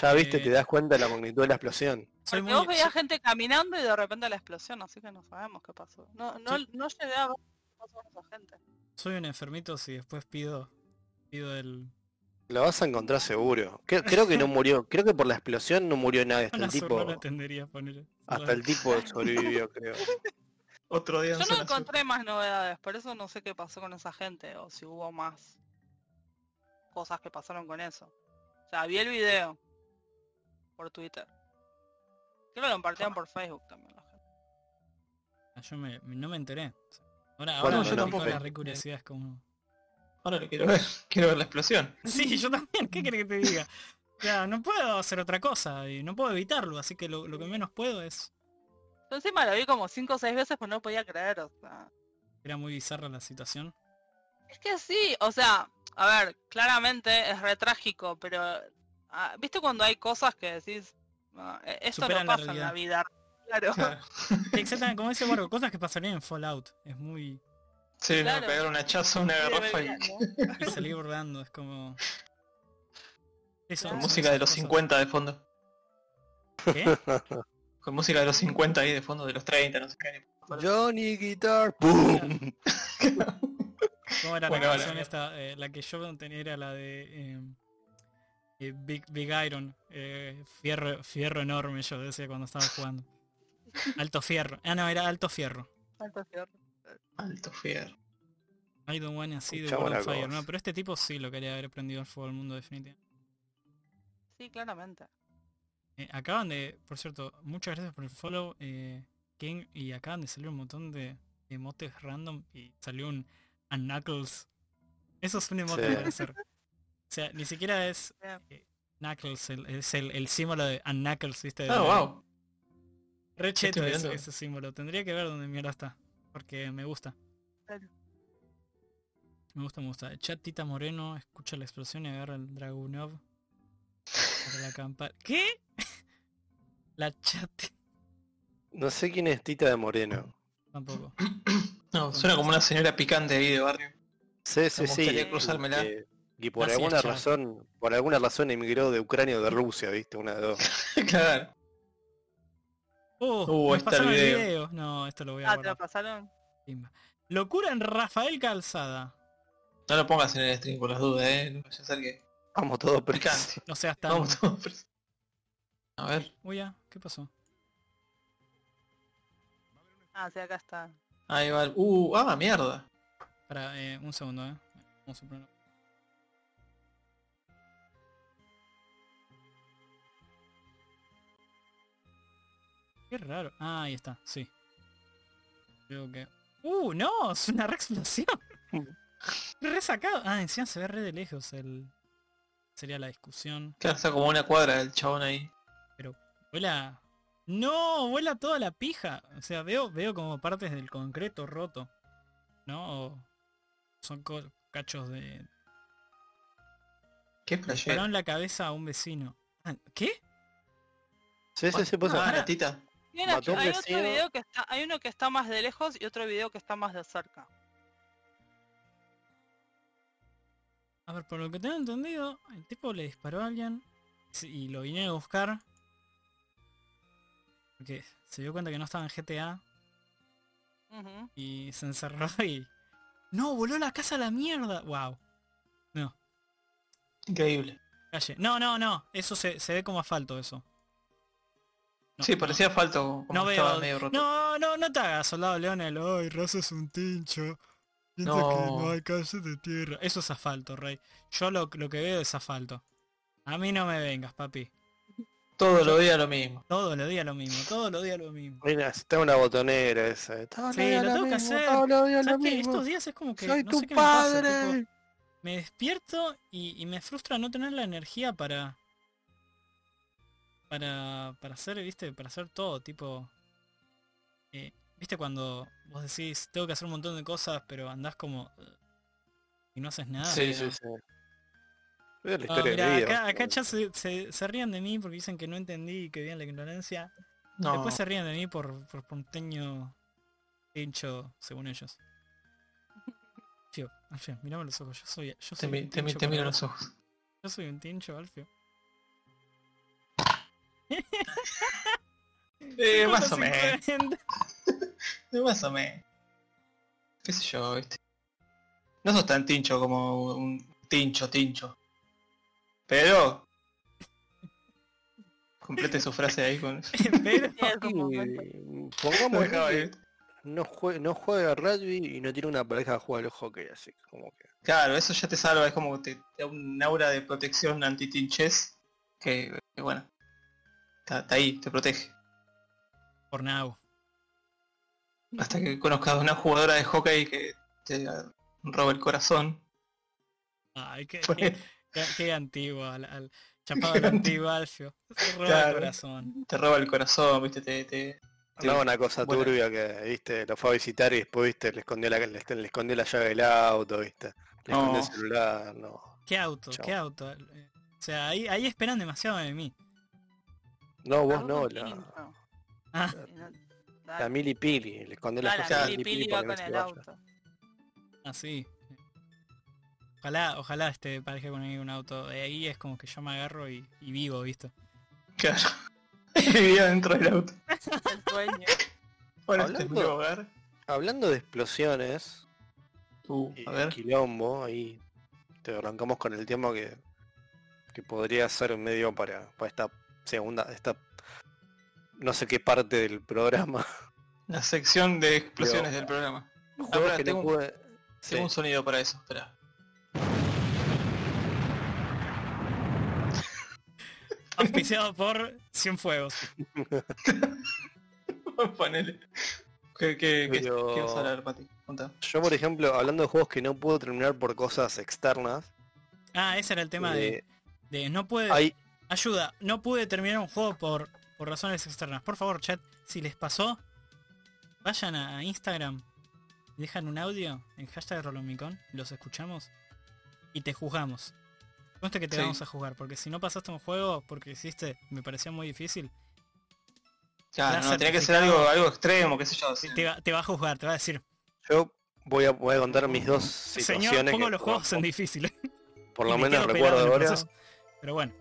[SPEAKER 4] ya viste,
[SPEAKER 2] Eh.
[SPEAKER 4] te das cuenta de la magnitud de la explosión.
[SPEAKER 2] Soy
[SPEAKER 5] Porque
[SPEAKER 2] muy-
[SPEAKER 5] vos veías gente caminando y de repente la explosión, así que no sabemos qué pasó. No, no, no llegué a ver qué pasó con esa gente.
[SPEAKER 2] soy un enfermito si después pido pido el
[SPEAKER 4] Lo vas a encontrar seguro. Cre- creo que no murió, creo que por la explosión no murió nadie. Hasta
[SPEAKER 2] una
[SPEAKER 4] el
[SPEAKER 2] tipo...
[SPEAKER 4] tipo,
[SPEAKER 2] no lo entendería poner.
[SPEAKER 4] hasta el tipo sobrevivió, creo.
[SPEAKER 3] Otro día en
[SPEAKER 5] Yo no
[SPEAKER 3] zona sur.
[SPEAKER 5] encontré más novedades, por eso no sé qué pasó con esa gente o si hubo más cosas que pasaron con eso. O sea, vi el video por Twitter. Creo que lo compartieron por Facebook también. la gente.
[SPEAKER 2] Ah, Yo me- no me enteré. Ahora, ahora
[SPEAKER 4] Bueno, yo
[SPEAKER 2] me picó
[SPEAKER 3] tampoco.
[SPEAKER 2] la re curiosidad es como.
[SPEAKER 3] Ahora lo quiero ver. *laughs* Quiero ver la explosión. *laughs*
[SPEAKER 2] Sí, yo también, ¿qué querés que te diga? O sea, no puedo hacer otra cosa y no puedo evitarlo, así que lo, lo que menos puedo es.
[SPEAKER 5] Yo encima lo vi como cinco o seis veces, pues no lo podía creer, o sea.
[SPEAKER 2] Era muy bizarra la situación.
[SPEAKER 5] Es que sí, o sea, a ver, claramente es re trágico, pero ah, ¿viste cuando hay cosas que decís, "Ah, e- esto
[SPEAKER 2] Superan
[SPEAKER 5] no
[SPEAKER 2] la
[SPEAKER 5] pasa en la
[SPEAKER 2] *laughs*
[SPEAKER 5] vida? Claro.
[SPEAKER 2] Exactamente, como dice Barco, cosas que pasarían en Fallout. Es muy.
[SPEAKER 3] Sí, no,
[SPEAKER 5] Claro.
[SPEAKER 3] me pegaron un hachazo a una garrafa y
[SPEAKER 5] Debería, ¿no?
[SPEAKER 4] *laughs*
[SPEAKER 2] y salir bordando, es como. Eso,
[SPEAKER 5] Con
[SPEAKER 3] con
[SPEAKER 2] son
[SPEAKER 3] música de los
[SPEAKER 2] esas
[SPEAKER 3] 50 de fondo.
[SPEAKER 2] cosas. ¿Qué?
[SPEAKER 3] Con música de los 50 ahí de fondo, de los 30, no sé qué.
[SPEAKER 4] Johnny Guitar, ¡pum!
[SPEAKER 2] ¿Cómo era
[SPEAKER 3] Bueno,
[SPEAKER 2] la
[SPEAKER 3] vale.
[SPEAKER 2] canción esta? Eh, la que yo tenía era la de eh, eh, Big, Big Iron, eh, fierro, fierro enorme, yo decía cuando estaba jugando. Alto fierro. Ah, no, era alto fierro.
[SPEAKER 5] Tanto fierro.
[SPEAKER 3] Alto fierro.
[SPEAKER 2] I don't wanna see the
[SPEAKER 4] Escuchaba
[SPEAKER 2] world on
[SPEAKER 4] la
[SPEAKER 2] fire.
[SPEAKER 4] cosa.
[SPEAKER 2] No, pero este tipo sí lo quería haber prendido al fuego al mundo definitivamente.
[SPEAKER 5] Sí, claramente.
[SPEAKER 2] Eh, acaban de, por cierto, muchas gracias por el follow, eh, King, y acaban de salir un montón de emotes random y salió un a Knuckles. Eso es un emote
[SPEAKER 4] Sí.
[SPEAKER 2] al
[SPEAKER 4] *laughs*
[SPEAKER 2] parecer. O sea, ni siquiera es
[SPEAKER 5] Bien.
[SPEAKER 2] eh, Knuckles, el- es el, el símbolo de a Knuckles, viste.
[SPEAKER 3] Ah,
[SPEAKER 2] De-
[SPEAKER 3] wow.
[SPEAKER 2] Re cheto es-
[SPEAKER 3] mirando.
[SPEAKER 2] ese símbolo. Tendría que ver dónde mierda está. Porque me gusta.
[SPEAKER 5] Claro.
[SPEAKER 2] Me gusta, me gusta. Chatita Moreno escucha la explosión y agarra el Dragunov. Para la campana. ¿Qué? *laughs* La chat
[SPEAKER 4] No sé quién es Tita de Moreno.
[SPEAKER 2] tampoco.
[SPEAKER 3] Eh, No, suena como una señora picante ahí de barrio. *laughs*
[SPEAKER 4] Sí, sí,
[SPEAKER 3] Me
[SPEAKER 4] sí.
[SPEAKER 3] gustaría cruzármela. Ah,
[SPEAKER 4] que- Y por
[SPEAKER 2] Gracias,
[SPEAKER 4] alguna
[SPEAKER 2] chao.
[SPEAKER 4] razón, por alguna razón emigró de Ucrania o de Rusia, viste, una de dos.
[SPEAKER 3] claro.
[SPEAKER 2] Oh,
[SPEAKER 3] Uh,
[SPEAKER 2] me
[SPEAKER 3] ahí está el
[SPEAKER 2] pasaron el video.
[SPEAKER 3] video.
[SPEAKER 2] No, esto lo voy a
[SPEAKER 5] Ah, te lo
[SPEAKER 2] guardar.
[SPEAKER 5] pasaron.
[SPEAKER 2] Timba. Locura en Rafael Calzada.
[SPEAKER 3] No lo pongas en el stream por las dudas, eh. No vaya a ser que.
[SPEAKER 4] Vamos todos presos.
[SPEAKER 3] Picante.
[SPEAKER 2] No seas tan.
[SPEAKER 3] Vamos todos presos. A ver.
[SPEAKER 2] Uy, ya, ¿qué pasó?
[SPEAKER 5] Ah, sí, acá está.
[SPEAKER 3] Ahí va. el- Uh, ah, mierda.
[SPEAKER 2] Para, eh, un segundo, eh. Vamos a ponerlo. Qué raro. Ah, ahí está, sí. Creo que. ¡Uh! ¡No! *laughs* ¡Es una re explosión! re sacado. Ah, encima se ve re de lejos el. Sería la discusión.
[SPEAKER 3] Claro, está como una cuadra el chabón ahí.
[SPEAKER 2] Vuela. ¡No! Vuela toda la pija. O sea, veo, veo como partes del concreto roto. ¿No? O son co- cachos de,
[SPEAKER 3] Qué
[SPEAKER 2] Paró
[SPEAKER 3] playero.
[SPEAKER 2] en la cabeza a un vecino. Ah, ¿Qué?
[SPEAKER 4] Sí, sí, sí, pues.
[SPEAKER 3] Ah, la tita.
[SPEAKER 5] Mira,
[SPEAKER 4] Mató un
[SPEAKER 5] hay
[SPEAKER 4] vecino.
[SPEAKER 5] otro video que está, hay uno que está más de lejos y otro video que está más de cerca.
[SPEAKER 2] A ver, por lo que tengo entendido, el tipo le disparó a alguien sí, y lo vine a buscar. Porque se dio cuenta que no estaba en GTA *laughs*
[SPEAKER 5] Ujú.
[SPEAKER 2] y se encerró y... ¡No, voló la casa a la mierda! ¡Wow!
[SPEAKER 3] Increíble.
[SPEAKER 2] Calle. No, no, no. Eso se, se ve como asfalto, eso. No,
[SPEAKER 3] sí,
[SPEAKER 2] no.
[SPEAKER 3] parecía asfalto como
[SPEAKER 2] No
[SPEAKER 3] estaba
[SPEAKER 2] veo.
[SPEAKER 3] medio roto.
[SPEAKER 2] No, no, no te hagas, soldado Leonel. Ay, raza es un tincho. Piensa
[SPEAKER 3] No.
[SPEAKER 2] que no hay calles de tierra. Eso es asfalto, Rey. Yo lo, lo que veo es asfalto. A mí no me vengas, papi.
[SPEAKER 9] Todo lo día lo mismo.
[SPEAKER 2] Todos los días lo mismo, todos los días lo mismo.
[SPEAKER 4] Mira, está una botonera esa. eh.
[SPEAKER 3] Ah.
[SPEAKER 4] Todos los
[SPEAKER 2] Sí,
[SPEAKER 4] días
[SPEAKER 2] lo tengo que
[SPEAKER 4] mismo,
[SPEAKER 2] hacer.
[SPEAKER 4] todos los días lo
[SPEAKER 2] ¿Sabes qué?
[SPEAKER 4] mismo.
[SPEAKER 2] Estos días es como que
[SPEAKER 4] Soy
[SPEAKER 2] no
[SPEAKER 4] tu
[SPEAKER 2] sé qué me pasa.
[SPEAKER 4] padre.
[SPEAKER 2] tipo, me despierto y, y me frustra no tener la energía para para para hacer, ¿viste? Para hacer todo, tipo eh, ¿viste cuando vos decís, tengo que hacer un montón de cosas, pero andás como eh, y no haces nada?
[SPEAKER 4] sí,
[SPEAKER 2] Digo,
[SPEAKER 4] sí, sí. Es la
[SPEAKER 2] "Ah,
[SPEAKER 4] historia
[SPEAKER 2] mirá,
[SPEAKER 4] de mi vida.
[SPEAKER 2] acá, acá ya se, se, se ríen de mí porque dicen que no entendí y que viene la ignorancia.
[SPEAKER 9] No.
[SPEAKER 2] Después se ríen de mí por, por ponteño hincho, según ellos. Alfio, Alfio, mirame los ojos, yo soy, yo
[SPEAKER 9] Te,
[SPEAKER 2] soy
[SPEAKER 9] mi-
[SPEAKER 2] un
[SPEAKER 9] te mi-
[SPEAKER 2] tincho
[SPEAKER 9] te
[SPEAKER 2] para
[SPEAKER 9] miro
[SPEAKER 2] vos.
[SPEAKER 9] los ojos.
[SPEAKER 2] Yo soy un tincho, Alfio.
[SPEAKER 3] Eh, más o menos.
[SPEAKER 2] 50.
[SPEAKER 3] Eh, Más o menos. Qué sé yo, viste. No sos tan tincho como un tincho, tincho. Pero... Complete su frase ahí con...
[SPEAKER 4] *laughs*
[SPEAKER 2] Pero,
[SPEAKER 5] Sí, es como-
[SPEAKER 4] Y,
[SPEAKER 3] Lo
[SPEAKER 4] Pongamos
[SPEAKER 3] dejaba
[SPEAKER 4] que
[SPEAKER 3] ahí.
[SPEAKER 4] no juega, no juega rugby y no tiene una pareja que juega al hockey, así como que.
[SPEAKER 3] Claro, eso ya te salva, es como que te te da un aura de protección anti-tinches que, que bueno, está, está ahí, te protege.
[SPEAKER 2] por Nau.
[SPEAKER 3] Hasta que conozcas a una jugadora de hockey que te roba el
[SPEAKER 4] *laughs*
[SPEAKER 3] corazón.
[SPEAKER 2] Ay, qué,
[SPEAKER 3] Pues,
[SPEAKER 2] qué, qué- qué antiguo, al, al-
[SPEAKER 9] *laughs*
[SPEAKER 2] chapado a la
[SPEAKER 3] Qué
[SPEAKER 2] antigua, Alfio. Se roba el
[SPEAKER 3] Claro.
[SPEAKER 2] corazón.
[SPEAKER 3] te roba el corazón, viste, te... te- te- *laughs*
[SPEAKER 4] No, una cosa
[SPEAKER 3] Em, bueno.
[SPEAKER 4] turbia que, viste, lo fue a visitar y después, viste, le escondió la, le, le escondió la llave del auto, viste. Le escondió el
[SPEAKER 3] No.
[SPEAKER 4] celular, no.
[SPEAKER 2] Qué auto,
[SPEAKER 4] Chao.
[SPEAKER 2] qué auto. eh. O sea, ahí, ahí esperan demasiado de mí.
[SPEAKER 4] No, vos
[SPEAKER 5] Ah,
[SPEAKER 4] no,
[SPEAKER 5] un
[SPEAKER 4] la,
[SPEAKER 5] tincho.
[SPEAKER 2] Ah.
[SPEAKER 5] Sí, no-
[SPEAKER 4] la
[SPEAKER 5] dale.
[SPEAKER 4] Mili Pili, le escondió la
[SPEAKER 5] Ah,
[SPEAKER 4] llave de
[SPEAKER 5] la Pili Pili
[SPEAKER 4] para
[SPEAKER 5] va
[SPEAKER 4] que no
[SPEAKER 5] con
[SPEAKER 4] se
[SPEAKER 5] el
[SPEAKER 4] vaya.
[SPEAKER 5] auto. *laughs*
[SPEAKER 2] Así. Ah, Ojalá, ojalá este pareja con un auto. De ahí es como que yo me agarro y, y vivo, ¿viste?
[SPEAKER 3] Claro. Vivía dentro del auto.
[SPEAKER 5] El sueño.
[SPEAKER 3] Bueno, este
[SPEAKER 4] Hablando-
[SPEAKER 3] nuevo hogar.
[SPEAKER 4] Hablando de explosiones
[SPEAKER 3] Uh,
[SPEAKER 4] y
[SPEAKER 3] a ver.
[SPEAKER 4] quilombo, ahí te arrancamos con el tema que, que podría ser medio para, para esta segunda, esta no sé qué parte del programa.
[SPEAKER 3] La sección de explosiones del programa.
[SPEAKER 4] *laughs* Juegos
[SPEAKER 3] pará,
[SPEAKER 4] que no
[SPEAKER 3] tengo un-
[SPEAKER 4] pude- sí.
[SPEAKER 3] Tengo un sonido para eso,
[SPEAKER 2] *laughs*
[SPEAKER 3] espera.
[SPEAKER 2] Auspiciado por Cienfuegos.
[SPEAKER 3] Ponele. ¿Qué, qué, qué-
[SPEAKER 4] Pero-
[SPEAKER 3] qué vas a hablar, Pati? Contá.
[SPEAKER 4] Yo, por ejemplo, hablando de juegos que no puedo terminar por cosas externas,
[SPEAKER 2] Ah, ese era el tema de,
[SPEAKER 4] eh,
[SPEAKER 2] de no puede.
[SPEAKER 4] hay,
[SPEAKER 2] Ayuda, no pude terminar un juego por, por razones externas. Por favor, chat, si les pasó, vayan a a Instagram, dejan un audio en hashtag Rolomicon, los escuchamos y te juzgamos. Consta que te
[SPEAKER 3] Sí.
[SPEAKER 2] vamos a jugar, porque si no pasaste un juego porque hiciste, me parecía muy difícil,
[SPEAKER 3] Claro,
[SPEAKER 2] Plaza
[SPEAKER 3] no, tenía que ser
[SPEAKER 2] certificado.
[SPEAKER 3] algo, algo extremo, qué sé yo. sí.
[SPEAKER 2] te va, te va a juzgar, te va a decir,
[SPEAKER 4] yo voy a, voy a contar mis dos situaciones.
[SPEAKER 2] señor, pongo
[SPEAKER 4] que
[SPEAKER 2] los
[SPEAKER 4] por-
[SPEAKER 2] juegos en
[SPEAKER 4] por,
[SPEAKER 2] difícil.
[SPEAKER 4] por
[SPEAKER 2] y
[SPEAKER 4] lo
[SPEAKER 2] me
[SPEAKER 4] menos
[SPEAKER 2] quedo pelado
[SPEAKER 4] recuerdo
[SPEAKER 2] en el
[SPEAKER 4] ahora.
[SPEAKER 2] proceso. Pero bueno,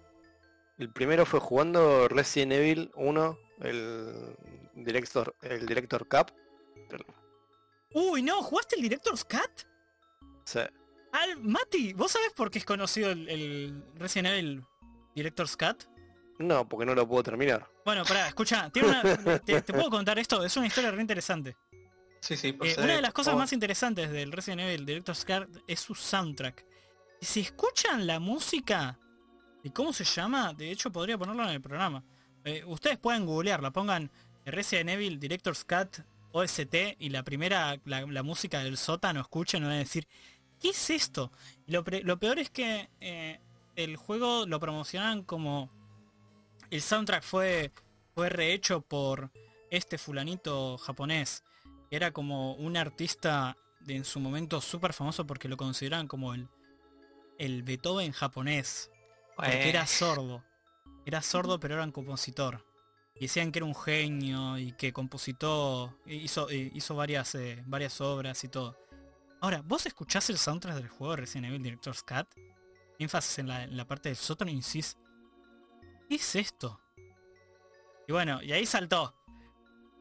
[SPEAKER 4] El primero fue jugando Resident Evil 1, el Director, el Director Cup.
[SPEAKER 2] uy, no, ¿jugaste el Director's Cut?
[SPEAKER 4] O sea,
[SPEAKER 2] Al Mati, ¿vos sabés por qué es conocido el, el Resident Evil Director's Cut?
[SPEAKER 4] no, porque no lo puedo terminar.
[SPEAKER 2] Bueno, pará, escucha, tiene una- te, te puedo contar esto, es una historia re interesante.
[SPEAKER 3] Sí, sí,
[SPEAKER 2] Eh,
[SPEAKER 3] procede,
[SPEAKER 2] una de las
[SPEAKER 3] por
[SPEAKER 2] cosas
[SPEAKER 3] favor.
[SPEAKER 2] más interesantes del Resident Evil Director's Cut es su soundtrack. Si escuchan la música de cómo se llama, de hecho podría ponerlo en el programa. Eh, ustedes pueden googlearla, pongan Resident Evil Director's Cut OST y la primera, la, la música del sótano, escuchen, van a decir, ¿qué es esto? Y lo, pre- lo peor es que eh, el juego lo promocionan como... El soundtrack fue, fue rehecho por este fulanito japonés. que Era como un artista de, en su momento súper famoso porque lo consideraban como el, el Beethoven japonés. Porque
[SPEAKER 3] Eh, *laughs*
[SPEAKER 2] era sordo. Era sordo, pero era un compositor. Y decían que era un genio y que compositó, e- hizo, e- hizo varias, eh, varias obras y todo. Ahora, ¿vos escuchás el soundtrack del juego de Resident Evil Director's Cut? Énfasis en la, en la parte del sótano y decís, ¿qué es esto? Y bueno, y ahí saltó.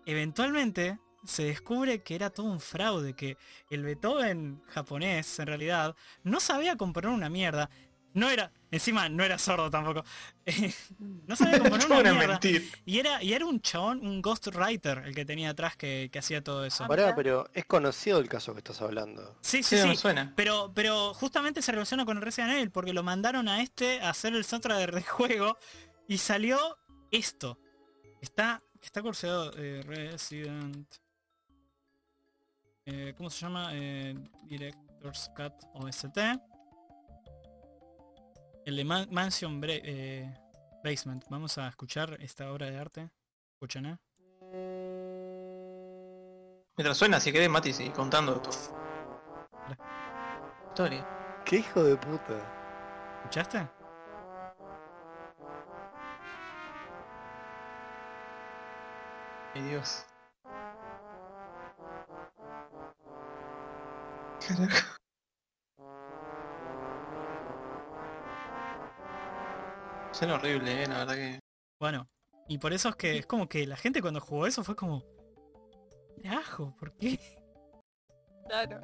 [SPEAKER 2] Eventualmente se descubre que era todo un fraude, que el Beethoven japonés, en realidad, no sabía componer una mierda, No era, encima no era sordo tampoco. *laughs* no
[SPEAKER 3] *laughs*
[SPEAKER 2] sabía componer una
[SPEAKER 3] Pobre
[SPEAKER 2] mierda.
[SPEAKER 3] mentir.
[SPEAKER 2] Y era, y era un chabón, un ghostwriter el que tenía atrás que, que hacía todo eso.
[SPEAKER 4] Pará, pero es conocido el caso que estás hablando.
[SPEAKER 2] Sí, sí,
[SPEAKER 3] Sí, me
[SPEAKER 2] sí.
[SPEAKER 3] suena.
[SPEAKER 2] Pero, pero justamente se relaciona con Resident Evil porque lo mandaron a este a hacer el soundtrack del juego y salió esto. Está, está curseado eh, Resident. eh, ¿Cómo se llama? Eh, Director's Cut OST. El de Man- Mansion Bra- eh, Basement. Vamos a escuchar esta obra de arte. Escuchen, ¿eh?
[SPEAKER 3] Mientras suena, si querés, Mati, sí, contando tu
[SPEAKER 9] Historia.
[SPEAKER 4] ¡Qué hijo de puta!
[SPEAKER 2] ¿Escuchaste?
[SPEAKER 3] Ay, Dios. Carajo. Suena horrible, eh, la verdad que.
[SPEAKER 2] Bueno, y por eso es que es como que la gente cuando jugó eso fue como... Carajo, ¿por qué? *laughs*
[SPEAKER 5] Claro.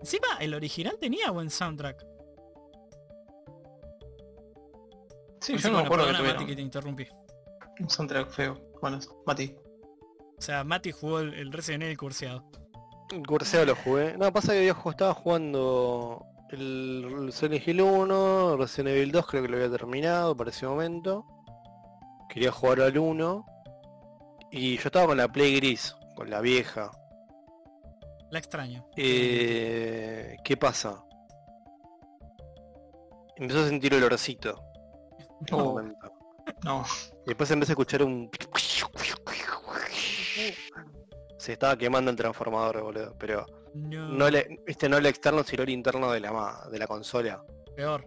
[SPEAKER 2] Encima, el original tenía buen soundtrack.
[SPEAKER 3] Sí,
[SPEAKER 2] Así
[SPEAKER 3] yo
[SPEAKER 2] bueno,
[SPEAKER 3] no me acuerdo que
[SPEAKER 2] perdona,
[SPEAKER 3] tuvieron
[SPEAKER 2] Mati, que te interrumpí.
[SPEAKER 3] un soundtrack feo. Bueno, Mati.
[SPEAKER 2] O sea, Mati jugó el, el Resident Evil curseado.
[SPEAKER 4] Curseo lo jugué. No, pasa que yo ju- estaba jugando el Silent Hill 1, Resident Evil 2, creo que lo había terminado para ese momento. Quería jugar al 1. Y yo estaba con la Play Gris, con la vieja.
[SPEAKER 2] La extraño.
[SPEAKER 4] Eh, ¿Qué pasa? Empezó a sentir olorcito. en un
[SPEAKER 3] Oh.
[SPEAKER 4] momento.
[SPEAKER 3] No.
[SPEAKER 4] Y Después empecé a escuchar un... Se estaba quemando el transformador, boludo. Pero
[SPEAKER 2] No,
[SPEAKER 4] no le, este no el externo, sino el interno de la, ma- de la consola.
[SPEAKER 2] peor.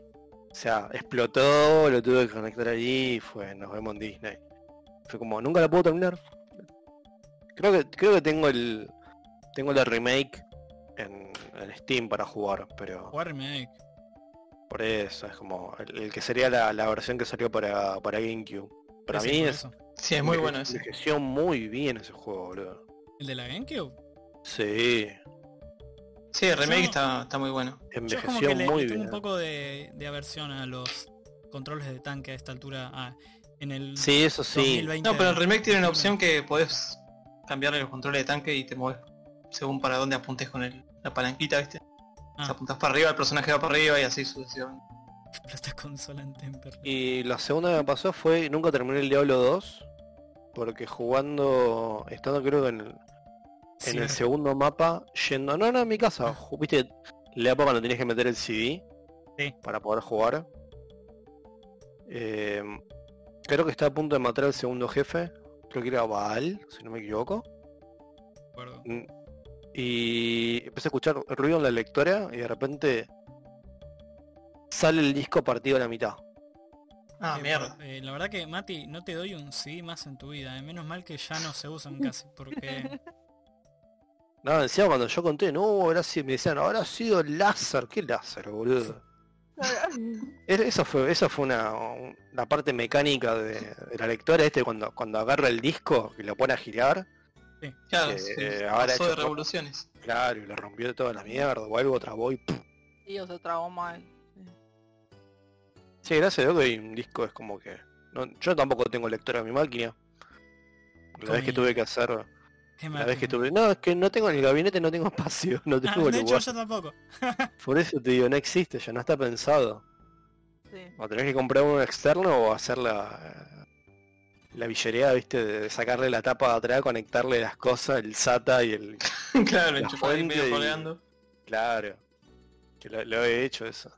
[SPEAKER 4] O sea, explotó, lo tuve que conectar allí y fue, nos vemos en Disney. Fue como, nunca la puedo terminar. Creo que, creo que tengo el. Tengo la remake en, en Steam para jugar, pero
[SPEAKER 2] Jugar remake.
[SPEAKER 4] por eso, es como el, el que sería la, la versión que salió para, para GameCube. Para
[SPEAKER 2] Ese,
[SPEAKER 4] mí
[SPEAKER 2] por
[SPEAKER 4] es,
[SPEAKER 2] eso.
[SPEAKER 3] Sí, es muy
[SPEAKER 4] enveje-
[SPEAKER 3] bueno ese.
[SPEAKER 4] envejeció muy bien ese juego, boludo.
[SPEAKER 2] ¿El de la GameCube?
[SPEAKER 4] Sí,
[SPEAKER 3] Sí, el remake
[SPEAKER 2] Yo-
[SPEAKER 3] está, está muy bueno.
[SPEAKER 2] Yo como que
[SPEAKER 4] envejeció
[SPEAKER 2] le,
[SPEAKER 4] muy
[SPEAKER 2] le tengo
[SPEAKER 4] bien.
[SPEAKER 2] un poco de, de aversión a los controles de tanque a esta altura. Ah, en el
[SPEAKER 4] Sí, eso sí.
[SPEAKER 2] 2020.
[SPEAKER 3] No, pero el remake tiene una opción que podés cambiarle los controles de tanque y te mueves según para dónde apuntes con el, la palanquita, ¿viste?
[SPEAKER 2] Ah.
[SPEAKER 3] Si apuntás para arriba, el personaje va para arriba y así sucesivamente.
[SPEAKER 2] *laughs* Explota Ah, consola en Temper.
[SPEAKER 4] Y la segunda que me pasó fue, nunca terminé el Diablo 2, porque jugando, estando creo que en el, en el segundo mapa, yendo, no, no, en mi casa, ju- viste, la época cuando tenías que meter el CD
[SPEAKER 2] Sí.
[SPEAKER 4] para poder jugar. Eh, creo que está a punto de matar al segundo jefe, creo que era Baal, si no me equivoco. Mm,
[SPEAKER 2] recuerdo.
[SPEAKER 4] Y empecé a escuchar ruido en la lectora y de repente sale el disco partido a la mitad.
[SPEAKER 3] Ah,
[SPEAKER 2] Eh,
[SPEAKER 3] mierda.
[SPEAKER 2] por- eh, la verdad que, Mati, no te doy un sí más en tu vida. eh. Menos mal que ya no se usan casi,
[SPEAKER 3] *laughs*
[SPEAKER 2] porque...
[SPEAKER 4] No, encima cuando yo conté, no, ahora sí, me decían, ahora ha sido Lázaro, ¿qué Lázaro, boludo? Es- Eso fue, eso fue una, un- la parte mecánica de, de la lectora, este cuando, cuando agarra el disco y lo pone a girar,
[SPEAKER 3] Claro,
[SPEAKER 4] Eh,
[SPEAKER 3] sí,
[SPEAKER 4] eh, ahora
[SPEAKER 3] pasó
[SPEAKER 4] hecho
[SPEAKER 3] de
[SPEAKER 4] por- *laughs*
[SPEAKER 3] revoluciones. *laughs*
[SPEAKER 4] claro, y lo rompió toda la mierda, o algo trabó y ¡pum!
[SPEAKER 5] Tío, se trabó mal.
[SPEAKER 4] Sí, gracias a Dios que hay un disco es como que. no, yo tampoco tengo lectora en mi máquina. La vez que
[SPEAKER 2] Comí.
[SPEAKER 4] tuve que hacer,
[SPEAKER 2] Qué
[SPEAKER 4] la
[SPEAKER 2] mal
[SPEAKER 4] vez
[SPEAKER 2] que
[SPEAKER 4] que
[SPEAKER 2] me-
[SPEAKER 4] tuve. No, es que no tengo en el gabinete, no tengo *laughs* espacio, no
[SPEAKER 2] Ah,
[SPEAKER 4] tengo
[SPEAKER 2] de hecho
[SPEAKER 4] lugar.
[SPEAKER 2] yo tampoco.
[SPEAKER 4] Por eso te digo, no existe, ya no está pensado.
[SPEAKER 5] Sí.
[SPEAKER 4] O tenés que comprar uno externo o hacer la, la billería, viste, de sacarle la tapa de atrás, conectarle las cosas, el SATA y el...
[SPEAKER 3] claro,
[SPEAKER 4] La
[SPEAKER 3] enchufado ahí medio
[SPEAKER 4] fuente y- *laughs*
[SPEAKER 3] colgando.
[SPEAKER 4] Claro. Que lo, lo he hecho eso.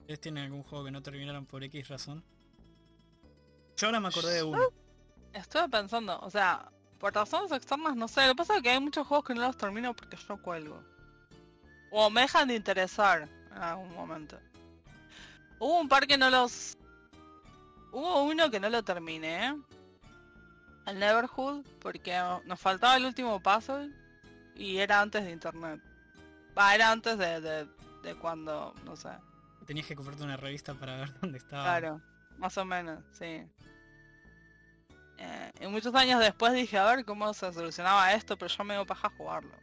[SPEAKER 2] ¿Ustedes tienen algún juego que no terminaron por X razón? Yo ahora me acordé de uno.
[SPEAKER 5] Estuve pensando, o sea, por razones externas no sé, lo que pasa es que hay muchos juegos que no los termino porque yo cuelgo. O me dejan de interesar en algún momento. Hubo un par que no los... Hubo uno que no lo terminé. El Neverhood, porque nos faltaba el último puzzle y era antes de internet. Va, era antes de, de, de cuando, no sé.
[SPEAKER 2] Tenías que comprarte una revista para ver dónde estaba.
[SPEAKER 5] Claro, más o menos, sí. Eh, y muchos años después dije, a ver cómo se solucionaba esto, pero yo me dio paja jugarlo.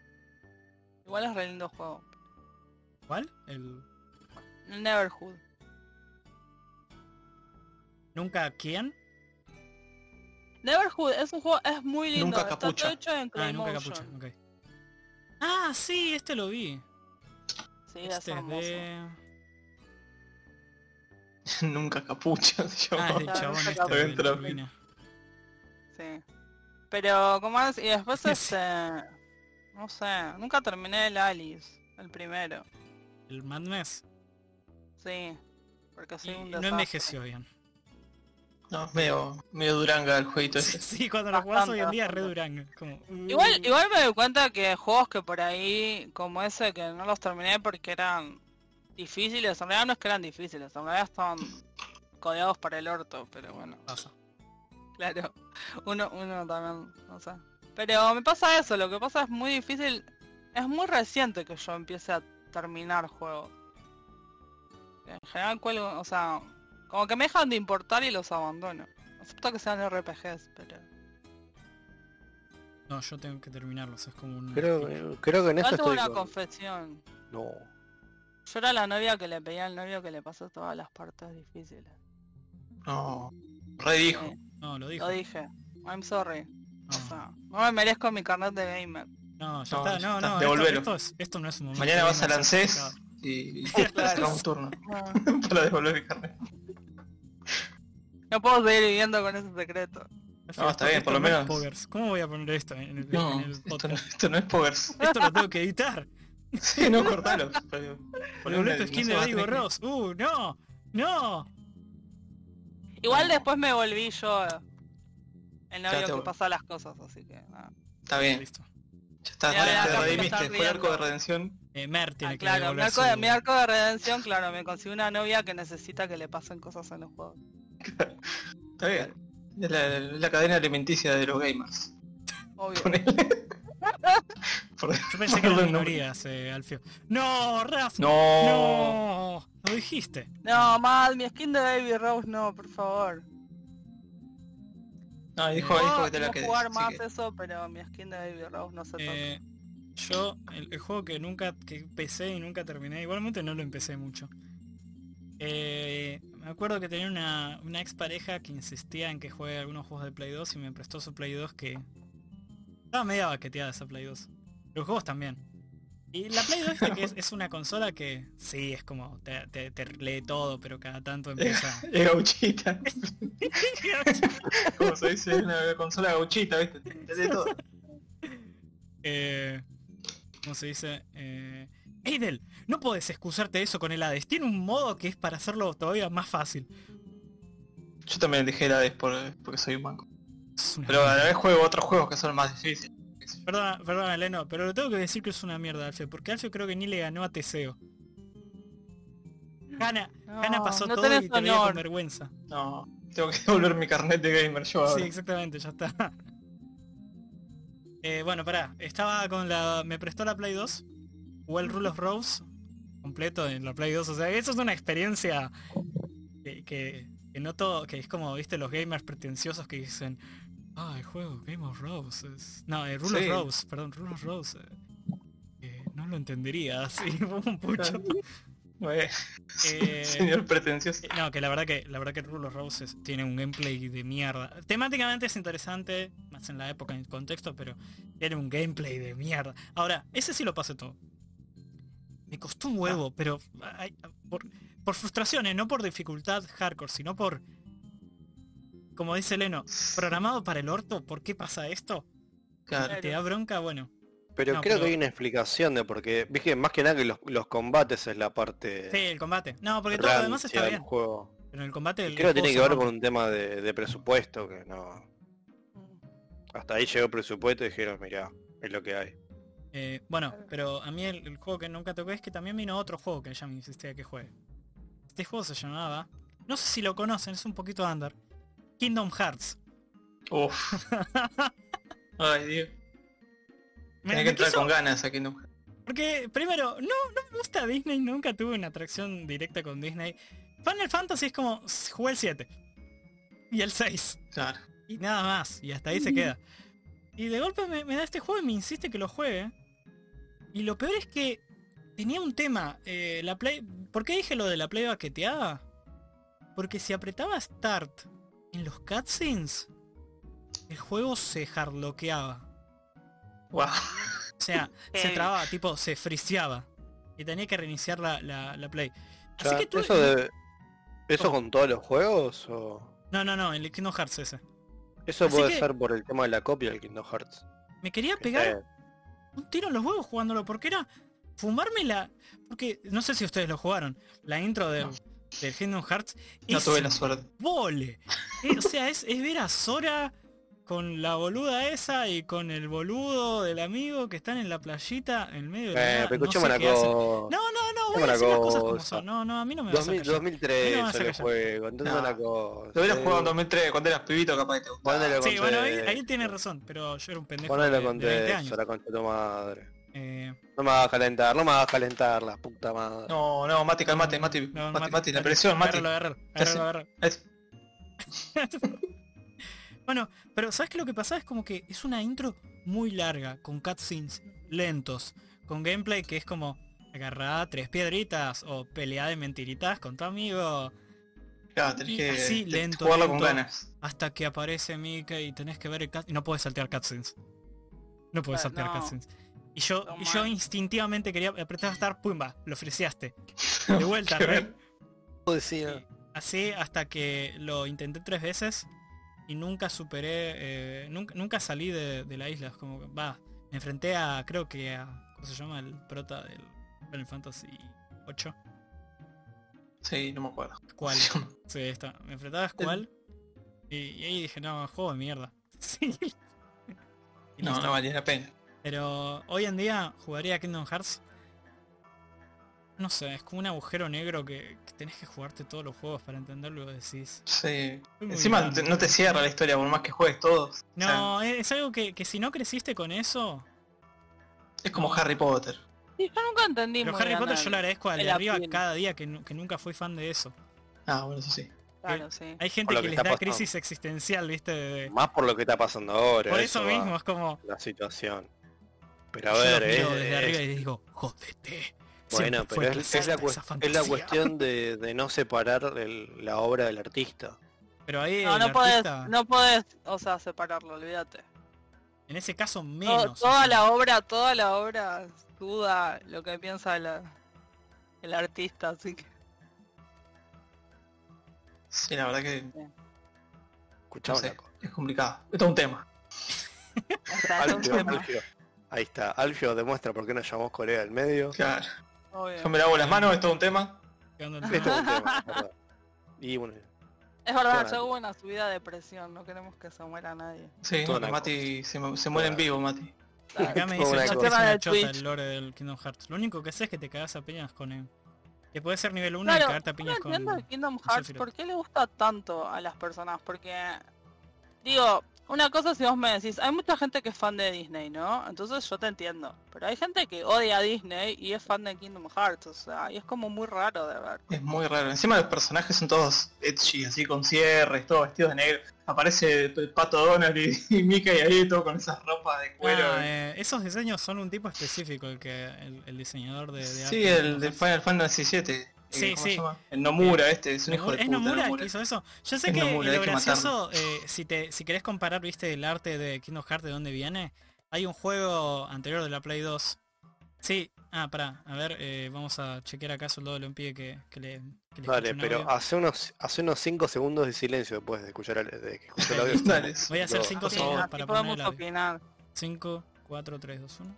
[SPEAKER 5] Igual es re lindo juego.
[SPEAKER 2] ¿Cuál? El...
[SPEAKER 5] El Neverhood.
[SPEAKER 2] ¿Nunca quién? Ah,
[SPEAKER 5] Neverhood es un juego, es muy lindo.
[SPEAKER 3] Nunca
[SPEAKER 5] está
[SPEAKER 3] capucha.
[SPEAKER 5] todo hecho en
[SPEAKER 2] Ah, nunca
[SPEAKER 5] Claymotion.
[SPEAKER 2] capucha, ok. Ah, sí, este lo vi.
[SPEAKER 5] Sí, es
[SPEAKER 2] Este es
[SPEAKER 5] hermoso.
[SPEAKER 2] de...
[SPEAKER 3] Nunca
[SPEAKER 4] *laughs*
[SPEAKER 3] capucha, yo.
[SPEAKER 2] Ah, es del
[SPEAKER 5] Claro,
[SPEAKER 2] chabón
[SPEAKER 5] nunca
[SPEAKER 2] este,
[SPEAKER 5] capucha.
[SPEAKER 2] del
[SPEAKER 3] Dentro.
[SPEAKER 2] turbina.
[SPEAKER 5] Sí. Pero, ¿cómo es?
[SPEAKER 3] *laughs*
[SPEAKER 5] Y después
[SPEAKER 2] Sí.
[SPEAKER 5] este... No sé, nunca terminé el Alice, el primero.
[SPEAKER 2] El Madness.
[SPEAKER 5] Sí. Porque soy
[SPEAKER 2] Y
[SPEAKER 5] un
[SPEAKER 2] no
[SPEAKER 5] desastre.
[SPEAKER 2] envejeció bien.
[SPEAKER 3] No, es medio, medio duranga el jueguito ese.
[SPEAKER 2] *laughs* Sí, cuando lo jugás hoy en día es re
[SPEAKER 5] Bastante,
[SPEAKER 2] Duranga. Como...
[SPEAKER 5] Igual, igual me doy cuenta que juegos que por ahí, como ese, que no los terminé porque eran difíciles, en realidad no es que eran difíciles, en realidad estaban codeados para el orto, pero bueno,
[SPEAKER 2] Pasa.
[SPEAKER 5] claro, uno, uno también, no sé. Pero me pasa eso, lo que pasa es muy difícil, es muy reciente que yo empiece a terminar juegos. En general cuelgo, o sea, como que me dejan de importar y los abandono. Acepto que sean RPGs, pero...
[SPEAKER 2] No, yo tengo que terminarlos, es como un...
[SPEAKER 4] Creo, eh, creo que en
[SPEAKER 5] Igual
[SPEAKER 4] eso
[SPEAKER 5] tengo
[SPEAKER 4] estoy
[SPEAKER 5] una
[SPEAKER 4] con-
[SPEAKER 5] confesión.
[SPEAKER 4] No.
[SPEAKER 5] Yo era la novia que le pedía al novio que le pasó todas las partes difíciles.
[SPEAKER 3] No. Redijo.
[SPEAKER 5] Sí,
[SPEAKER 2] No, lo dijo.
[SPEAKER 5] lo dije. I'm sorry.
[SPEAKER 3] Ah.
[SPEAKER 5] O
[SPEAKER 2] No.
[SPEAKER 5] sea, no me merezco mi carnet de gamer.
[SPEAKER 2] No, ya
[SPEAKER 3] No,
[SPEAKER 2] está,
[SPEAKER 3] ya
[SPEAKER 2] no,
[SPEAKER 3] está,
[SPEAKER 2] no, esto,
[SPEAKER 3] devolvelo.
[SPEAKER 2] esto es- esto no es un momento.
[SPEAKER 3] Mañana vas al
[SPEAKER 2] no,
[SPEAKER 3] ANSES
[SPEAKER 2] no.
[SPEAKER 3] y sacamos un turno *laughs*
[SPEAKER 5] No,
[SPEAKER 3] para devolver el carnet.
[SPEAKER 5] no puedo seguir viviendo con ese secreto.
[SPEAKER 3] No, está bien, por
[SPEAKER 2] Esto
[SPEAKER 3] lo
[SPEAKER 2] no es
[SPEAKER 3] menos.
[SPEAKER 2] Poggers. ¿Cómo voy a poner esto en el,
[SPEAKER 3] No,
[SPEAKER 2] en el
[SPEAKER 3] esto no,
[SPEAKER 2] podcast?
[SPEAKER 3] esto no es Poggers.
[SPEAKER 2] Esto lo tengo que editar.
[SPEAKER 3] Sí, no,
[SPEAKER 5] *laughs*
[SPEAKER 3] cortalo. Ponle
[SPEAKER 2] Ponle
[SPEAKER 3] una-
[SPEAKER 2] tu skin
[SPEAKER 3] no
[SPEAKER 2] de
[SPEAKER 3] sé,
[SPEAKER 2] Diego
[SPEAKER 3] Batman.
[SPEAKER 2] Ross. Uh, no, no.
[SPEAKER 5] Igual después me volví yo eh, el
[SPEAKER 3] Ya
[SPEAKER 5] novio
[SPEAKER 3] te
[SPEAKER 5] que
[SPEAKER 3] vol-
[SPEAKER 5] pasa las cosas, así que nada. Ah,
[SPEAKER 3] Está bien,
[SPEAKER 2] Listo.
[SPEAKER 3] ya está,
[SPEAKER 5] Ya,
[SPEAKER 3] ahora
[SPEAKER 5] ya,
[SPEAKER 3] te
[SPEAKER 5] ya, ya
[SPEAKER 3] redimiste,
[SPEAKER 5] está
[SPEAKER 3] fue el arco de
[SPEAKER 5] riendo.
[SPEAKER 3] redención.
[SPEAKER 2] Eh, Mer tiene
[SPEAKER 5] Ah,
[SPEAKER 2] que
[SPEAKER 5] claro, mi
[SPEAKER 2] devolver
[SPEAKER 5] arco, de,
[SPEAKER 2] su-
[SPEAKER 5] mi arco de redención, claro, me conseguí una novia que necesita que le pasen cosas en los juegos.
[SPEAKER 3] Está bien. Es la, es la cadena alimenticia de los gamers.
[SPEAKER 5] Obvio.
[SPEAKER 3] Ponele. *laughs* Por-
[SPEAKER 2] Yo pensé que
[SPEAKER 3] *laughs* Perdón,
[SPEAKER 2] lo
[SPEAKER 3] no.
[SPEAKER 2] ignorías, eh, Alfio. No, Raf.
[SPEAKER 3] No.
[SPEAKER 2] No. Lo dijiste.
[SPEAKER 5] No, mal, mi skin de Baby Rose no, por favor.
[SPEAKER 3] No, dijo, dijo
[SPEAKER 5] Puedo
[SPEAKER 3] que te la
[SPEAKER 5] no
[SPEAKER 3] quedes.
[SPEAKER 5] jugar
[SPEAKER 3] así
[SPEAKER 5] más
[SPEAKER 3] que-
[SPEAKER 5] eso, pero mi skin de Baby Rose no se toca.
[SPEAKER 2] Eh, yo, el, el juego que nunca que empecé y nunca terminé, igualmente no lo empecé mucho. Eh, me acuerdo que tenía una, una expareja que insistía en que juegue algunos juegos de Play 2 y me prestó su Play 2 que... Estaba media baqueteada esa Play 2. Los juegos también. Y la Play 2 viste que es, es una consola que sí, es como, te, te- te lee todo, pero cada tanto empieza... *laughs*
[SPEAKER 3] Es gauchita. *laughs* Como se dice, es una consola gauchita, ¿viste? Te lee todo.
[SPEAKER 2] eh, ¿Cómo se dice? Eh, Eidel, no podés excusarte de eso con el Hades. Tiene un modo que es para hacerlo todavía más fácil.
[SPEAKER 3] Yo también dejé la vez por, porque soy un manco.
[SPEAKER 2] Es una
[SPEAKER 3] Pero eh, a
[SPEAKER 2] mierda.
[SPEAKER 3] la vez juego otros juegos que son más difíciles.
[SPEAKER 2] Perdona, perdona, Leno, pero lo tengo que decir que es una mierda, Alfio, porque Alfio creo que ni le ganó a Teseo. Gana, Gana
[SPEAKER 5] No,
[SPEAKER 2] pasó
[SPEAKER 5] no
[SPEAKER 2] todo
[SPEAKER 5] tenés
[SPEAKER 2] y te veía con
[SPEAKER 5] honor.
[SPEAKER 2] vergüenza.
[SPEAKER 3] No, tengo que *laughs* devolver mi carnet de gamer yo ahora.
[SPEAKER 2] Sí, exactamente, ya está. Eh, bueno, pará, estaba con la... Me prestó la Play 2, jugué el Rule of Rose, completo en la Play 2, o sea, eso es una experiencia que, que, que no todo, que es como, viste, los gamers pretenciosos que dicen, ah, el juego Game of Roses. No, eh, Rule
[SPEAKER 3] Sí.
[SPEAKER 2] of Rose, perdón, Rule of Rose. eh, eh, no lo entendería, *laughs* así, un pucho.
[SPEAKER 3] No es-
[SPEAKER 2] Eh,
[SPEAKER 3] *laughs* Señor pretencioso.
[SPEAKER 2] Eh, No, que la verdad que la verdad que Rule of Roses tiene un gameplay de mierda. Temáticamente es interesante, más en la época, en el contexto, pero tiene un gameplay de mierda. Ahora, ese sí lo pasé todo. Me costó un
[SPEAKER 4] Ah.
[SPEAKER 2] huevo, pero ay, por, por frustraciones, no por dificultad hardcore, sino por... Como dice Leno, programado para el orto, ¿por qué pasa esto?
[SPEAKER 3] Claro.
[SPEAKER 2] ¿Te da bronca? Bueno.
[SPEAKER 4] Pero
[SPEAKER 2] No,
[SPEAKER 4] creo
[SPEAKER 2] pero-
[SPEAKER 4] que hay una explicación de por qué. Viste, más que nada que los, los combates es la parte.
[SPEAKER 2] Sí, el combate. No, porque todo lo
[SPEAKER 4] rancia
[SPEAKER 2] demás está
[SPEAKER 4] del
[SPEAKER 2] bien.
[SPEAKER 4] juego.
[SPEAKER 2] Pero el combate... el-
[SPEAKER 4] Y creo
[SPEAKER 2] el
[SPEAKER 4] que tiene que
[SPEAKER 2] juego se
[SPEAKER 4] ver con
[SPEAKER 2] rompe.
[SPEAKER 4] un tema de, de presupuesto, que no. Hasta ahí llegó el presupuesto y dijeron, mirá, es lo que hay.
[SPEAKER 2] Eh, bueno, pero a mí el, el juego que nunca toqué es que también vino otro juego que ella me insistía que juegue. Este juego se llamaba, no sé si lo conocen, es un poquito under, Kingdom Hearts.
[SPEAKER 3] Uf. Ay, Dios.
[SPEAKER 2] Me-
[SPEAKER 3] Tenés
[SPEAKER 2] me
[SPEAKER 3] que entrar
[SPEAKER 2] quiso-
[SPEAKER 3] con ganas aquí no.
[SPEAKER 2] Porque primero, no, no me gusta Disney, nunca tuve una atracción directa con Disney. Final Fantasy es como, s- jugué el 7 y el 6
[SPEAKER 3] Claro.
[SPEAKER 2] y nada más, y hasta ahí se queda. Y de golpe me, me da este juego y me insiste que lo juegue. Y lo peor es que Tenía un tema. eh, la play... ¿Por qué dije lo de la play baqueteada? Porque si apretaba Start en los cutscenes, el juego se hardloqueaba.
[SPEAKER 3] Wow.
[SPEAKER 2] O
[SPEAKER 4] *laughs*
[SPEAKER 2] sea, se
[SPEAKER 5] Eh.
[SPEAKER 2] trababa, tipo, se friseaba. Y tenía que reiniciar la, la- la play. Así
[SPEAKER 4] Claro,
[SPEAKER 2] que Oh. tú...
[SPEAKER 4] ¿Eso, de- ¿Eso con todos los juegos? o
[SPEAKER 2] No, no, no, el Kingdom Hearts ese.
[SPEAKER 4] Eso
[SPEAKER 2] Así
[SPEAKER 4] puede
[SPEAKER 2] que-
[SPEAKER 4] ser por el tema de la copia del Kingdom Hearts. Eh,
[SPEAKER 2] Me quería
[SPEAKER 4] que
[SPEAKER 2] pegar
[SPEAKER 4] está-
[SPEAKER 2] un tiro en los huevos jugándolo, porque era fumarme la... Porque no sé si ustedes lo jugaron, la intro del, del Kingdom Hearts.
[SPEAKER 3] No
[SPEAKER 2] es
[SPEAKER 3] tuve la suerte.
[SPEAKER 2] ¡Vole! Eh, o sea, es, es ver a Sora con la boluda esa y con el boludo del amigo que están en la playita en medio de la...
[SPEAKER 4] Eh,
[SPEAKER 2] nada,
[SPEAKER 4] pero
[SPEAKER 2] no sé
[SPEAKER 4] escuchame una
[SPEAKER 2] qué hacen.
[SPEAKER 4] cosa.
[SPEAKER 2] No, no, no, voy
[SPEAKER 4] Escuchame
[SPEAKER 2] a
[SPEAKER 4] una
[SPEAKER 2] decir las cosas como
[SPEAKER 4] cosa.
[SPEAKER 2] son. No, no, a mí no me vas a
[SPEAKER 4] 2000
[SPEAKER 2] callar.
[SPEAKER 4] 2003
[SPEAKER 2] No me vas a
[SPEAKER 4] el
[SPEAKER 2] callar.
[SPEAKER 4] juego, entonces
[SPEAKER 3] No.
[SPEAKER 4] una cosa.
[SPEAKER 3] Lo hubieras
[SPEAKER 4] eh,
[SPEAKER 3] jugado en 2003, cuando eras pibito, capaz que te gustaba.
[SPEAKER 4] ponele
[SPEAKER 2] Sí, bueno, ahí,
[SPEAKER 4] contexto,
[SPEAKER 2] ahí tienes razón, pero yo era un pendejo de,
[SPEAKER 4] Ponele
[SPEAKER 2] de 20
[SPEAKER 4] contexto,
[SPEAKER 2] años.
[SPEAKER 4] la concha de tu madre.
[SPEAKER 2] Eh,
[SPEAKER 4] No me vas a calentar, no me vas a calentar, la puta madre.
[SPEAKER 3] No, no, Mati, calmate, Mati.
[SPEAKER 2] no, Mati,
[SPEAKER 3] Mati, Mati, la
[SPEAKER 2] Mati,
[SPEAKER 3] presión, Mati.
[SPEAKER 2] agárralo, agárralo,
[SPEAKER 3] Casi.
[SPEAKER 2] agárralo, agárralo.
[SPEAKER 3] Es-
[SPEAKER 2] Bueno, pero ¿sabes qué lo que pasa? Es como que es una intro muy larga, con cutscenes lentos, con gameplay que es como agarrá tres piedritas o pelea de mentiritas con tu amigo.
[SPEAKER 3] Claro, tenés
[SPEAKER 2] Y
[SPEAKER 3] que
[SPEAKER 2] así,
[SPEAKER 3] tenés que
[SPEAKER 2] lento,
[SPEAKER 3] jugarlo
[SPEAKER 2] lento.
[SPEAKER 3] con ganas.
[SPEAKER 2] Hasta que aparece Mickey y tenés que ver el cutscene. Y no puedes saltear cutscenes. No puedes
[SPEAKER 5] Ah,
[SPEAKER 2] saltear
[SPEAKER 5] no.
[SPEAKER 2] cutscenes. Y yo,
[SPEAKER 5] Toma.
[SPEAKER 2] y yo instintivamente quería apretar a estar, pumba, lo friseaste. De vuelta, rey.
[SPEAKER 4] Yo decía,
[SPEAKER 2] Así hasta que lo intenté tres veces y nunca superé, eh, nunca, nunca salí de, de la isla. Es como que, va, me enfrenté a, creo que a, ¿cómo se llama? El prota del Final Fantasy 8.
[SPEAKER 3] *laughs* Sí, no me acuerdo. *laughs*
[SPEAKER 2] ¿Cuál? Sí, está. Me enfrentaba a Squall y, y ahí dije, no, juego de mierda. *laughs* Sí. Y
[SPEAKER 3] No,
[SPEAKER 2] listo.
[SPEAKER 3] no valía la pena.
[SPEAKER 2] Pero hoy en día jugaría Kingdom Hearts. No sé, es como un agujero negro que, que tenés que jugarte todos los juegos para entenderlo y decís.
[SPEAKER 3] Sí.
[SPEAKER 2] Muy
[SPEAKER 3] Encima
[SPEAKER 2] bien.
[SPEAKER 3] te- no te cierra la historia, por más que juegues todos. O sea,
[SPEAKER 2] No, e, es, es algo que, que si no creciste con eso,
[SPEAKER 3] es como Harry Potter.
[SPEAKER 5] Sí, yo nunca entendí
[SPEAKER 2] pero
[SPEAKER 5] muy
[SPEAKER 2] Harry
[SPEAKER 5] bien
[SPEAKER 2] Potter
[SPEAKER 5] el-
[SPEAKER 2] yo le agradezco al de
[SPEAKER 5] el
[SPEAKER 2] arriba
[SPEAKER 5] appeal.
[SPEAKER 2] cada día que, nu- que nunca fui fan de eso.
[SPEAKER 3] Ah, bueno, eso sí.
[SPEAKER 5] Claro, sí.
[SPEAKER 2] eh. Hay gente
[SPEAKER 4] Por lo
[SPEAKER 2] que,
[SPEAKER 4] que
[SPEAKER 2] les da
[SPEAKER 4] está pasando.
[SPEAKER 2] crisis existencial, viste, de- de-
[SPEAKER 4] más por lo que está pasando ahora.
[SPEAKER 2] por eso,
[SPEAKER 4] va,
[SPEAKER 2] mismo, es como
[SPEAKER 4] La situación. Pero a
[SPEAKER 2] yo los
[SPEAKER 4] ver,
[SPEAKER 2] miro
[SPEAKER 4] eh,
[SPEAKER 2] desde arriba
[SPEAKER 4] eh,
[SPEAKER 2] y digo, jodete.
[SPEAKER 4] Bueno,
[SPEAKER 2] Siempre fue
[SPEAKER 4] pero es, es
[SPEAKER 2] clasista
[SPEAKER 4] la,
[SPEAKER 2] esa
[SPEAKER 4] cues- es la
[SPEAKER 2] fantasía.
[SPEAKER 4] cuestión de, de no separar el- la obra del artista.
[SPEAKER 2] Pero ahí
[SPEAKER 5] No,
[SPEAKER 2] el
[SPEAKER 5] no podés,
[SPEAKER 2] artista,
[SPEAKER 5] no podés, o sea, separarlo, olvídate.
[SPEAKER 2] en ese caso
[SPEAKER 5] To-
[SPEAKER 2] menos.
[SPEAKER 5] toda
[SPEAKER 2] encima.
[SPEAKER 5] la obra, toda la obra duda lo que piensa la, el artista, así que.
[SPEAKER 3] Sí, la verdad que no
[SPEAKER 4] Escuchame
[SPEAKER 3] sé,
[SPEAKER 4] una cosa.
[SPEAKER 3] es complicado. Esto es un tema.
[SPEAKER 5] Está todo
[SPEAKER 4] Alfio,
[SPEAKER 5] tema,
[SPEAKER 4] Alfio. Ahí está, Alfio demuestra por qué nos llamamos Corea
[SPEAKER 3] *laughs*
[SPEAKER 4] del Medio.
[SPEAKER 3] Claro.
[SPEAKER 5] obvio.
[SPEAKER 3] Yo me lavo las manos, esto es un tema.
[SPEAKER 2] Quedando el
[SPEAKER 4] Este es
[SPEAKER 2] tema.
[SPEAKER 4] un tema, la verdad. Y bueno,
[SPEAKER 5] Es verdad,
[SPEAKER 4] Toda-
[SPEAKER 5] ya hubo una subida de presión, no queremos que se muera
[SPEAKER 2] *laughs*
[SPEAKER 5] nadie.
[SPEAKER 3] Sí,
[SPEAKER 4] Toda la
[SPEAKER 3] Mati se, mu- se muere en vivo, Mati.
[SPEAKER 2] Acá me
[SPEAKER 4] Como
[SPEAKER 2] dice
[SPEAKER 4] una
[SPEAKER 2] el chat que
[SPEAKER 5] cosa.
[SPEAKER 2] es una
[SPEAKER 5] Del
[SPEAKER 2] chota
[SPEAKER 5] Twitch.
[SPEAKER 2] el lore del Kingdom Hearts. Lo único que sé es que te cagas a piñas con él. Que puede ser nivel 1 y
[SPEAKER 5] Claro,
[SPEAKER 2] cagarte a
[SPEAKER 5] yo no
[SPEAKER 2] piñas con...
[SPEAKER 5] entiendo el Kingdom Hearts,
[SPEAKER 2] Sephiroth.
[SPEAKER 5] ¿por qué le gusta tanto a las personas? Porque, digo, una cosa si vos me decís, hay mucha gente que es fan de Disney, ¿no? Entonces yo te entiendo. Pero hay gente que odia a Disney y es fan de Kingdom Hearts, o sea, y es como muy raro de ver.
[SPEAKER 3] Es muy raro. Encima los personajes son todos edgy, así con cierres, todos vestidos de negro. Aparece el pato Donald y, *laughs* y Mickey ahí todo con esas ropas de cuero.
[SPEAKER 2] Ah, eh, esos diseños son un tipo específico el que el, el diseñador de, de
[SPEAKER 3] sí,
[SPEAKER 2] arte,
[SPEAKER 3] el
[SPEAKER 2] ¿no?
[SPEAKER 3] de Final Fantasy VII. eh,
[SPEAKER 2] Sí,
[SPEAKER 3] ¿cómo
[SPEAKER 2] sí.
[SPEAKER 3] se llama? El Nomura este, es un hijo
[SPEAKER 2] Nomura-
[SPEAKER 3] de
[SPEAKER 2] es
[SPEAKER 3] puta.
[SPEAKER 2] Nomura el
[SPEAKER 3] Nomura.
[SPEAKER 2] que hizo eso. Yo sé
[SPEAKER 3] Es
[SPEAKER 2] que
[SPEAKER 3] Nomura,
[SPEAKER 2] lo
[SPEAKER 3] hay que
[SPEAKER 2] gracioso, eh, si te si querés comparar, viste, el arte de Kingdom Hearts de dónde viene, hay un juego anterior de la Play 2. Sí, ah, pará, a ver, eh, vamos a chequear acá soldado de un pibe que, que le que le escuche
[SPEAKER 4] dale,
[SPEAKER 2] un
[SPEAKER 4] pero
[SPEAKER 2] audio.
[SPEAKER 4] hace unos hace unos 5 segundos de silencio después de escuchar, al- de que escuchó el audio.
[SPEAKER 3] Dale.
[SPEAKER 2] Voy a hacer
[SPEAKER 4] Lo-
[SPEAKER 2] 5
[SPEAKER 3] por
[SPEAKER 5] Sí,
[SPEAKER 2] segundos
[SPEAKER 5] así
[SPEAKER 2] para poner
[SPEAKER 5] podemos
[SPEAKER 2] el audio.
[SPEAKER 5] opinar.
[SPEAKER 2] 5, 4, 3, 2, 1.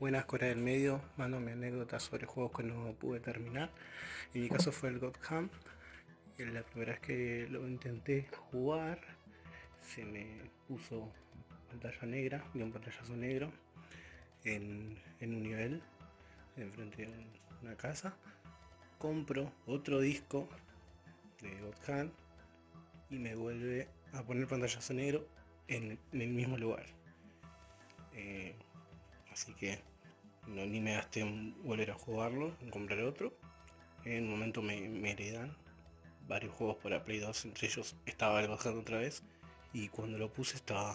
[SPEAKER 10] Buenas Corea del Medio, mando mi anécdota sobre juegos que no pude terminar. En mi caso fue el God Camp. Eh, La primera vez que lo intenté jugar, se me puso pantalla negra, de un pantallazo negro, en, en un nivel, enfrente de un- una casa. Compro otro disco de God Camp y me vuelve a poner pantallazo negro en, en el mismo lugar. Eh, Así que no, ni me gasté en volver a jugarlo, en comprar otro. En un momento me, me heredan varios juegos para Play 2, entre ellos estaba el bajando otra vez. Y cuando lo puse estaba,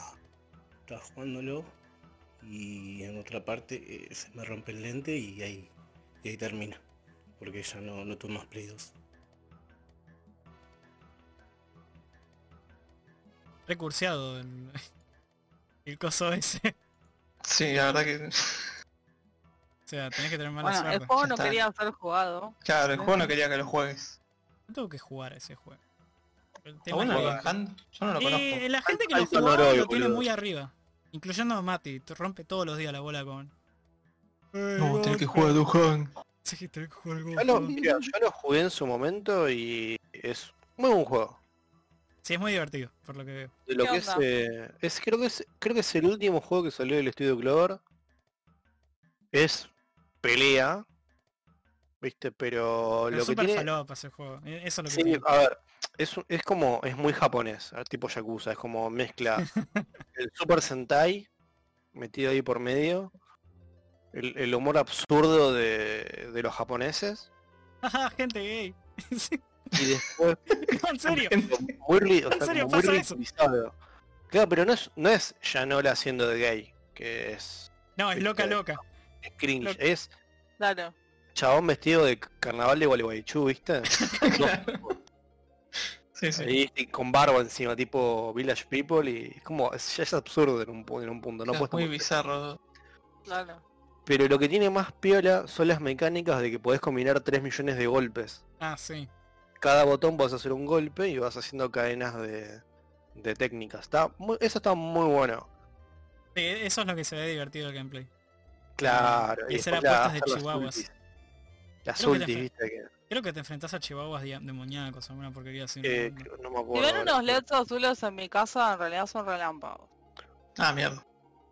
[SPEAKER 10] estaba jugándolo y en otra parte eh, se me rompe el lente y ahí, y ahí termina. Porque ya no, no tuve más Play 2.
[SPEAKER 2] Recurseado el, *laughs* el coso ese. *laughs*
[SPEAKER 3] Sí, la verdad que. *laughs*
[SPEAKER 2] O sea, tenés que tener mala
[SPEAKER 5] Bueno,
[SPEAKER 2] suerte.
[SPEAKER 5] el juego
[SPEAKER 3] ya
[SPEAKER 5] no
[SPEAKER 3] está.
[SPEAKER 5] quería ser jugado.
[SPEAKER 3] Claro, el juego no quería que lo juegues.
[SPEAKER 2] No tengo que jugar a ese juego.
[SPEAKER 4] Ah,
[SPEAKER 2] El
[SPEAKER 3] ¿Está
[SPEAKER 2] tema
[SPEAKER 3] bueno
[SPEAKER 2] es que-
[SPEAKER 3] el Hand? Yo no lo
[SPEAKER 2] Y
[SPEAKER 3] conozco.
[SPEAKER 2] la gente que lo
[SPEAKER 4] Alto
[SPEAKER 2] jugó
[SPEAKER 4] Noroi,
[SPEAKER 2] lo tiene
[SPEAKER 4] boludo.
[SPEAKER 2] muy arriba. Incluyendo a Mati, te rompe todos los días la bola con.
[SPEAKER 3] No, tenés que jugar a Duhan.
[SPEAKER 2] Sí, tenés que jugar al
[SPEAKER 4] Yo lo,
[SPEAKER 2] Gohan.
[SPEAKER 4] mira, yo lo jugué en su momento y es muy buen juego.
[SPEAKER 2] Sí, es muy divertido, por lo que veo.
[SPEAKER 4] De lo
[SPEAKER 5] ¿Qué
[SPEAKER 4] que es,
[SPEAKER 5] onda?
[SPEAKER 4] eh, es- creo que es creo que es el último juego que salió del estudio Clover. Es pelea. ¿Viste? Pero
[SPEAKER 2] Es
[SPEAKER 4] lo que
[SPEAKER 2] súper
[SPEAKER 4] tiene
[SPEAKER 2] falopa ese juego. eh, Eso es lo que
[SPEAKER 4] Sí,
[SPEAKER 2] tiene. *laughs*
[SPEAKER 4] a ver, es, un- es como, es muy japonés, a ver, tipo Yakuza, es
[SPEAKER 2] *laughs*
[SPEAKER 4] como mezcla el Super Sentai metido ahí por medio, el, el humor absurdo de, de los japoneses,
[SPEAKER 2] Ajá, Ah, gente gay. *laughs* Sí, *laughs*
[SPEAKER 4] y después
[SPEAKER 2] no, en serio.
[SPEAKER 4] muy, ri- o
[SPEAKER 2] ¿En
[SPEAKER 4] sea,
[SPEAKER 2] serio
[SPEAKER 4] como muy
[SPEAKER 2] pasa eso?
[SPEAKER 4] ridiculizado. Claro, pero no es, no es Yanola siendo de gay, que es,
[SPEAKER 2] No, es loca, loca.
[SPEAKER 4] es cringe,
[SPEAKER 2] Lo-
[SPEAKER 4] es
[SPEAKER 5] Claro.
[SPEAKER 4] chabón vestido de carnaval de Gualeguaychú, ¿viste?
[SPEAKER 3] Sí, sí.
[SPEAKER 4] Ahí, y con barba encima, tipo Village People, y es como, es- ya es absurdo en un, pu- en un punto, no
[SPEAKER 3] Claro,
[SPEAKER 4] puedes
[SPEAKER 3] muy
[SPEAKER 4] tampoco-
[SPEAKER 3] bizarro.
[SPEAKER 5] Claro.
[SPEAKER 4] Pero lo que tiene más piola son las mecánicas de que podés combinar 3 millones de golpes.
[SPEAKER 2] Ah, sí.
[SPEAKER 4] Cada botón podés hacer un golpe y vas haciendo cadenas de, de técnicas. Está muy- eso está muy bueno.
[SPEAKER 2] Sí, Eso es lo que se ve divertido el gameplay.
[SPEAKER 4] Claro.
[SPEAKER 2] Y hacer
[SPEAKER 4] después la-
[SPEAKER 2] apuestas de
[SPEAKER 4] hacer las
[SPEAKER 2] chihuahuas.
[SPEAKER 4] ultis. Las
[SPEAKER 2] Creo que
[SPEAKER 4] ultis,
[SPEAKER 2] la-
[SPEAKER 4] viste que...
[SPEAKER 2] Creo que te enfrentás a chihuahuas dia- demoníacos, alguna porquería así. ¿no?
[SPEAKER 4] eh, no me
[SPEAKER 5] Si
[SPEAKER 4] acuerdo.
[SPEAKER 5] ven
[SPEAKER 4] ahora.
[SPEAKER 5] unos LEDs azules en mi casa, en realidad son relámpagos.
[SPEAKER 3] Ah, mierda.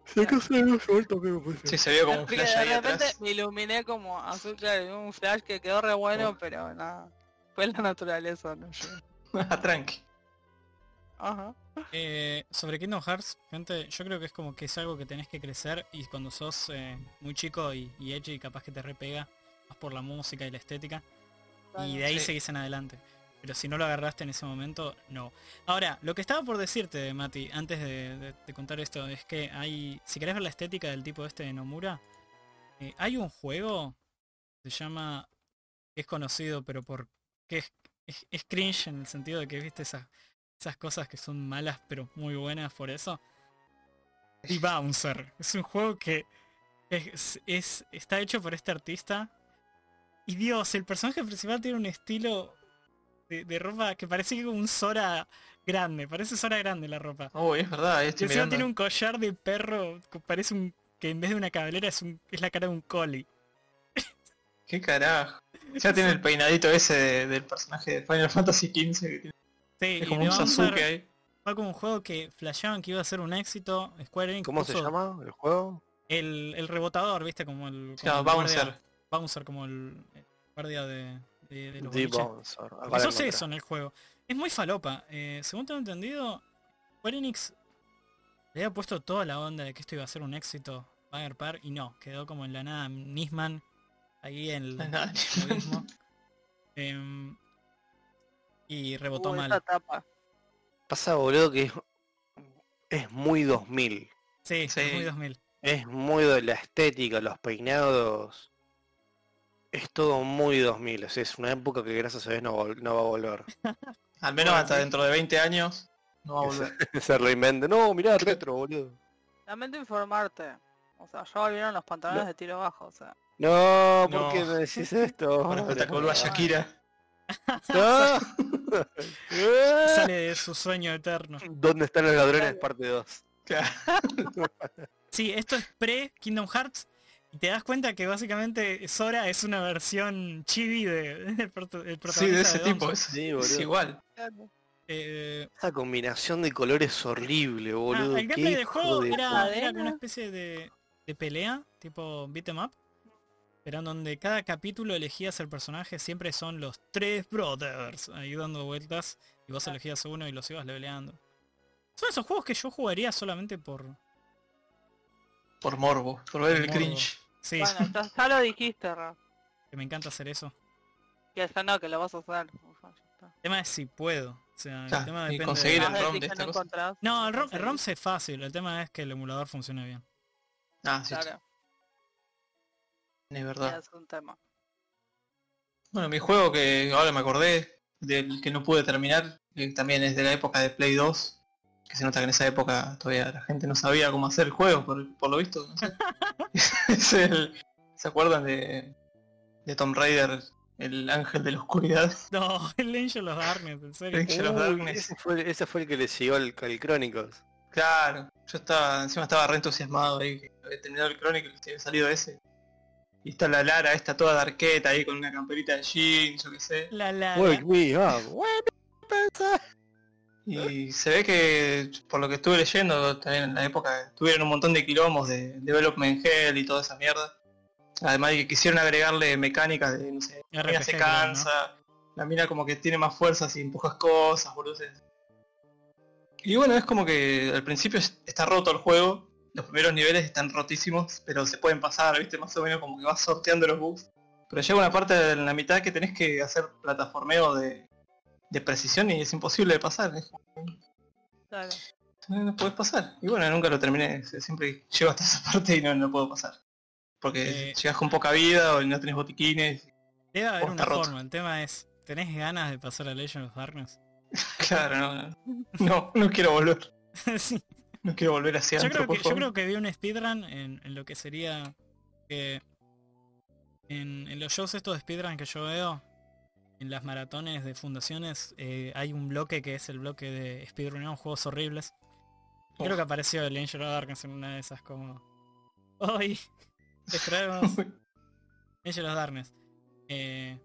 [SPEAKER 4] Sí, que se había pues. suelto, que me parece.
[SPEAKER 3] Sí, se vio como un
[SPEAKER 5] Así que
[SPEAKER 3] flash
[SPEAKER 5] de
[SPEAKER 3] ahí
[SPEAKER 5] repente
[SPEAKER 3] atrás.
[SPEAKER 5] me iluminé como azul claro, y un flash que quedó re bueno,
[SPEAKER 3] Oh.
[SPEAKER 5] pero nada. Fue la naturaleza, no yo.
[SPEAKER 3] *laughs* Ah, Tranqui.
[SPEAKER 5] Ajá.
[SPEAKER 2] Eh, sobre Kingdom Hearts, gente, yo creo que es como que es algo que tenés que crecer y cuando sos eh, muy chico y, y edgy capaz que te repega más por la música y la estética y de ahí
[SPEAKER 3] sí.
[SPEAKER 2] seguís en adelante. Pero si no lo agarraste en ese momento, no. Ahora, lo que estaba por decirte, Mati, antes de, de- de contar esto, es que hay, si querés ver la estética del tipo este de Nomura, eh, hay un juego que se llama, que es conocido, pero por que es, es- es cringe en el sentido de que viste esas esas cosas que son malas pero muy buenas por eso. Y Bouncer. Es un juego que es, es- está hecho por este artista. Y Dios, el personaje principal tiene un estilo de, de ropa que parece que como un Sora grande. Parece Sora grande la ropa.
[SPEAKER 3] Uy, es verdad, ahí
[SPEAKER 2] Y
[SPEAKER 3] estoy
[SPEAKER 2] encima
[SPEAKER 3] mirando.
[SPEAKER 2] tiene un collar de perro que parece un, que en vez de una cabellera es, un- es la cara de un collie.
[SPEAKER 3] ¿Qué carajo? Ya tiene el peinadito ese de- del personaje de Final Fantasy XV que tiene.
[SPEAKER 2] Sí,
[SPEAKER 3] Es
[SPEAKER 2] y
[SPEAKER 3] como un
[SPEAKER 2] The Bouncer
[SPEAKER 3] Sasuke ahí.
[SPEAKER 2] fue como un juego que flasheaban que iba a ser un éxito. Square Enix
[SPEAKER 4] ¿Cómo se
[SPEAKER 2] puso-
[SPEAKER 4] llama el juego?
[SPEAKER 2] El, el rebotador, viste, como el. como
[SPEAKER 3] Claro,
[SPEAKER 2] el
[SPEAKER 3] Bouncer.
[SPEAKER 2] guardia- Bouncer, como el, el guardia de, de, de los
[SPEAKER 4] The
[SPEAKER 2] boliches.
[SPEAKER 4] Bouncer. Ah,
[SPEAKER 2] Porque
[SPEAKER 4] para
[SPEAKER 2] sos
[SPEAKER 4] encontrar.
[SPEAKER 2] eso en el juego. Es muy falopa. Eh, según tengo entendido, Square Enix le había puesto toda la onda de que esto iba a ser un éxito. Va a agarpar y no. Quedó como en la nada Nisman. Ahí en el
[SPEAKER 3] *laughs* Nada.
[SPEAKER 2] abismo. Em, y rebotó
[SPEAKER 5] Uh, esa
[SPEAKER 2] mal.
[SPEAKER 5] tapa.
[SPEAKER 4] Pasa, boludo, que es, es muy 2000.
[SPEAKER 2] Sí,
[SPEAKER 3] Sí.
[SPEAKER 2] es muy 2000.
[SPEAKER 4] Es muy de la estética, los peinados. Es todo muy 2000. o sea, es una época que gracias a Dios no, vol- no va a *laughs* volver.
[SPEAKER 3] Al menos hasta dentro de 20 años no va a volver.
[SPEAKER 4] Se reinventa. No, mirá, retro, boludo.
[SPEAKER 5] Lamento informarte. O sea, ya volvieron los pantalones de tiro bajo, o sea.
[SPEAKER 4] No,
[SPEAKER 3] No.
[SPEAKER 4] ¿por qué me decís
[SPEAKER 3] *laughs*
[SPEAKER 4] esto?
[SPEAKER 3] Ahora
[SPEAKER 4] hombre?
[SPEAKER 3] te colgó a Shakira. *laughs*
[SPEAKER 4] No.
[SPEAKER 2] Sale de su sueño eterno.
[SPEAKER 4] ¿Dónde están los ladrones? Parte 2.
[SPEAKER 3] Claro.
[SPEAKER 2] Sí, esto es pre Kingdom Hearts y te das cuenta que básicamente Sora es una versión chibi de, *laughs* del prota- del protagonista
[SPEAKER 3] Sí, de ese
[SPEAKER 2] Bouncer.
[SPEAKER 3] tipo. Es,
[SPEAKER 4] Sí,
[SPEAKER 3] es
[SPEAKER 4] boludo.
[SPEAKER 3] igual.
[SPEAKER 2] Eh,
[SPEAKER 4] Esa combinación de colores horrible,
[SPEAKER 2] ah,
[SPEAKER 4] boludo.
[SPEAKER 2] el
[SPEAKER 4] qué
[SPEAKER 2] gameplay del
[SPEAKER 4] hijo
[SPEAKER 2] juego
[SPEAKER 4] de
[SPEAKER 2] era,
[SPEAKER 5] puta.
[SPEAKER 2] era como una especie de, de pelea, tipo beat 'em up, pero en donde cada capítulo elegías el personaje, siempre son los tres brothers ahí dando vueltas y vos elegías a uno y los ibas leveleando. Son esos juegos que yo jugaría solamente por...
[SPEAKER 3] Por morbo. Por ver
[SPEAKER 2] Por
[SPEAKER 3] el
[SPEAKER 2] morbo.
[SPEAKER 3] cringe.
[SPEAKER 2] Sí,
[SPEAKER 5] Bueno, ya, ya lo dijiste, Ra.
[SPEAKER 2] que me encanta hacer eso.
[SPEAKER 5] Que ya no, que lo vas a hacer. O sea, ya está.
[SPEAKER 2] El tema es si puedo. O sea, el
[SPEAKER 3] Ya,
[SPEAKER 2] tema
[SPEAKER 3] y
[SPEAKER 2] depende de-
[SPEAKER 3] conseguir el
[SPEAKER 5] Vas a
[SPEAKER 3] ROM
[SPEAKER 5] decir
[SPEAKER 3] de
[SPEAKER 5] que
[SPEAKER 3] esta
[SPEAKER 5] no
[SPEAKER 3] cosa.
[SPEAKER 5] encontrás,
[SPEAKER 2] No, el ROM,
[SPEAKER 5] entonces
[SPEAKER 2] el ROM es fácil, el tema es que el emulador funcione bien. *laughs*
[SPEAKER 3] Ah, sí.
[SPEAKER 5] Claro,
[SPEAKER 3] Es
[SPEAKER 5] ya
[SPEAKER 3] verdad.
[SPEAKER 5] es un tema.
[SPEAKER 3] Bueno, mi juego que ahora me acordé, del que no pude terminar, que también es de la época de Play 2, que se nota que en esa época todavía la gente no sabía cómo hacer el juego, por, por lo visto, no sé. *laughs* Es el- ¿Se acuerdan de, de Tomb Raider, el ángel de la oscuridad?
[SPEAKER 2] No, el Angel of Darkness, en serio.
[SPEAKER 3] Angel of
[SPEAKER 2] Uh,
[SPEAKER 3] Darkness.
[SPEAKER 4] Ese fue, ese fue el que le siguió al, al Chronicles.
[SPEAKER 3] Claro, yo estaba, encima estaba re entusiasmado ahí, que había terminado el Chronicle, que había salido ese. Y está la Lara, esta toda darqueta ahí con una camperita de jean, yo qué sé.
[SPEAKER 2] La, la,
[SPEAKER 4] Wake
[SPEAKER 2] la-
[SPEAKER 4] me up, wake me up.
[SPEAKER 3] Y se ve que, por lo que estuve leyendo, también en la época tuvieron un montón de quilombos de Development Hell y toda esa mierda. Además de que quisieron agregarle mecánicas de, no sé, la mina
[SPEAKER 2] RPG
[SPEAKER 3] se
[SPEAKER 2] creo, ¿no?
[SPEAKER 3] cansa, la mina como que tiene más fuerzas y empujas cosas, boludeces. Y bueno, es como que al principio es- está roto el juego, los primeros niveles están rotísimos, pero se pueden pasar, viste, más o menos como que vas sorteando los bugs. Pero llega una parte en la mitad que tenés que hacer plataformeo de, de precisión y es imposible de pasar. es "Eh,
[SPEAKER 5] Claro.
[SPEAKER 3] no, no puedes pasar. Y bueno, nunca lo terminé. se- Siempre llego hasta esa *laughs* parte y no, no puedo pasar. Porque
[SPEAKER 2] Eh.
[SPEAKER 3] llegas con poca vida o no tenés botiquines.
[SPEAKER 2] Debe haber
[SPEAKER 3] Oh,
[SPEAKER 2] una
[SPEAKER 3] está roto.
[SPEAKER 2] forma, el tema es, ¿tenés ganas de pasar a Legend of Darkness? *laughs*
[SPEAKER 3] Claro, no. No, no quiero volver.
[SPEAKER 2] Sí.
[SPEAKER 3] No quiero volver hacia
[SPEAKER 2] Yo
[SPEAKER 3] adentro,
[SPEAKER 2] creo, que,
[SPEAKER 3] por
[SPEAKER 2] yo
[SPEAKER 3] favor.
[SPEAKER 2] creo que vi un speedrun en, en lo que sería que en, en los shows estos de speedrun que yo veo, en las maratones de fundaciones, eh, hay un bloque que es el bloque de speedrun, juegos horribles. Y Creo que apareció el Angel of Darkness en una de esas como... *laughs* Hoy les
[SPEAKER 3] *laughs*
[SPEAKER 2] traemos Angel of Darkness. Eh,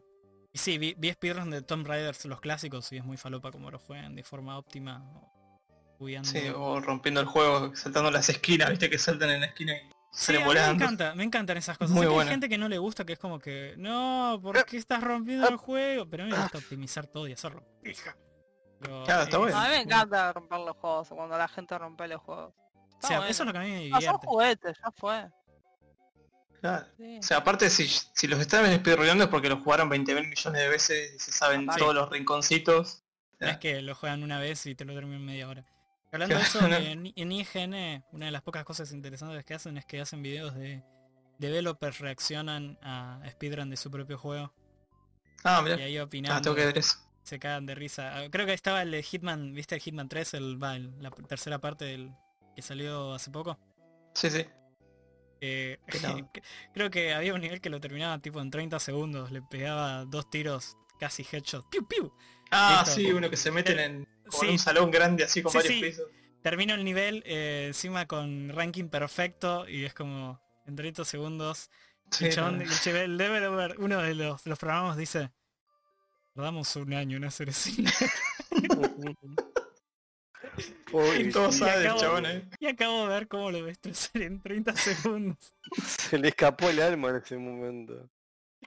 [SPEAKER 2] y sí, vi, vi speedruns de Tomb Raiders, los clásicos, y es muy falopa como lo juegan de forma óptima. o bugueando.
[SPEAKER 3] Sí, o rompiendo el juego, saltando las esquinas, viste que saltan en la esquina y
[SPEAKER 2] Sí, a mí
[SPEAKER 3] salen
[SPEAKER 2] me
[SPEAKER 3] volando.
[SPEAKER 2] encanta, me encantan esas cosas.
[SPEAKER 3] Muy
[SPEAKER 2] Sé que
[SPEAKER 3] buena.
[SPEAKER 2] Hay gente que no le gusta, que es como que, no, ¿por qué estás
[SPEAKER 3] Ah,
[SPEAKER 2] rompiendo el juego? Pero a mí me gusta optimizar todo y hacerlo. pija. Pero,
[SPEAKER 3] Claro, está
[SPEAKER 2] eh,
[SPEAKER 3] bueno.
[SPEAKER 5] A mí me encanta romper los juegos, cuando la gente rompe los juegos.
[SPEAKER 2] O
[SPEAKER 5] Está
[SPEAKER 2] sea,
[SPEAKER 5] bueno.
[SPEAKER 2] eso es lo que a mí me
[SPEAKER 5] No, son
[SPEAKER 2] divierte.
[SPEAKER 5] juguetes, ya fue.
[SPEAKER 3] Claro.
[SPEAKER 5] Sí.
[SPEAKER 3] O sea, aparte si, si los están speedrunando es porque los jugaron 20 mil millones de veces y se saben
[SPEAKER 5] Aparte.
[SPEAKER 3] todos los rinconcitos.
[SPEAKER 2] No es que lo juegan una vez y te lo terminan en media hora. Hablando de eso,
[SPEAKER 3] *laughs* Claro.
[SPEAKER 2] en, E en IGN, una de las pocas cosas interesantes que hacen es que hacen videos de developers reaccionan a speedrun de su propio juego.
[SPEAKER 3] Ah,
[SPEAKER 2] Y
[SPEAKER 3] mirá.
[SPEAKER 2] ahí opinan.
[SPEAKER 3] Ah, tengo que ver eso.
[SPEAKER 2] se cagan de risa. Ah, Creo que estaba el de Hitman, ¿viste el Hitman 3? El, va, el- la tercera parte del que salió hace poco.
[SPEAKER 3] Sí, sí.
[SPEAKER 2] que-
[SPEAKER 3] Qué loco.
[SPEAKER 2] *laughs* que- creo que había un nivel que lo terminaba tipo en 30 segundos, le pegaba dos tiros casi headshot. ¡Piu, piu!
[SPEAKER 3] Ah,
[SPEAKER 2] Listo. Eh,
[SPEAKER 3] sí, uno que se meten en, como en
[SPEAKER 2] Sí.
[SPEAKER 3] un salón grande así con
[SPEAKER 2] Sí,
[SPEAKER 3] varios
[SPEAKER 2] sí.
[SPEAKER 3] pisos.
[SPEAKER 2] Termino el nivel eh, encima con ranking perfecto y es como en 30 segundos.
[SPEAKER 3] Sí,
[SPEAKER 2] El, chabón,
[SPEAKER 3] no,
[SPEAKER 2] el che- el developer, uno de los, los programas dice, tardamos un año en hacer eso. *laughs*
[SPEAKER 3] no.
[SPEAKER 4] Uy,
[SPEAKER 3] *laughs* *laughs* Todos
[SPEAKER 2] y
[SPEAKER 3] saben del
[SPEAKER 2] acabo-
[SPEAKER 3] chabón, eh.
[SPEAKER 2] y acabo de ver cómo lo destrozar en 30 segundos.
[SPEAKER 4] se le escapó el alma en ese momento.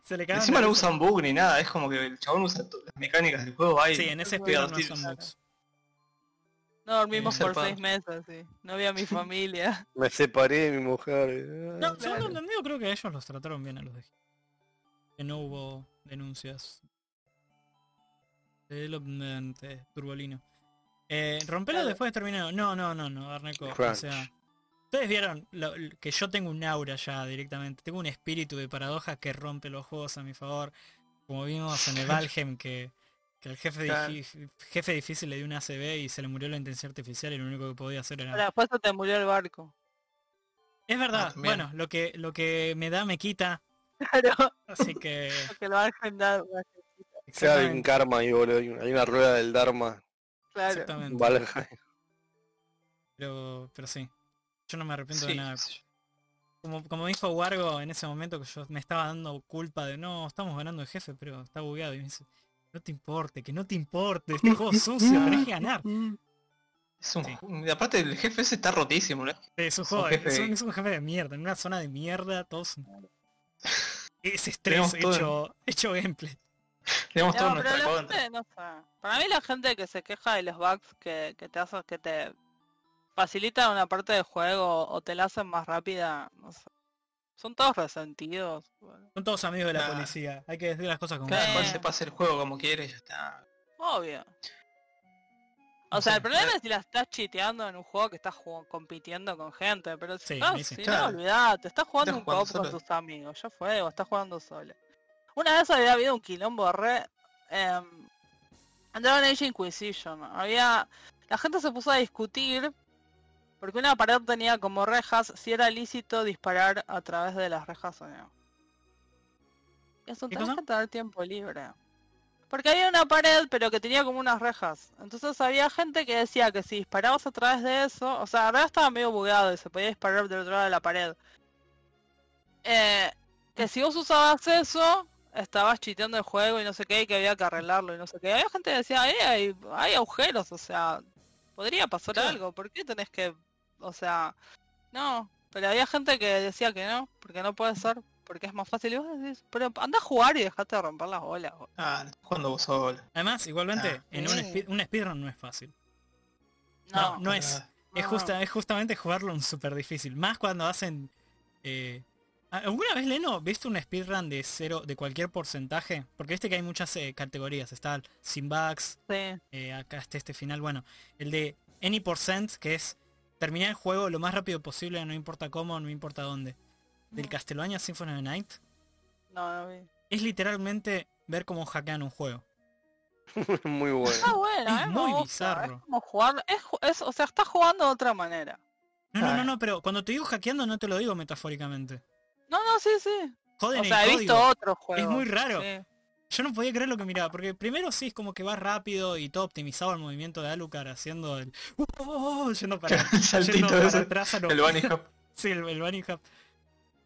[SPEAKER 2] Se le cagan
[SPEAKER 3] Encima
[SPEAKER 2] de
[SPEAKER 3] no
[SPEAKER 2] risa.
[SPEAKER 3] usan bug ni nada, es como que el chabón usa to- las mecánicas del juego ahí.
[SPEAKER 2] Sí, en ese
[SPEAKER 3] cuidado
[SPEAKER 2] speedrun no son bugs.
[SPEAKER 5] No dormimos
[SPEAKER 3] Eh,
[SPEAKER 5] por
[SPEAKER 3] zarpado.
[SPEAKER 5] seis meses, sí. No vi a mi familia.
[SPEAKER 4] Me separé de mi mujer.
[SPEAKER 2] No,
[SPEAKER 4] Ah,
[SPEAKER 2] según lo entendido creo que ellos los trataron bien a los de G. Que no hubo denuncias. Development eh, turbolino. Eh, rompelo
[SPEAKER 5] Claro.
[SPEAKER 2] después de terminado. No, no, no, no, Barneco. O
[SPEAKER 4] Crunch.
[SPEAKER 2] sea. Ustedes vieron lo- lo- que yo tengo un aura ya directamente. Tengo un espíritu de paradoja que rompe los juegos a mi favor. Como vimos *laughs* en el Valheim que, que el jefe, di-
[SPEAKER 3] Claro.
[SPEAKER 2] jefe difícil le dio una ACB y se le murió la intensidad artificial y lo único que podía hacer era
[SPEAKER 5] Pero después se te murió el barco. *laughs*
[SPEAKER 2] Es verdad,
[SPEAKER 3] Ah, también.
[SPEAKER 2] bueno, lo que, lo que me da me quita,
[SPEAKER 5] Claro,
[SPEAKER 2] así
[SPEAKER 3] *laughs*
[SPEAKER 2] que...
[SPEAKER 5] porque el barco da...
[SPEAKER 4] Claro, hay un
[SPEAKER 2] exactamente,
[SPEAKER 4] karma ahí, boludo. Hay hay una rueda del Dharma.
[SPEAKER 5] Claro.
[SPEAKER 2] exactamente,
[SPEAKER 4] *laughs* Valheim.
[SPEAKER 2] pero, pero sí, yo no me arrepiento de
[SPEAKER 3] Sí,
[SPEAKER 2] nada.
[SPEAKER 3] qué sé yo.
[SPEAKER 2] Como, como dijo Wargo en ese momento que yo me estaba dando culpa de no, estamos ganando el jefe, pero está bugueado. Y me dice, no te importe, que no te importe, este juego es sucio, tenés que ganar.
[SPEAKER 3] Es un
[SPEAKER 2] Sí.
[SPEAKER 3] ju- y Aparte el jefe ese está rotísimo, ¿no?
[SPEAKER 2] Eh, Es
[SPEAKER 3] *laughs*
[SPEAKER 2] un
[SPEAKER 3] Es un
[SPEAKER 2] juego, es
[SPEAKER 3] jefe-
[SPEAKER 2] un, es un jefe de mierda, en una zona de mierda, todos...
[SPEAKER 3] *laughs*
[SPEAKER 2] Es estrés
[SPEAKER 3] Tenemos todo.
[SPEAKER 2] hecho, hecho gameplay.
[SPEAKER 3] Tenemos todo
[SPEAKER 5] No,
[SPEAKER 3] en
[SPEAKER 5] pero
[SPEAKER 3] nuestra
[SPEAKER 5] la
[SPEAKER 3] cuenta.
[SPEAKER 5] gente, no sé. Para mí la gente que se queja de los bugs que, que te hacen, que te facilitan una parte del juego o te la hacen más rápida, no sé. Son todos resentidos. bueno.
[SPEAKER 2] Son todos amigos de la
[SPEAKER 3] Ah.
[SPEAKER 2] policía, hay que decir las cosas como
[SPEAKER 5] Claro,
[SPEAKER 2] son.
[SPEAKER 3] Cada cual se pasa el juego como quiere y ya está.
[SPEAKER 5] Obvio. O sea, el problema es si la estás chiteando en un juego que estás jug- compitiendo con gente, pero si,
[SPEAKER 2] Sí,
[SPEAKER 5] estás-
[SPEAKER 2] me dicen,
[SPEAKER 5] si
[SPEAKER 2] claro.
[SPEAKER 5] no, olvidate, estás jugando
[SPEAKER 2] Estás
[SPEAKER 5] un co-op
[SPEAKER 2] jugando
[SPEAKER 5] con
[SPEAKER 2] solo.
[SPEAKER 5] tus amigos, ya fue, o estás jugando solo. Una vez había habido un quilombo re... em, Dragon Age Inquisition, había... La gente se puso a discutir porque una pared tenía como rejas si era lícito disparar a través de las rejas o no. Y eso
[SPEAKER 11] ¿Qué
[SPEAKER 5] tenés
[SPEAKER 11] cosa?
[SPEAKER 5] que tener tiempo libre. Porque había una pared, pero que tenía como unas rejas. Entonces había gente que decía que si disparabas a través de eso, o sea, la verdad estaba medio bugueado y se podía disparar del otro lado de la pared. Eh, que si vos usabas eso, estabas chiteando el juego y no sé qué, y que había que arreglarlo y no sé qué. Había gente que decía, "Eh, hay, hay agujeros, o sea, podría pasar algo, ¿por qué tenés que, o sea, no? Pero había gente que decía que no, porque no puede ser, porque es más fácil. Y vos decís, pero anda a jugar y dejate de romper las bolas. boludo".
[SPEAKER 3] Ah, cuando vos solo.
[SPEAKER 2] Además, igualmente, en un,
[SPEAKER 5] Sí.
[SPEAKER 2] speed- un speedrun no es fácil.
[SPEAKER 5] No.
[SPEAKER 2] no, es.
[SPEAKER 3] Ah,
[SPEAKER 2] Es,
[SPEAKER 5] No.
[SPEAKER 2] justa, es justamente jugarlo un súper difícil. Más cuando hacen. eh, ¿Alguna vez, Leno, viste un speedrun de cero, de cualquier porcentaje? Porque viste que hay muchas eh, categorías. Está el sin bugs. eh, acá está este final. Bueno, el de any percent, que es terminar el juego lo más rápido posible, no importa cómo, no importa dónde. Del
[SPEAKER 5] No.
[SPEAKER 2] Castlevania Symphony of the Night.
[SPEAKER 5] No, no vi.
[SPEAKER 2] Es literalmente ver cómo hackean un juego.
[SPEAKER 4] Muy bueno.
[SPEAKER 5] Está bueno,
[SPEAKER 2] Es
[SPEAKER 5] eh, me
[SPEAKER 2] muy
[SPEAKER 5] gusta, es
[SPEAKER 2] bizarro.
[SPEAKER 5] como jugar, es, ju- es- o sea, estás jugando de otra manera.
[SPEAKER 2] No, no, no, no, pero cuando te digo hackeando no te lo digo metafóricamente.
[SPEAKER 5] No, no, sí, sí.
[SPEAKER 2] Joden
[SPEAKER 5] o
[SPEAKER 2] el
[SPEAKER 5] sea, he visto
[SPEAKER 2] código.
[SPEAKER 5] otros juegos.
[SPEAKER 2] Es muy raro.
[SPEAKER 5] sí.
[SPEAKER 2] Yo no podía creer lo que miraba, porque primero sí es como que va rápido y todo optimizado el movimiento de Alucard haciendo el... ¡Uh! ¡Oh! yendo
[SPEAKER 3] *laughs*
[SPEAKER 5] *laughs*
[SPEAKER 2] para,
[SPEAKER 3] Saltito
[SPEAKER 2] yendo para
[SPEAKER 3] ese,
[SPEAKER 2] atrás a lo-
[SPEAKER 3] el bunny hop.
[SPEAKER 2] sí, el, el bunny hop.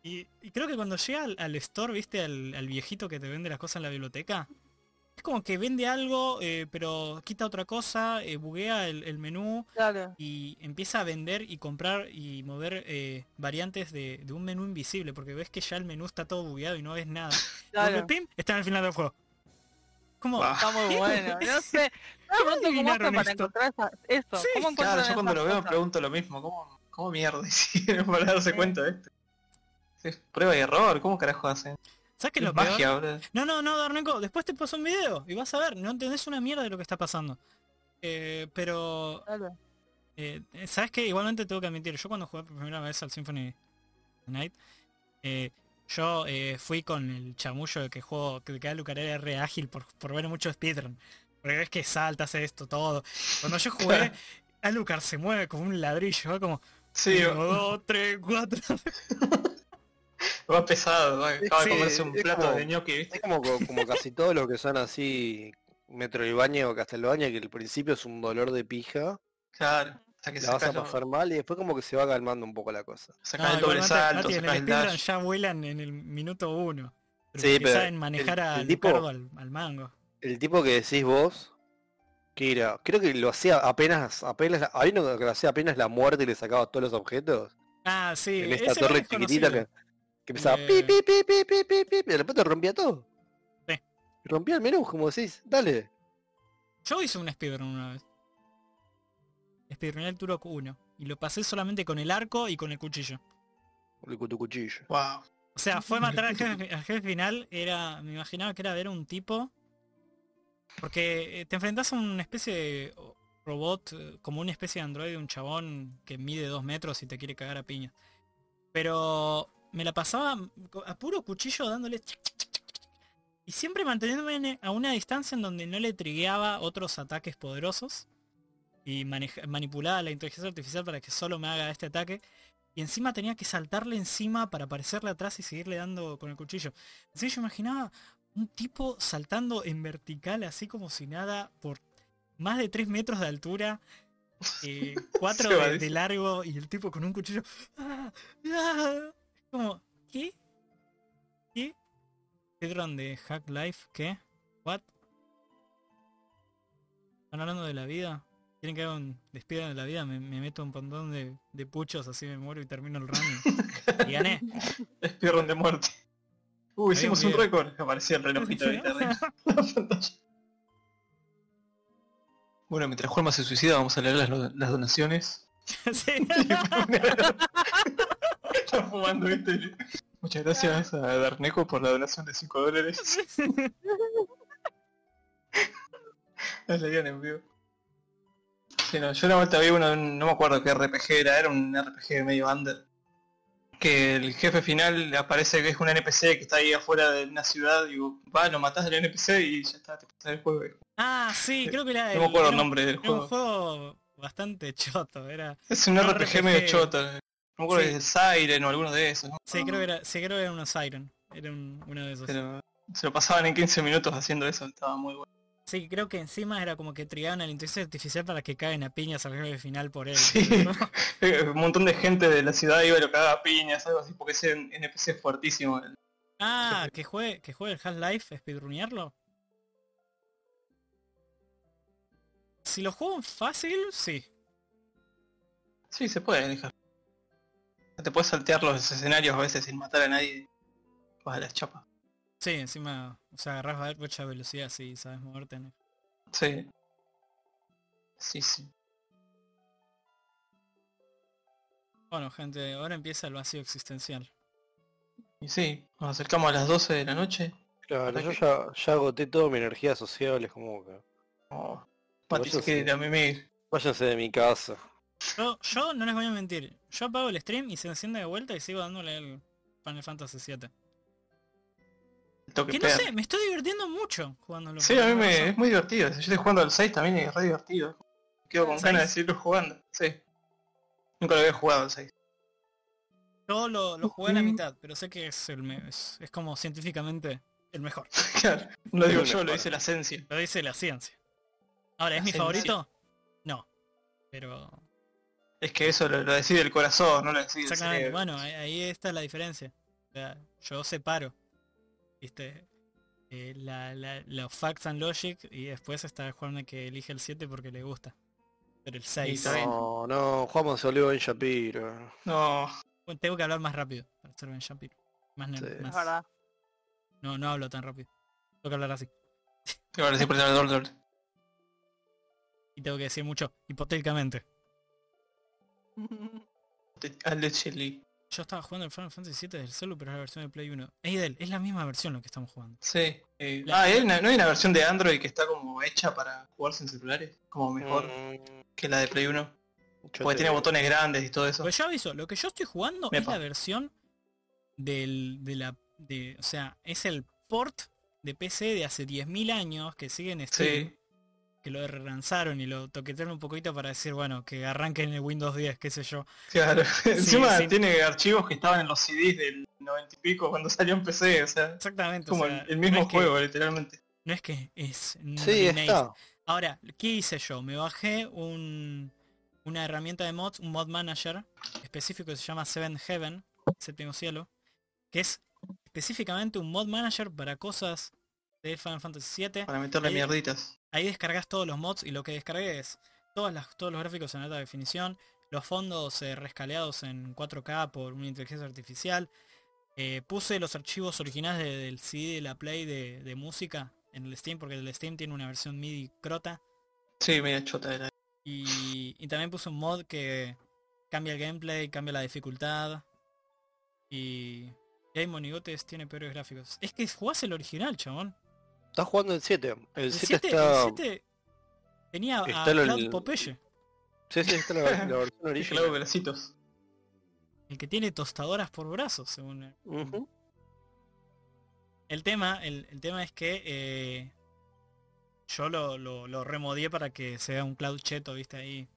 [SPEAKER 2] Y, y creo que cuando llega al, al store, viste, al, al viejito que te vende las cosas en la biblioteca, es como que vende algo, eh, pero quita otra cosa, eh, buguea el, el menú
[SPEAKER 5] Claro.
[SPEAKER 2] y empieza a vender y comprar y mover eh, variantes de, de un menú invisible, porque ves que ya el menú está todo bugueado y no ves nada. Y
[SPEAKER 5] Claro.
[SPEAKER 2] golpe, ¡pim! está en el final del juego. ¿Cómo?
[SPEAKER 3] Ah,
[SPEAKER 2] *laughs*
[SPEAKER 5] Está muy bueno. No sé. No,
[SPEAKER 2] ¿Cómo
[SPEAKER 5] me pregunto cómo hacen
[SPEAKER 2] adivinaron
[SPEAKER 5] para
[SPEAKER 2] esto?
[SPEAKER 5] encontrar esa- eso.
[SPEAKER 2] Sí,
[SPEAKER 5] ¿Cómo encuentran
[SPEAKER 3] Claro, yo cuando
[SPEAKER 5] esas
[SPEAKER 3] lo veo me
[SPEAKER 5] cosas?
[SPEAKER 3] pregunto lo mismo, ¿cómo, cómo mierda *laughs* hicieron para darse cuenta de esto? Sí, prueba y error, ¿cómo carajo hacen?
[SPEAKER 2] ¿Sabes qué es
[SPEAKER 3] Es
[SPEAKER 2] lo peor?
[SPEAKER 3] magia, boludo.
[SPEAKER 2] No, no, no, Darneco, después te paso un video y vas a ver, no entendés una mierda de lo que está pasando. Eh, pero... eh, ¿Sabes qué? Igualmente tengo que admitir, yo cuando jugué por primera vez al Symphony Night, eh, yo eh, fui con el chamullo de que juego, que cada lugar era re ágil por, por ver mucho speedrun. Porque ves que salta, hace esto, todo. Cuando yo
[SPEAKER 3] *laughs*
[SPEAKER 2] jugué, Alucard se mueve como un ladrillo, va como...
[SPEAKER 3] Sí,
[SPEAKER 2] uno, dos, tres, cuatro.
[SPEAKER 3] Va pesado, va, acaba
[SPEAKER 4] Sí,
[SPEAKER 3] de comerse un
[SPEAKER 4] es
[SPEAKER 3] plato
[SPEAKER 4] como-
[SPEAKER 3] de ñoqui, ¿viste?
[SPEAKER 4] Es como, co- como casi todos los que son así, Metroidvania o Castelvania, que al principio es un dolor de pija.
[SPEAKER 3] Claro, hasta que
[SPEAKER 4] la
[SPEAKER 3] se
[SPEAKER 4] vas a
[SPEAKER 3] cayó.
[SPEAKER 4] pasar mal y después como que se va calmando un poco la cosa.
[SPEAKER 3] Sacás el
[SPEAKER 2] igual
[SPEAKER 3] doble
[SPEAKER 2] Mati-
[SPEAKER 3] salto,
[SPEAKER 2] Mati, en
[SPEAKER 3] sacás
[SPEAKER 2] el
[SPEAKER 3] el
[SPEAKER 2] speedrun
[SPEAKER 3] dash.
[SPEAKER 2] ya vuelan en el minuto uno. Pero
[SPEAKER 4] Sí,
[SPEAKER 2] porque
[SPEAKER 4] pero
[SPEAKER 2] saben manejar
[SPEAKER 4] el-
[SPEAKER 2] a
[SPEAKER 4] el tipo-
[SPEAKER 2] Lucardo al, al mango.
[SPEAKER 4] El tipo que decís vos, que era, creo que lo hacía apenas, apenas, hay uno que lo hacía apenas la muerte y le sacaba todos los objetos.
[SPEAKER 2] Ah, sí,
[SPEAKER 4] en esta
[SPEAKER 2] ese igual
[SPEAKER 4] torre
[SPEAKER 2] es
[SPEAKER 4] chiquitita que,
[SPEAKER 2] conocido.
[SPEAKER 4] que empezaba
[SPEAKER 2] Eh.
[SPEAKER 4] pi, pi, pi, pi, pi, pi, pi, y de repente rompía todo.
[SPEAKER 2] Sí.
[SPEAKER 4] Rompía el menú, como decís, dale.
[SPEAKER 2] Yo hice un speedrun una vez. Speedrun el Turok 1. Y lo pasé solamente con el arco y con el cuchillo.
[SPEAKER 4] Con tu cuchillo.
[SPEAKER 3] Wow.
[SPEAKER 2] O sea, fue matar al jefe, al jefe final, era. Me imaginaba que era ver un tipo. Porque eh, te enfrentas a una especie de robot, eh, como una especie de androide, un chabón que mide dos metros y te quiere cagar a piña. Pero me la pasaba co- a puro cuchillo dándole. chic, chic, chic, chic, chic. Y siempre manteniéndome en- e, a una distancia en donde no le trigueaba otros ataques poderosos. Y maneja- manipulaba la inteligencia artificial para que solo me haga este ataque. Y encima tenía que saltarle encima para aparecerle atrás y seguirle dando con el cuchillo. Así que yo imaginaba un tipo saltando en vertical, así como si nada, por más de 3 metros de altura, 4
[SPEAKER 6] *laughs* Se va,
[SPEAKER 2] de,
[SPEAKER 6] dice.
[SPEAKER 2] de largo, y el tipo con un cuchillo. ¡Ah! ¡Ah! Como, ¿qué? ¿Qué? Speedrun de Hack Life, ¿qué? ¿What? ¿Están hablando de la vida? ¿Quieren que haga un despido de la vida? Me, me meto un montón de, de puchos, así me muero y termino el run. y
[SPEAKER 3] *laughs*
[SPEAKER 2] gané.
[SPEAKER 3] Speedrun de muerte. Uh,
[SPEAKER 2] Había
[SPEAKER 3] hicimos
[SPEAKER 2] un
[SPEAKER 3] un
[SPEAKER 2] video.
[SPEAKER 3] récord. Aparecía el relojito ahí arriba. *laughs* Bueno, mientras Juanma se suicida, vamos a leer las, las donaciones.
[SPEAKER 2] *laughs* Sí.
[SPEAKER 3] Está fumando, ¿viste? Muchas gracias a Darneco por la donación de 5 dólares. Las leían en vivo. Sí, no, yo una vuelta vi uno, de un- no me acuerdo qué RPG era, era un RPG medio under. Que el jefe final aparece que es un NPC que está ahí afuera de una ciudad y vos, va, lo matás del NPC y ya está, te pasás el juego.
[SPEAKER 2] Ah, sí, creo que era
[SPEAKER 3] No me acuerdo
[SPEAKER 2] era
[SPEAKER 3] el
[SPEAKER 2] un-
[SPEAKER 3] nombre del
[SPEAKER 2] era un
[SPEAKER 3] juego.
[SPEAKER 2] juego bastante choto, era.
[SPEAKER 3] Es un RPG, medio choto. No me acuerdo
[SPEAKER 2] Sí.
[SPEAKER 3] si es Siren o alguno de esos. ¿no?
[SPEAKER 2] Sí, creo que era, sí, creo que era una Siren. Era un- uno de esos.
[SPEAKER 3] Pero se lo pasaban en 15 minutos haciendo eso, estaba muy bueno.
[SPEAKER 2] Sí, creo que encima era como que triaban a la inteligencia artificial para que caguen a piñas al jefe final por él.
[SPEAKER 3] Eh, Un montón de gente de la ciudad iba y lo cagaba a piñas, algo así, porque ese NPC es fuertísimo.
[SPEAKER 2] Ah, que juegue, que juegue el Half-Life, speedrunearlo. Si lo juego en fácil, sí.
[SPEAKER 3] Sí, se puede dejar. Te puedes saltear los escenarios a veces sin matar a nadie. Vas a las chapas.
[SPEAKER 2] Sí, encima, o sea, agarrás va- mucha velocidad si sabes moverte, ¿no?
[SPEAKER 3] Sí. Sí, sí.
[SPEAKER 2] Bueno, gente, ahora empieza el vacío existencial.
[SPEAKER 3] Y sí, nos acercamos a las 12 de la noche.
[SPEAKER 4] Claro, yo ya, ya agoté toda mi energía sociable, es como que.
[SPEAKER 3] Oh, Mati se quiere ir a mimir.
[SPEAKER 4] Váyanse de mi casa.
[SPEAKER 2] Yo, yo no les voy a mentir. Yo apago el stream y se enciende de vuelta y sigo dándole el Final Fantasy VII.
[SPEAKER 3] Toque
[SPEAKER 2] Que no
[SPEAKER 3] pegar.
[SPEAKER 2] sé, me estoy divirtiendo mucho jugándolo.
[SPEAKER 3] Sí,
[SPEAKER 2] por
[SPEAKER 3] a mí
[SPEAKER 2] alguna
[SPEAKER 3] me,
[SPEAKER 2] razón.
[SPEAKER 3] es muy divertido. Yo estoy jugando al 6 también y es re divertido. Quedo con
[SPEAKER 2] ¿Al
[SPEAKER 3] ganas de
[SPEAKER 2] 6?
[SPEAKER 3] seguirlo jugando. Sí. Nunca lo había jugado al 6.
[SPEAKER 2] Yo lo, lo jugué a la mitad, pero sé que es el me- es, es como científicamente el mejor.
[SPEAKER 3] *laughs* Claro, no lo digo yo, lo dice la ciencia.
[SPEAKER 2] Lo dice la ciencia. Ahora, ¿es
[SPEAKER 3] La
[SPEAKER 2] mi
[SPEAKER 3] ciencia.
[SPEAKER 2] favorito? No. Pero.
[SPEAKER 3] Es que eso lo, lo decide el corazón, no lo decide el
[SPEAKER 2] Exactamente.
[SPEAKER 3] cerebro.
[SPEAKER 2] Bueno, ahí, ahí está la diferencia. O sea, yo separo. Viste. eh, la, la- los facts and logic y después está Juan que elige el 7 porque le gusta. Pero el 6.
[SPEAKER 4] No, no, Juanma se volvió Ben Shapiro.
[SPEAKER 3] No.
[SPEAKER 2] Bueno, tengo que hablar más rápido para ser Ben Shapiro. Más, ner-
[SPEAKER 4] Sí.
[SPEAKER 2] más-
[SPEAKER 5] Es verdad. *laughs*
[SPEAKER 2] No, no hablo tan rápido. Tengo que hablar así.
[SPEAKER 3] Ahora sí, por el dolor, dolor.
[SPEAKER 2] Y tengo que decir mucho, hipotéticamente.
[SPEAKER 3] Al de Chile.
[SPEAKER 2] Yo estaba jugando el Final Fantasy VII del celu, pero es la versión de Play 1. Eidel, es la misma versión lo que estamos jugando.
[SPEAKER 3] Sí. eh,
[SPEAKER 2] La-
[SPEAKER 3] ah, ¿hay una- ¿no hay una versión de Android que está como hecha para jugarse en celulares? Como mejor
[SPEAKER 4] Mm.
[SPEAKER 3] que la de Play 1. Porque tiene botones grandes y todo eso.
[SPEAKER 2] Pues yo aviso, lo que yo estoy jugando es
[SPEAKER 3] Epa.
[SPEAKER 2] la versión del, de la... De, o sea, es el port de PC de hace 10.000 años que siguen en Steam,
[SPEAKER 3] Sí.
[SPEAKER 2] que lo relanzaron y lo toquetearon un poquito para decir, bueno, que arranquen el Windows 10, qué sé yo.
[SPEAKER 3] Claro. *laughs*
[SPEAKER 2] Sí,
[SPEAKER 3] Encima
[SPEAKER 2] sí.
[SPEAKER 3] tiene archivos que estaban en los CDs del 90 y pico cuando salió en PC. O sea, es
[SPEAKER 2] Exactamente. o
[SPEAKER 3] como
[SPEAKER 2] sea,
[SPEAKER 3] el, el
[SPEAKER 2] no
[SPEAKER 3] mismo
[SPEAKER 2] es que-
[SPEAKER 3] juego, literalmente.
[SPEAKER 2] No es que es... un
[SPEAKER 4] Sí,
[SPEAKER 2] remake.
[SPEAKER 4] está.
[SPEAKER 2] Ahora, ¿qué hice yo? Me bajé un, una herramienta de mods, un mod manager específico que se llama Seven Heaven, séptimo cielo, que es específicamente un mod manager para cosas de Final Fantasy VII.
[SPEAKER 3] Para meterle
[SPEAKER 2] Ahí-
[SPEAKER 3] mierditas.
[SPEAKER 2] Ahí descargas todos los mods y lo que descargué es todas las, todos los gráficos en alta definición, los fondos eh, rescaleados en 4K por una inteligencia artificial. eh, puse los archivos originales de- del CD de la Play de, de música en el Steam, porque el Steam tiene una versión MIDI crota.
[SPEAKER 3] Sí, media chota era.
[SPEAKER 2] Y, y también puse un mod que cambia el gameplay, cambia la dificultad. Y, y hay monigotes, tiene peores gráficos. Es que jugás el original, chabón.
[SPEAKER 4] Estás jugando el 7. El
[SPEAKER 2] El
[SPEAKER 4] 7
[SPEAKER 2] 7
[SPEAKER 4] está.
[SPEAKER 2] tenía a
[SPEAKER 4] está lo-
[SPEAKER 2] Cloud Popeye.
[SPEAKER 4] Sí, sí, está la, la
[SPEAKER 2] *laughs*
[SPEAKER 4] versión
[SPEAKER 3] Dije luego
[SPEAKER 4] original.
[SPEAKER 3] pedacitos.
[SPEAKER 2] El que tiene tostadoras por brazos, según él.
[SPEAKER 4] Ujú.
[SPEAKER 2] El tema, el, el tema es que eh, yo lo, lo, lo remodié para que sea un cloud cheto, viste ahí.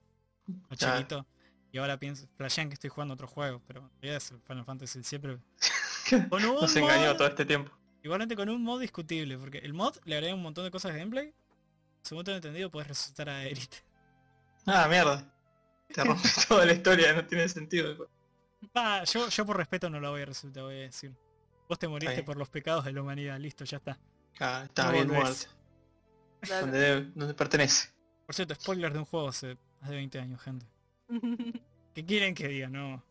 [SPEAKER 2] O
[SPEAKER 3] Claro.
[SPEAKER 2] chiquito. Y ahora pienso, flashean que estoy jugando otro juego, pero en realidad es el Final Fantasy
[SPEAKER 3] *laughs*
[SPEAKER 2] siempre. Con un
[SPEAKER 3] Nos engañó
[SPEAKER 2] mod-
[SPEAKER 3] todo este tiempo.
[SPEAKER 2] Igualmente con un mod discutible, porque el mod le agrega un montón de cosas de gameplay. Según tengo entendido, puedes resucitar a Erit. *laughs*
[SPEAKER 3] Ah, *laughs* mierda. Te rompí toda la historia, no tiene sentido.
[SPEAKER 2] Va, Ah, yo, yo por respeto no lo voy a resucitar, voy a decir. Vos te moriste
[SPEAKER 3] bien.
[SPEAKER 2] por los pecados de la humanidad, listo, ya está.
[SPEAKER 3] Ah, está
[SPEAKER 2] No
[SPEAKER 3] bien
[SPEAKER 2] volvés.
[SPEAKER 3] muerto. Donde, debe- donde pertenece.
[SPEAKER 2] Por cierto, spoiler de un juego hace más de 20 años, gente. ¿Qué quieren que diga? No.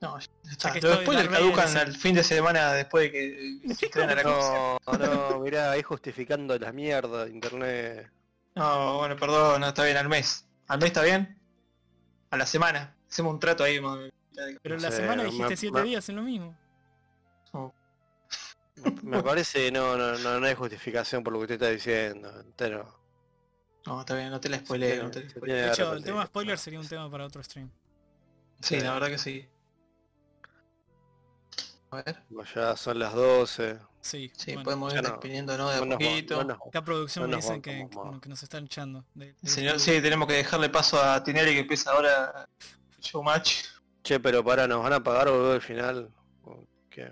[SPEAKER 3] No, ya está.
[SPEAKER 2] que
[SPEAKER 3] Los
[SPEAKER 2] estoy,
[SPEAKER 3] spoilers
[SPEAKER 2] Darth Vader es
[SPEAKER 3] caducan
[SPEAKER 2] el-
[SPEAKER 3] al fin de semana después de que eh, se estrena la cosa.
[SPEAKER 4] No, no, mirá, ahí justificando las mierdas, internet.
[SPEAKER 3] No, bueno, perdón, no está bien al mes. ¿Al mes está bien? A la semana. Hacemos un trato ahí. mo-
[SPEAKER 2] Pero
[SPEAKER 4] No
[SPEAKER 2] la
[SPEAKER 4] sé,
[SPEAKER 2] semana
[SPEAKER 4] me-
[SPEAKER 2] dijiste 7
[SPEAKER 4] me-
[SPEAKER 2] días en lo mismo. *laughs*
[SPEAKER 4] Me parece, no, no, no, no hay justificación por lo que usted está diciendo. Entero.
[SPEAKER 3] No, está bien, no te la spoileo. No te la spoileo.
[SPEAKER 2] De hecho, el tema spoiler sería un tema para otro stream.
[SPEAKER 3] Sí, la verdad que sí.
[SPEAKER 4] A ver. Bueno, ya son las 12.
[SPEAKER 2] Sí,
[SPEAKER 3] Sí,
[SPEAKER 2] bueno.
[SPEAKER 3] podemos ir
[SPEAKER 4] Ya no.
[SPEAKER 3] despidiéndonos de a
[SPEAKER 4] No nos va-
[SPEAKER 3] poquito.
[SPEAKER 4] no nos-
[SPEAKER 2] Acá producción
[SPEAKER 4] no
[SPEAKER 2] me
[SPEAKER 4] nos
[SPEAKER 2] dicen
[SPEAKER 4] van,
[SPEAKER 2] que,
[SPEAKER 4] vamos, vamos.
[SPEAKER 2] como que nos están echando. de- este de-
[SPEAKER 3] Señor, sí, tenemos que dejarle paso a Tinelli que empieza ahora el showmatch.
[SPEAKER 4] Che, pero para, ¿nos van a pagar boludo al final? ¿O ¿Qué?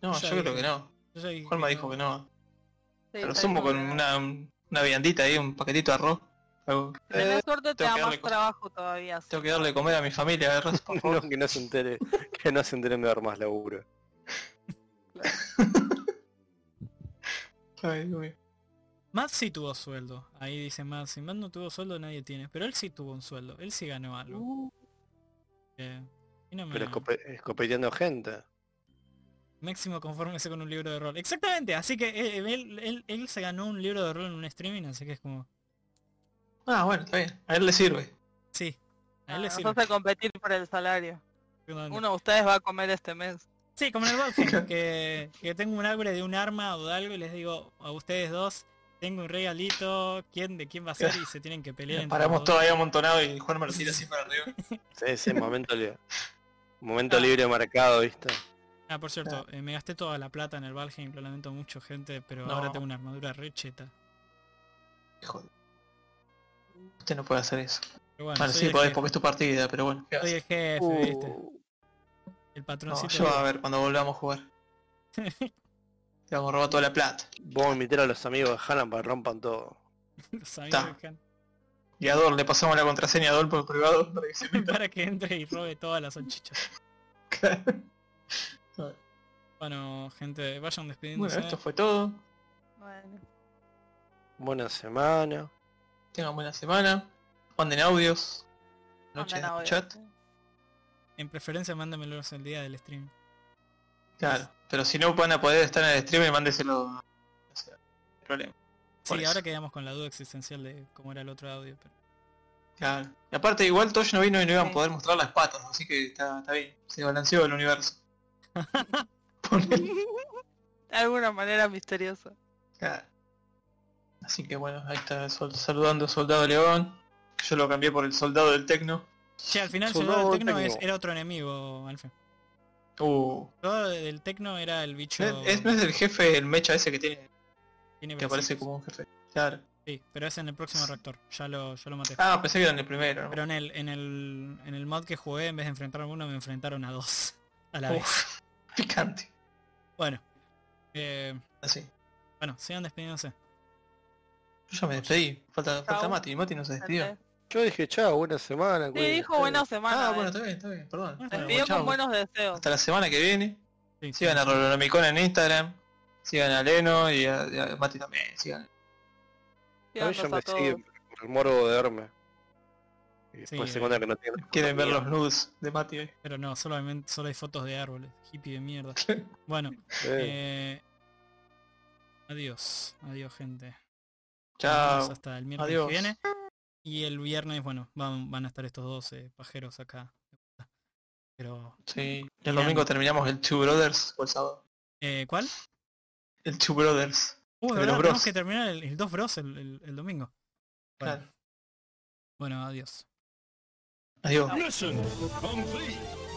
[SPEAKER 3] No,
[SPEAKER 2] Ya
[SPEAKER 3] yo creo
[SPEAKER 2] dije.
[SPEAKER 3] que no.
[SPEAKER 2] Yo ya dije
[SPEAKER 3] Juanma
[SPEAKER 2] que
[SPEAKER 3] dijo
[SPEAKER 2] no.
[SPEAKER 3] que no.
[SPEAKER 5] Sí,
[SPEAKER 3] Pero
[SPEAKER 5] está
[SPEAKER 3] sumo con
[SPEAKER 5] bien.
[SPEAKER 3] una, una viandita ahí, un paquetito de arroz. Algo.
[SPEAKER 5] Tenés suerte, te
[SPEAKER 3] tengo
[SPEAKER 5] da
[SPEAKER 3] que darle
[SPEAKER 5] más
[SPEAKER 3] cosas.
[SPEAKER 5] trabajo todavía.
[SPEAKER 3] Tengo que darle de comer a mi familia, agarras por favor.
[SPEAKER 4] *laughs* No, que no se entere, que no se enteren de dar más laburo.
[SPEAKER 3] Ay, Dios mío.
[SPEAKER 2] Matt sí tuvo sueldo. Ahí dice Matt, si Matt no tuvo sueldo nadie tiene. Pero él sí tuvo un sueldo. Él sí ganó algo. Eh, y no me-
[SPEAKER 4] Uh. Pero escope- escopeteando gente.
[SPEAKER 2] Máximo confórmese con un libro de rol. Exactamente, así que eh, él, él- él se ganó un libro de rol en un streaming, así que es como...
[SPEAKER 3] Ah, bueno, está bien. A él le sirve.
[SPEAKER 2] Sí, a
[SPEAKER 3] Ah,
[SPEAKER 2] él le
[SPEAKER 5] Vamos
[SPEAKER 2] sirve.
[SPEAKER 5] a competir por el salario. Uno de ustedes va a comer este mes.
[SPEAKER 2] Sí, como en el Wolfenstein,
[SPEAKER 3] *laughs*
[SPEAKER 2] que, que tengo un árbol de un arma o de algo y les digo a ustedes dos, tengo un regalito, ¿quién de quién va a ser? Y se tienen que pelear
[SPEAKER 3] Nos
[SPEAKER 2] entre
[SPEAKER 3] paramos
[SPEAKER 2] los dos.
[SPEAKER 3] todos ahí amontonados y Juan me lo tira así para arriba. *laughs*
[SPEAKER 4] Sí, sí, momento libre.
[SPEAKER 3] Ah.
[SPEAKER 4] Momento libre marcado, ¿viste?
[SPEAKER 2] Ah, por cierto, eh, me gasté toda la plata en el Valheim, lo lamento mucho, gente, pero
[SPEAKER 3] No.
[SPEAKER 2] ahora tengo una armadura re cheta.
[SPEAKER 3] Hijo de- Usted no puede hacer eso.
[SPEAKER 2] Pero bueno,
[SPEAKER 3] Bueno,
[SPEAKER 2] soy
[SPEAKER 3] sí
[SPEAKER 2] el
[SPEAKER 3] podés
[SPEAKER 2] jefe,
[SPEAKER 3] porque es tu partida, pero bueno. ¿qué
[SPEAKER 2] soy
[SPEAKER 3] haces?
[SPEAKER 2] el jefe, ¿viste?
[SPEAKER 4] Uh,
[SPEAKER 2] El
[SPEAKER 3] No,
[SPEAKER 2] patroncito.
[SPEAKER 3] yo a ver cuando volvamos a
[SPEAKER 2] *laughs*
[SPEAKER 3] jugar. Te vamos a robar toda la plata.
[SPEAKER 4] Vos invitar a los amigos de Hannah para que rompan todo.
[SPEAKER 2] *laughs* los amigos
[SPEAKER 3] Ta.
[SPEAKER 2] que han-
[SPEAKER 3] Y a Dol le pasamos la contraseña a Dol por privado *laughs* para que se meta.
[SPEAKER 2] para que entre y robe todas las salchichas. Bueno, gente, vayan despidiéndose.
[SPEAKER 3] bueno, esto fue todo.
[SPEAKER 5] Bueno,
[SPEAKER 4] Buena semana.
[SPEAKER 3] Tengan buena semana. Manden audios. Noche
[SPEAKER 5] mandan
[SPEAKER 3] en
[SPEAKER 5] audio.
[SPEAKER 3] chat.
[SPEAKER 2] En preferencia mándamelos el día del stream.
[SPEAKER 3] Claro. Pero si no van a poder estar en el stream, mándeselo. a- o sea, no hay problema.
[SPEAKER 2] Sí,
[SPEAKER 3] Por eso.
[SPEAKER 2] ahora quedamos con la duda existencial de cómo era el otro audio. Pero...
[SPEAKER 3] Claro. Y aparte, igual Tosh no vino y no iban a
[SPEAKER 5] Sí.
[SPEAKER 3] poder mostrar las patas, así que está, está bien. Se balanceó el universo.
[SPEAKER 2] *laughs*
[SPEAKER 3] Ponele.
[SPEAKER 5] De alguna manera misteriosa.
[SPEAKER 3] Claro. Así que bueno, ahí está sol- saludando Soldado León. Yo lo cambié por el Soldado del Tecno.
[SPEAKER 2] Che, al final
[SPEAKER 4] Su
[SPEAKER 2] Soldado del
[SPEAKER 4] nuevo
[SPEAKER 2] Tecno es-
[SPEAKER 4] técnico.
[SPEAKER 2] era otro enemigo, Alfe.
[SPEAKER 3] Uh.
[SPEAKER 2] Soldado del Tecno era el bicho...
[SPEAKER 3] ¿No es, no es el jefe, el mecha ese que tiene,
[SPEAKER 2] tiene
[SPEAKER 3] que aparece
[SPEAKER 2] bracitos.
[SPEAKER 3] como un jefe? Claro.
[SPEAKER 2] Sí, pero es en el próximo reactor. Ya lo, ya lo maté.
[SPEAKER 3] Ah, pensé que era en el primero. ¿no?
[SPEAKER 2] Pero en el, en el en el mod que jugué, en vez de enfrentar a uno, me enfrentaron a dos. *laughs* A la vez.
[SPEAKER 3] Uf, picante. Ah,
[SPEAKER 2] Bueno. Eh,
[SPEAKER 3] Así.
[SPEAKER 2] bueno, sigan despidiéndose.
[SPEAKER 3] Yo ya me despedí. Falta, falta
[SPEAKER 5] Chau.
[SPEAKER 3] Mati. Mati no se despidió.
[SPEAKER 5] gente.
[SPEAKER 4] Yo dije, chao, buena semana.
[SPEAKER 5] Sí,
[SPEAKER 4] cuídense".
[SPEAKER 5] dijo buena semana.
[SPEAKER 3] Ah, bueno,
[SPEAKER 5] eh.
[SPEAKER 3] está bien, está bien. Perdón.
[SPEAKER 2] Bueno,
[SPEAKER 5] Te
[SPEAKER 3] Bueno,
[SPEAKER 5] pidió
[SPEAKER 3] chau.
[SPEAKER 5] con buenos deseos.
[SPEAKER 3] Hasta la semana que viene.
[SPEAKER 2] Sí,
[SPEAKER 3] Sigan a Rolonomicon en Instagram. Sigan a Leno y a, y a Mati también. Sigan.
[SPEAKER 4] A mí
[SPEAKER 5] Cuidándose
[SPEAKER 4] ya
[SPEAKER 5] a
[SPEAKER 4] me sigue
[SPEAKER 5] todos.
[SPEAKER 4] por el morbo de verme. Y después
[SPEAKER 2] Sí,
[SPEAKER 4] se
[SPEAKER 2] eh.
[SPEAKER 4] cuenta que no tiene.
[SPEAKER 3] Quieren ver los nudes de Mati hoy. *laughs*
[SPEAKER 2] Pero no, solamente solo hay fotos de árboles. Hippie de mierda. Bueno, eh,
[SPEAKER 4] Eh,
[SPEAKER 2] adiós. Adiós, gente. Nos vemos
[SPEAKER 3] Chao.
[SPEAKER 2] Hasta el miércoles
[SPEAKER 3] Adiós.
[SPEAKER 2] que viene. Y el viernes, bueno, van, van a estar estos dos eh, pajeros acá. Pero,
[SPEAKER 3] Sí. Y el domingo terminamos el Two Brothers. O el sábado.
[SPEAKER 2] eh, ¿cuál?
[SPEAKER 3] El Two Brothers.
[SPEAKER 2] Uh, de
[SPEAKER 3] De
[SPEAKER 2] verdad,
[SPEAKER 3] los
[SPEAKER 2] tenemos
[SPEAKER 3] Bros.
[SPEAKER 2] que terminar el, el 2 Bros el, el- el domingo. Bueno.
[SPEAKER 3] Claro.
[SPEAKER 2] bueno, adiós.
[SPEAKER 3] Adiós.
[SPEAKER 6] Mission complete.